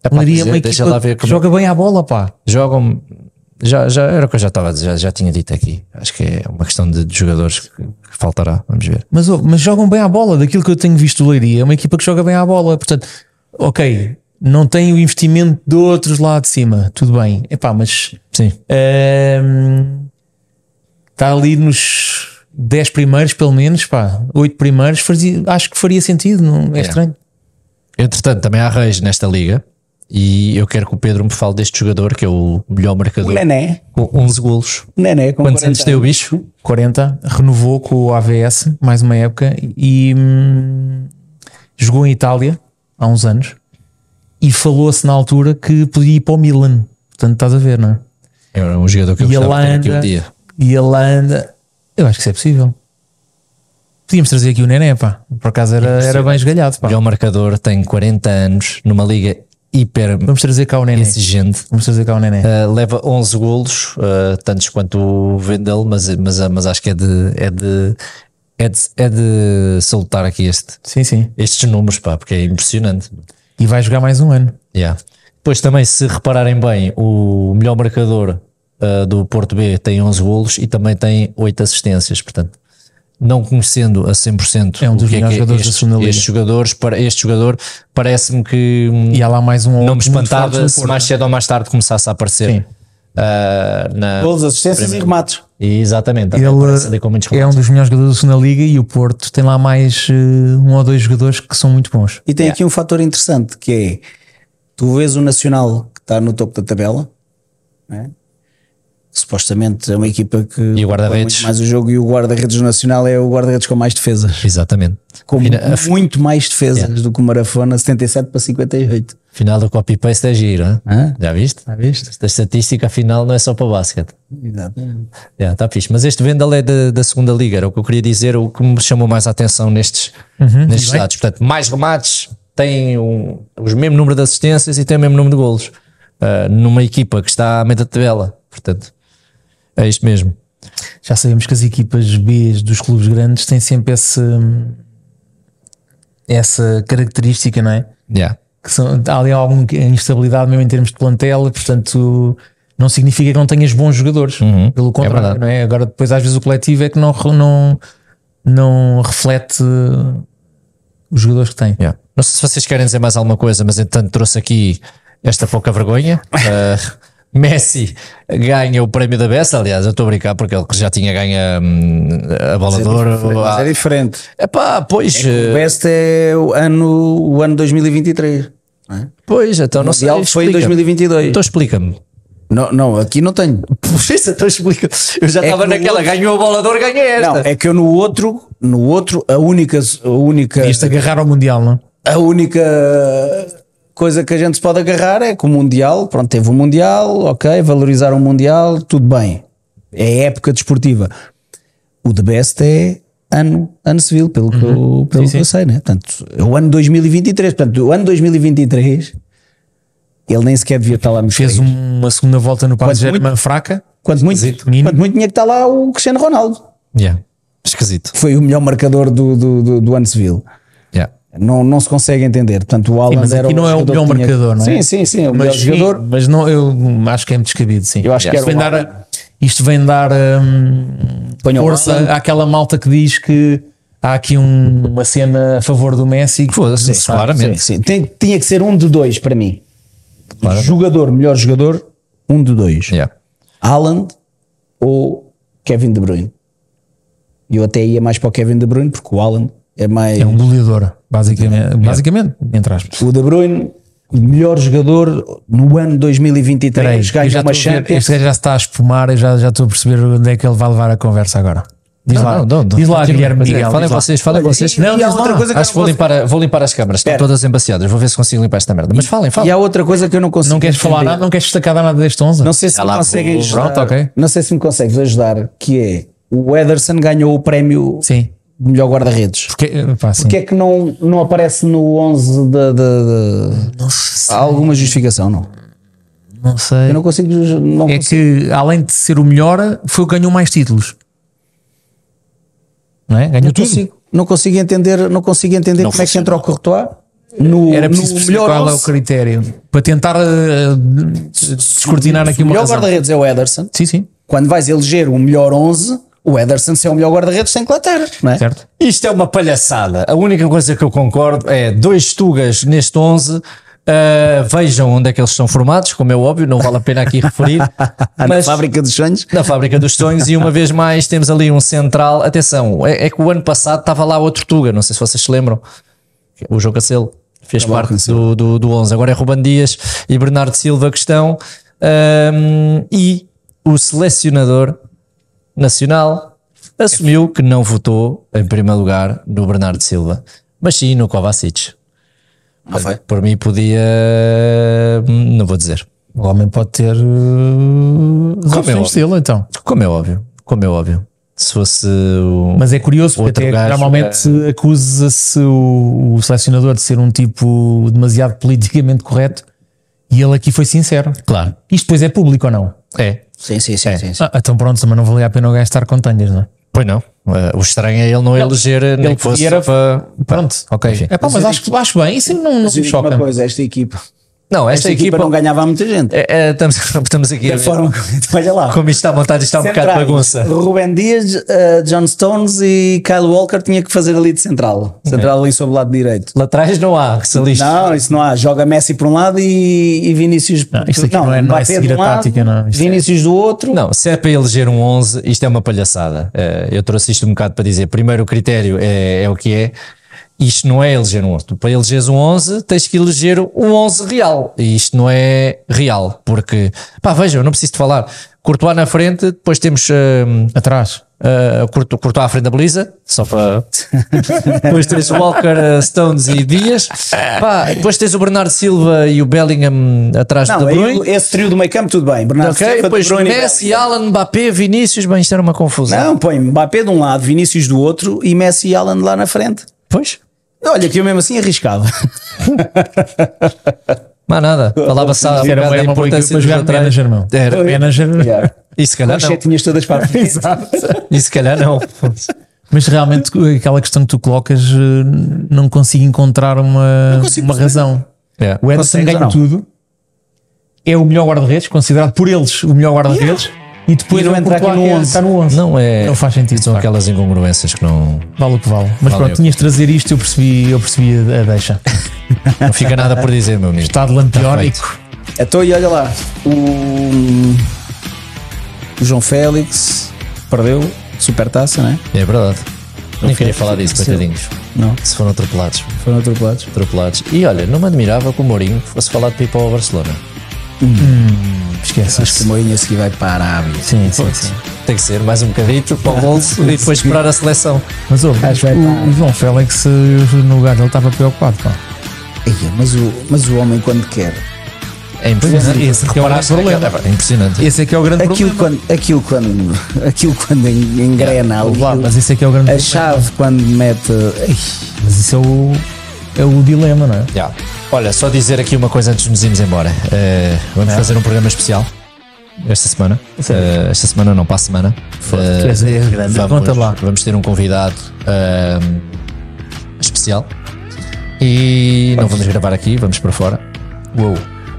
[SPEAKER 3] é pá,
[SPEAKER 4] Leiria é uma
[SPEAKER 3] dizer, deixa lá
[SPEAKER 4] equipa
[SPEAKER 3] ver
[SPEAKER 4] que
[SPEAKER 3] como é.
[SPEAKER 4] joga bem à bola, pá.
[SPEAKER 3] jogam. Já, já era o que eu já estava a dizer, já, já tinha dito aqui. Acho que é uma questão de, de jogadores que, que faltará. Vamos ver.
[SPEAKER 4] Mas, oh, mas jogam bem à bola, daquilo que eu tenho visto do Leiria, é uma equipa que joga bem à bola, portanto, ok, não tem o investimento de outros lá de cima, tudo bem, epá, mas
[SPEAKER 3] Sim,
[SPEAKER 4] ehm, está ali nos 10 primeiros, pelo menos, pá, 8 primeiros, fazia- acho que faria sentido, não é, estranho.
[SPEAKER 3] entretanto, também há Reis nesta liga. E eu quero que o Pedro me fale deste jogador que é o melhor marcador
[SPEAKER 2] O Nené.
[SPEAKER 3] com 11 golos.
[SPEAKER 2] O Nené com
[SPEAKER 3] Quantos
[SPEAKER 2] 40
[SPEAKER 3] anos tem o bicho?
[SPEAKER 4] 40, renovou com o AVS mais uma época e hum, jogou em Itália há uns anos. E e falou-se na altura que podia ir para o Milan. Portanto, estás a ver, não é?
[SPEAKER 3] Era um jogador que eu
[SPEAKER 4] E ele
[SPEAKER 3] gostava de ter aqui um
[SPEAKER 4] anda.
[SPEAKER 3] dia.
[SPEAKER 4] E ele anda. Eu acho que isso é possível. Podíamos trazer aqui o Nené, pá. Por acaso
[SPEAKER 3] É
[SPEAKER 4] era, era bem esgalhado, pá.
[SPEAKER 3] Melhor marcador, tem 40 anos, numa liga hiper
[SPEAKER 4] Vamos trazer cá o Nené.
[SPEAKER 3] exigente.
[SPEAKER 4] Vamos trazer cá o Nené.
[SPEAKER 3] Uh, leva 11 golos, uh, tantos quanto o Vendel, mas, mas, mas acho que é de, é de, é de, é de salutar aqui este,
[SPEAKER 4] Sim, sim.
[SPEAKER 3] estes números, pá, porque é impressionante.
[SPEAKER 4] E vai jogar mais um ano.
[SPEAKER 3] Yeah. Depois também, se repararem bem, o melhor marcador uh, do Porto B tem 11 golos e também tem 8 assistências, portanto. Não conhecendo a 100%
[SPEAKER 4] É um dos
[SPEAKER 3] o que
[SPEAKER 4] melhores
[SPEAKER 3] que
[SPEAKER 4] jogadores da
[SPEAKER 3] estes,
[SPEAKER 4] segunda liga.
[SPEAKER 3] estes jogadores, para este jogador parece-me que hum,
[SPEAKER 4] E há lá mais um ou
[SPEAKER 3] não me
[SPEAKER 4] outro muito forte
[SPEAKER 3] espantava
[SPEAKER 4] no
[SPEAKER 3] se
[SPEAKER 4] Porto.
[SPEAKER 3] mais cedo ou mais tarde começasse a
[SPEAKER 4] Sim.
[SPEAKER 3] aparecer ah, na,
[SPEAKER 2] Golos, assistências e remates.
[SPEAKER 3] Exatamente, até aparece ali com muitos
[SPEAKER 4] Ele é um
[SPEAKER 3] remates.
[SPEAKER 4] dos melhores jogadores da segunda liga e o Porto tem lá mais eh, um ou dois jogadores que são muito bons.
[SPEAKER 2] E tem aqui um fator interessante que é tu vês o Nacional que está no topo da tabela, né? supostamente é uma equipa que
[SPEAKER 3] E o guarda-redes.
[SPEAKER 2] propõe muito mais o jogo e o guarda-redes do Nacional é o guarda-redes com mais defesas,
[SPEAKER 3] Exatamente.
[SPEAKER 2] com
[SPEAKER 3] Fina- a fi-
[SPEAKER 2] muito mais defesas do que o Marafona, 77 para 58.
[SPEAKER 3] final do copy-paste é giro, hein?
[SPEAKER 2] Hã?
[SPEAKER 3] já viste?
[SPEAKER 2] Já viste?
[SPEAKER 3] Esta estatística afinal não é só para o basquete.
[SPEAKER 2] Exatamente.
[SPEAKER 3] Yeah, tá fixe. Mas este Vendel é da, da segunda liga, era o que eu queria dizer, o que me chamou mais a atenção nestes, nestes dados. Portanto, mais remates, tem um, os mesmo número de assistências e tem o mesmo número de golos. Ah, numa equipa que está à meia da tabela. Portanto, é isto mesmo.
[SPEAKER 4] Já sabemos que as equipas B dos clubes grandes têm sempre esse, hum, essa característica, não é?
[SPEAKER 3] Yeah.
[SPEAKER 4] que são, há ali alguma instabilidade mesmo em termos de plantel, portanto não significa que não tenhas bons jogadores,
[SPEAKER 3] Uhum,
[SPEAKER 4] pelo contrário,
[SPEAKER 3] verdade.
[SPEAKER 4] não é? Agora depois às vezes o coletivo é que não, re- não, não reflete os jogadores que tem.
[SPEAKER 3] Yeah. Não sei se vocês querem dizer mais alguma coisa, mas entanto trouxe aqui esta pouca vergonha. Uh, Messi ganha o prémio da Bessa, aliás, eu estou a brincar porque ele que já tinha ganho hum, a bola de ouro.
[SPEAKER 2] Mas
[SPEAKER 3] há-
[SPEAKER 2] é diferente.
[SPEAKER 3] Epá, pois,
[SPEAKER 2] O
[SPEAKER 3] eh,
[SPEAKER 2] best é o ano, o ano 2023. Não é?
[SPEAKER 3] pois, então
[SPEAKER 2] O
[SPEAKER 3] não sei.
[SPEAKER 2] Mundial foi em
[SPEAKER 3] explica-me.
[SPEAKER 2] 2022.
[SPEAKER 3] Então explica-me.
[SPEAKER 2] Não, não, aqui não tenho.
[SPEAKER 3] Pois, então explica Eu já
[SPEAKER 2] É
[SPEAKER 3] estava
[SPEAKER 2] que no
[SPEAKER 3] naquela,
[SPEAKER 2] outro-
[SPEAKER 3] ganhou a bola de ouro, ganhei esta.
[SPEAKER 2] Não, é que eu no outro, no outro, a única, a única,
[SPEAKER 4] Isto agarrar ao Mundial, não?
[SPEAKER 2] a única coisa que a gente se pode agarrar é que o Mundial, pronto, teve o Mundial, ok, valorizar o Mundial, tudo bem. É época desportiva. O The Best é ano, ano civil, pelo, que,
[SPEAKER 4] Uhum.
[SPEAKER 2] eu, pelo que eu sei, né? Portanto, é o ano 2023. Portanto, o ano 2023, ele nem sequer devia estar lá no
[SPEAKER 4] Fez um uma segunda volta no Paris
[SPEAKER 2] Quanto muito-
[SPEAKER 4] Germain fraca.
[SPEAKER 2] Quanto muito,
[SPEAKER 4] mínimo.
[SPEAKER 2] quanto muito tinha que estar lá o Cristiano Ronaldo,
[SPEAKER 3] Yeah. Esquisito.
[SPEAKER 2] que foi o melhor marcador do, do, do, do ano civil.
[SPEAKER 3] Yeah.
[SPEAKER 2] Não, não se consegue entender. Portanto, o Alan
[SPEAKER 4] mas
[SPEAKER 2] era
[SPEAKER 4] aqui não é o
[SPEAKER 2] jogador
[SPEAKER 4] melhor
[SPEAKER 2] que tinha-
[SPEAKER 4] marcador, não
[SPEAKER 2] Sim,
[SPEAKER 4] é?
[SPEAKER 2] sim, sim. O melhor
[SPEAKER 4] sim,
[SPEAKER 2] jogador.
[SPEAKER 4] mas não, eu acho que é muito descabido, sim.
[SPEAKER 2] Eu acho que
[SPEAKER 4] isto,
[SPEAKER 2] era um
[SPEAKER 4] vem
[SPEAKER 2] o
[SPEAKER 4] dar, isto vem dar hum,
[SPEAKER 2] Ponha o Alan.
[SPEAKER 4] força àquela malta que diz que há aqui um- uma cena a favor do Messi.
[SPEAKER 3] Foda-se,
[SPEAKER 4] É.
[SPEAKER 3] claramente.
[SPEAKER 2] Sim, sim. Tem- tinha que ser um de dois para mim. Jogador, melhor jogador, um de dois.
[SPEAKER 4] É.
[SPEAKER 3] Yeah.
[SPEAKER 2] Alan ou Kevin De Bruyne. Eu até ia mais para o Kevin De Bruyne, porque o Alan é mais.
[SPEAKER 4] É um goleador,
[SPEAKER 2] É,
[SPEAKER 4] basicamente, basicamente entre aspas.
[SPEAKER 2] O De Bruyne, melhor jogador no ano 2023.
[SPEAKER 4] eu
[SPEAKER 2] Ganha
[SPEAKER 4] já
[SPEAKER 2] é uma
[SPEAKER 4] estou a ver,
[SPEAKER 2] Champions.
[SPEAKER 4] este gajo já se está a espumar, eu já, já estou a perceber onde é que ele vai levar a conversa agora. Diz
[SPEAKER 3] Não,
[SPEAKER 4] lá,
[SPEAKER 3] não, não, não.
[SPEAKER 4] Diz lá
[SPEAKER 3] Continua,
[SPEAKER 4] Guilherme
[SPEAKER 3] pois é,
[SPEAKER 4] Miguel.
[SPEAKER 3] Falem
[SPEAKER 4] diz lá.
[SPEAKER 3] vocês, falem vocês.
[SPEAKER 2] e- e há
[SPEAKER 4] diz
[SPEAKER 2] outra
[SPEAKER 4] lá.
[SPEAKER 2] coisa que eu
[SPEAKER 3] Acho que vou
[SPEAKER 2] não
[SPEAKER 3] limpar, a- vou limpar as câmaras, estão
[SPEAKER 2] Espera.
[SPEAKER 3] todas embaciadas. Vou ver se consigo limpar esta merda. Mas falem,
[SPEAKER 2] E
[SPEAKER 3] falem.
[SPEAKER 2] há outra coisa que eu não consigo.
[SPEAKER 4] Não queres falar
[SPEAKER 2] entender.
[SPEAKER 4] nada, não queres destacar nada deste 11?
[SPEAKER 2] Não sei se me
[SPEAKER 3] lá
[SPEAKER 2] conseguem
[SPEAKER 3] vou-
[SPEAKER 2] ajudar.
[SPEAKER 4] pronto, ok.
[SPEAKER 2] Não sei se me consegues ajudar, que é o Ederson ganhou o prémio
[SPEAKER 4] Sim.
[SPEAKER 2] de melhor guarda-redes.
[SPEAKER 4] Porque, pá, sim.
[SPEAKER 2] Porquê é que não, não aparece no 11 de, de- de-
[SPEAKER 4] Não sei.
[SPEAKER 2] Há alguma justificação, não?
[SPEAKER 4] Não sei.
[SPEAKER 2] Eu não consigo. ju- Não
[SPEAKER 4] é
[SPEAKER 2] consigo.
[SPEAKER 4] que além de ser o melhor, foi o que ganhou mais títulos. Não é? Ganhou
[SPEAKER 2] Não
[SPEAKER 4] tudo.
[SPEAKER 2] consigo, não consigo entender, não consigo entender como é que entra o Courtois no,
[SPEAKER 4] Era
[SPEAKER 2] no
[SPEAKER 4] preciso perceber
[SPEAKER 2] melhor,
[SPEAKER 4] qual é o
[SPEAKER 2] 11.
[SPEAKER 4] critério para tentar eh, descortinar aqui
[SPEAKER 2] o
[SPEAKER 4] uma
[SPEAKER 2] melhor
[SPEAKER 4] razão.
[SPEAKER 2] guarda-redes é o Ederson.
[SPEAKER 4] Sim, sim,
[SPEAKER 2] Quando vais eleger o melhor 11, o Ederson é o melhor guarda-redes da Inglaterra, não é?
[SPEAKER 4] certo.
[SPEAKER 3] Isto é uma palhaçada. A única coisa que eu concordo é dois Tugas neste 11. ah, vejam onde é que eles são formados, como é óbvio, não vale a pena aqui referir.
[SPEAKER 2] Na
[SPEAKER 3] mas
[SPEAKER 2] fábrica dos sonhos.
[SPEAKER 3] na fábrica dos sonhos, e uma vez mais temos ali um central. Atenção, é, é que o ano passado estava lá outro Tuga, não sei se vocês se lembram. O João Cacelo fez parte do, do, do 11. Agora é Ruban Dias e Bernardo Silva que estão. ahm, e o selecionador nacional assumiu que não votou em primeiro lugar no Bernardo Silva, mas sim no Kovacic.
[SPEAKER 2] Ah, foi?
[SPEAKER 3] Por mim podia. hum, Não vou dizer.
[SPEAKER 4] O homem pode ter uh, as
[SPEAKER 3] Como é
[SPEAKER 4] opções
[SPEAKER 3] óbvio.
[SPEAKER 4] dele, então.
[SPEAKER 3] Como é óbvio. Como é óbvio. Se fosse o.
[SPEAKER 4] Mas é curioso, porque
[SPEAKER 3] Outro
[SPEAKER 4] até
[SPEAKER 3] gajo, é.
[SPEAKER 4] normalmente acusa-se o, o selecionador de ser um tipo demasiado politicamente correto e ele aqui foi sincero.
[SPEAKER 3] Claro.
[SPEAKER 4] Isto depois é público ou não?
[SPEAKER 3] É.
[SPEAKER 2] Sim, sim, sim. sim, sim.
[SPEAKER 4] Ah, então pronto, mas não valia a pena o gajo estar com tangas, não é?
[SPEAKER 3] Pois não. Eh, o estranho é ele não eleger nem
[SPEAKER 4] ele
[SPEAKER 3] que fosse.
[SPEAKER 4] era-
[SPEAKER 3] só para-
[SPEAKER 4] Pronto, ok.
[SPEAKER 3] Enfim.
[SPEAKER 4] É pá, mas acho, que- acho bem, isso não, não
[SPEAKER 2] Mas eu
[SPEAKER 4] me
[SPEAKER 2] digo uma
[SPEAKER 4] choca.
[SPEAKER 2] coisa, esta equipa, esta
[SPEAKER 3] Não, esta,
[SPEAKER 2] equipa, não ganhava a muita gente.
[SPEAKER 3] É, é, estamos, estamos aqui. a
[SPEAKER 2] Da
[SPEAKER 3] ver
[SPEAKER 2] forma como- olha lá.
[SPEAKER 3] Como isto está montado, isto está um bocado de
[SPEAKER 2] Centrais,
[SPEAKER 3] bagunça.
[SPEAKER 2] Rubem Dias, eh, John Stones e Kyle Walker tinha que fazer ali de central. Central ali sobre o lado direito.
[SPEAKER 3] Lá atrás não há salista.
[SPEAKER 2] Não, isso não há. Joga Messi por um lado e, e Vinícius
[SPEAKER 4] Não, isto aqui não é- não é
[SPEAKER 2] Mbappé
[SPEAKER 4] seguir
[SPEAKER 2] de um
[SPEAKER 4] a tática, não. Isto é-
[SPEAKER 2] Vinícius do outro.
[SPEAKER 3] Não, se é para eleger um 11, isto é uma palhaçada. Eh, eu trouxe isto um bocado para dizer. Primeiro, o critério é, é o que é. Isto não é eleger um 11. Tu, Para elegeres um 11, tens que eleger um 11 real. E isto não é real, porque, pá, vejam, eu não preciso de falar. Courtois na frente, depois temos hum,
[SPEAKER 4] Atrás.
[SPEAKER 3] Uh, curto, curto à frente da Belisa, só para. depois tens o Walker, uh, Stones e Dias. Pá, depois tens o Bernardo Silva e o Bellingham atrás
[SPEAKER 2] Não,
[SPEAKER 3] do De
[SPEAKER 2] aí
[SPEAKER 3] Bruyne.
[SPEAKER 2] esse trio do meio campo, tudo bem. Bernardo
[SPEAKER 3] Ok,
[SPEAKER 2] Silva, De
[SPEAKER 3] depois
[SPEAKER 2] Bruyne e
[SPEAKER 3] Messi,
[SPEAKER 2] Bellingham.
[SPEAKER 3] Alan, Mbappé, Vinícius. Bem, isto era uma confusão.
[SPEAKER 2] Não, põe Mbappé de um lado, Vinícius do outro e Messi e Alan lá na frente.
[SPEAKER 3] Pois,
[SPEAKER 2] Olha, que eu mesmo assim arriscava.
[SPEAKER 3] mais nada. Falava-se há um bocado
[SPEAKER 4] Era uma,
[SPEAKER 3] da
[SPEAKER 4] era uma boa equipa
[SPEAKER 3] importância
[SPEAKER 4] para
[SPEAKER 3] dos
[SPEAKER 4] jogar
[SPEAKER 3] laterais.
[SPEAKER 4] manager, meu.
[SPEAKER 3] Era.
[SPEAKER 4] Manager.
[SPEAKER 3] E se calhar
[SPEAKER 2] As
[SPEAKER 3] não.
[SPEAKER 2] setinhas todas para a frente.
[SPEAKER 3] E se calhar não.
[SPEAKER 4] Mas realmente aquela questão que tu colocas eh, não consigo encontrar uma,
[SPEAKER 2] consigo
[SPEAKER 4] uma
[SPEAKER 2] perceber.
[SPEAKER 4] razão.
[SPEAKER 3] É.
[SPEAKER 4] O Edson
[SPEAKER 2] Consegues ou
[SPEAKER 4] ganha
[SPEAKER 2] não?
[SPEAKER 4] tudo, é o melhor guarda-redes, considerado por eles o melhor guarda-redes, e depois
[SPEAKER 2] E não
[SPEAKER 4] é o
[SPEAKER 2] entra aqui
[SPEAKER 4] Courtois
[SPEAKER 2] no
[SPEAKER 4] que
[SPEAKER 2] 11.
[SPEAKER 4] Está no 11.
[SPEAKER 3] Não é.
[SPEAKER 4] Não faz sentido,
[SPEAKER 3] São
[SPEAKER 4] pá.
[SPEAKER 3] aquelas incongruências que não,
[SPEAKER 4] Vale o que vale. Mas
[SPEAKER 3] Valeu.
[SPEAKER 4] pronto, tinhas de trazer isto, eu percebi, eu percebi a, a deixa.
[SPEAKER 3] não fica nada por dizer, meu amigo.
[SPEAKER 4] Estado lampiónico.
[SPEAKER 2] Então, e olha lá, o, o João Félix perdeu super taça, né?
[SPEAKER 3] É verdade. Nem queria falar disso, coitadinhos.
[SPEAKER 2] Não.
[SPEAKER 3] Se foram atropelados.
[SPEAKER 2] Foram atropelados.
[SPEAKER 3] atropelados. E olha, não me admirava que o Mourinho fosse falar de pipa ao Barcelona.
[SPEAKER 4] Esquece.
[SPEAKER 2] Acho que o Mourinho a seguir vai para a Arábia.
[SPEAKER 4] Sim, sim, sim.
[SPEAKER 3] Tem que ser mais um bocadito para o bolso e depois esperar a seleção.
[SPEAKER 4] Mas ouve,
[SPEAKER 2] Acho que vai
[SPEAKER 4] o, o João Félix, eh, eu, no lugar dele, estava preocupado. Pá.
[SPEAKER 2] Ia, mas, o, mas o homem quando quer.
[SPEAKER 3] É impressionante.
[SPEAKER 4] Esse é que é o
[SPEAKER 3] Reparaste
[SPEAKER 4] grande
[SPEAKER 3] naquela-
[SPEAKER 4] problema.
[SPEAKER 3] É impressionante.
[SPEAKER 4] Esse é que é o grande
[SPEAKER 2] Aquilo
[SPEAKER 4] problema.
[SPEAKER 2] quando, aquilo quando, aquilo quando en- engrena ali,
[SPEAKER 4] Lá, mas esse é que é o grande
[SPEAKER 2] a
[SPEAKER 4] problema.
[SPEAKER 2] chave quando mete. Ai,
[SPEAKER 4] Mas isso é o, é o dilema, não é?
[SPEAKER 3] Já. Olha, só dizer aqui uma coisa antes de nos irmos embora. Eh, vamos fazer um programa especial esta semana. Eh, esta semana não, para a semana. Eh,
[SPEAKER 4] Tu és- és grande.
[SPEAKER 3] vamos,
[SPEAKER 4] Conta lá.
[SPEAKER 3] vamos ter um convidado eh, especial e não vamos gravar aqui, vamos para fora. Uou.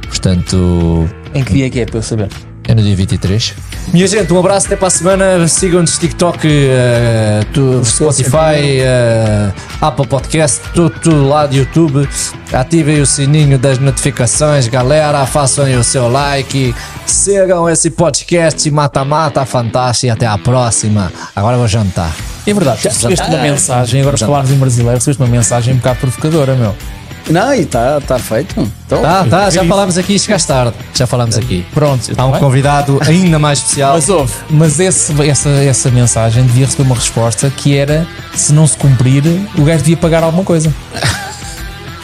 [SPEAKER 3] Portanto,
[SPEAKER 4] Em que dia é que é, para eu saber?
[SPEAKER 3] É no dia 23. Minha gente, um abraço até para a semana. Sigam-nos TikTok, eh, tu- Spotify, eh, Apple Podcast, tudo, tudo lá do YouTube. Ativem o sininho das notificações, galera. Façam aí o seu like. Sigam esse podcast mata-mata fantástico. E até à próxima. Agora eu vou jantar.
[SPEAKER 4] É verdade, tu recebeste uma mensagem, agora falares em brasileiro, recebeste uma mensagem um bocado provocadora, meu.
[SPEAKER 2] não, e está tá feito. Então,
[SPEAKER 3] Tá, tá, já falámos aqui, chegaste tarde. Já falámos aqui.
[SPEAKER 4] Pronto, tá
[SPEAKER 3] Há um convidado ainda mais especial.
[SPEAKER 4] mas houve. Mas esse- essa, essa mensagem devia receber uma resposta que era: se não se cumprir, o gajo devia pagar alguma coisa.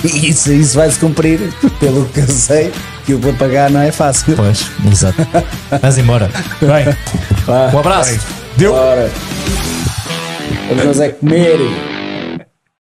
[SPEAKER 2] Isso, isso vai se cumprir, pelo que eu sei, que eu vou pagar não é fácil.
[SPEAKER 3] Pois, exato. Mas embora.
[SPEAKER 4] Bem,
[SPEAKER 3] Um abraço.
[SPEAKER 4] deu.
[SPEAKER 2] Ora, vamos é comer.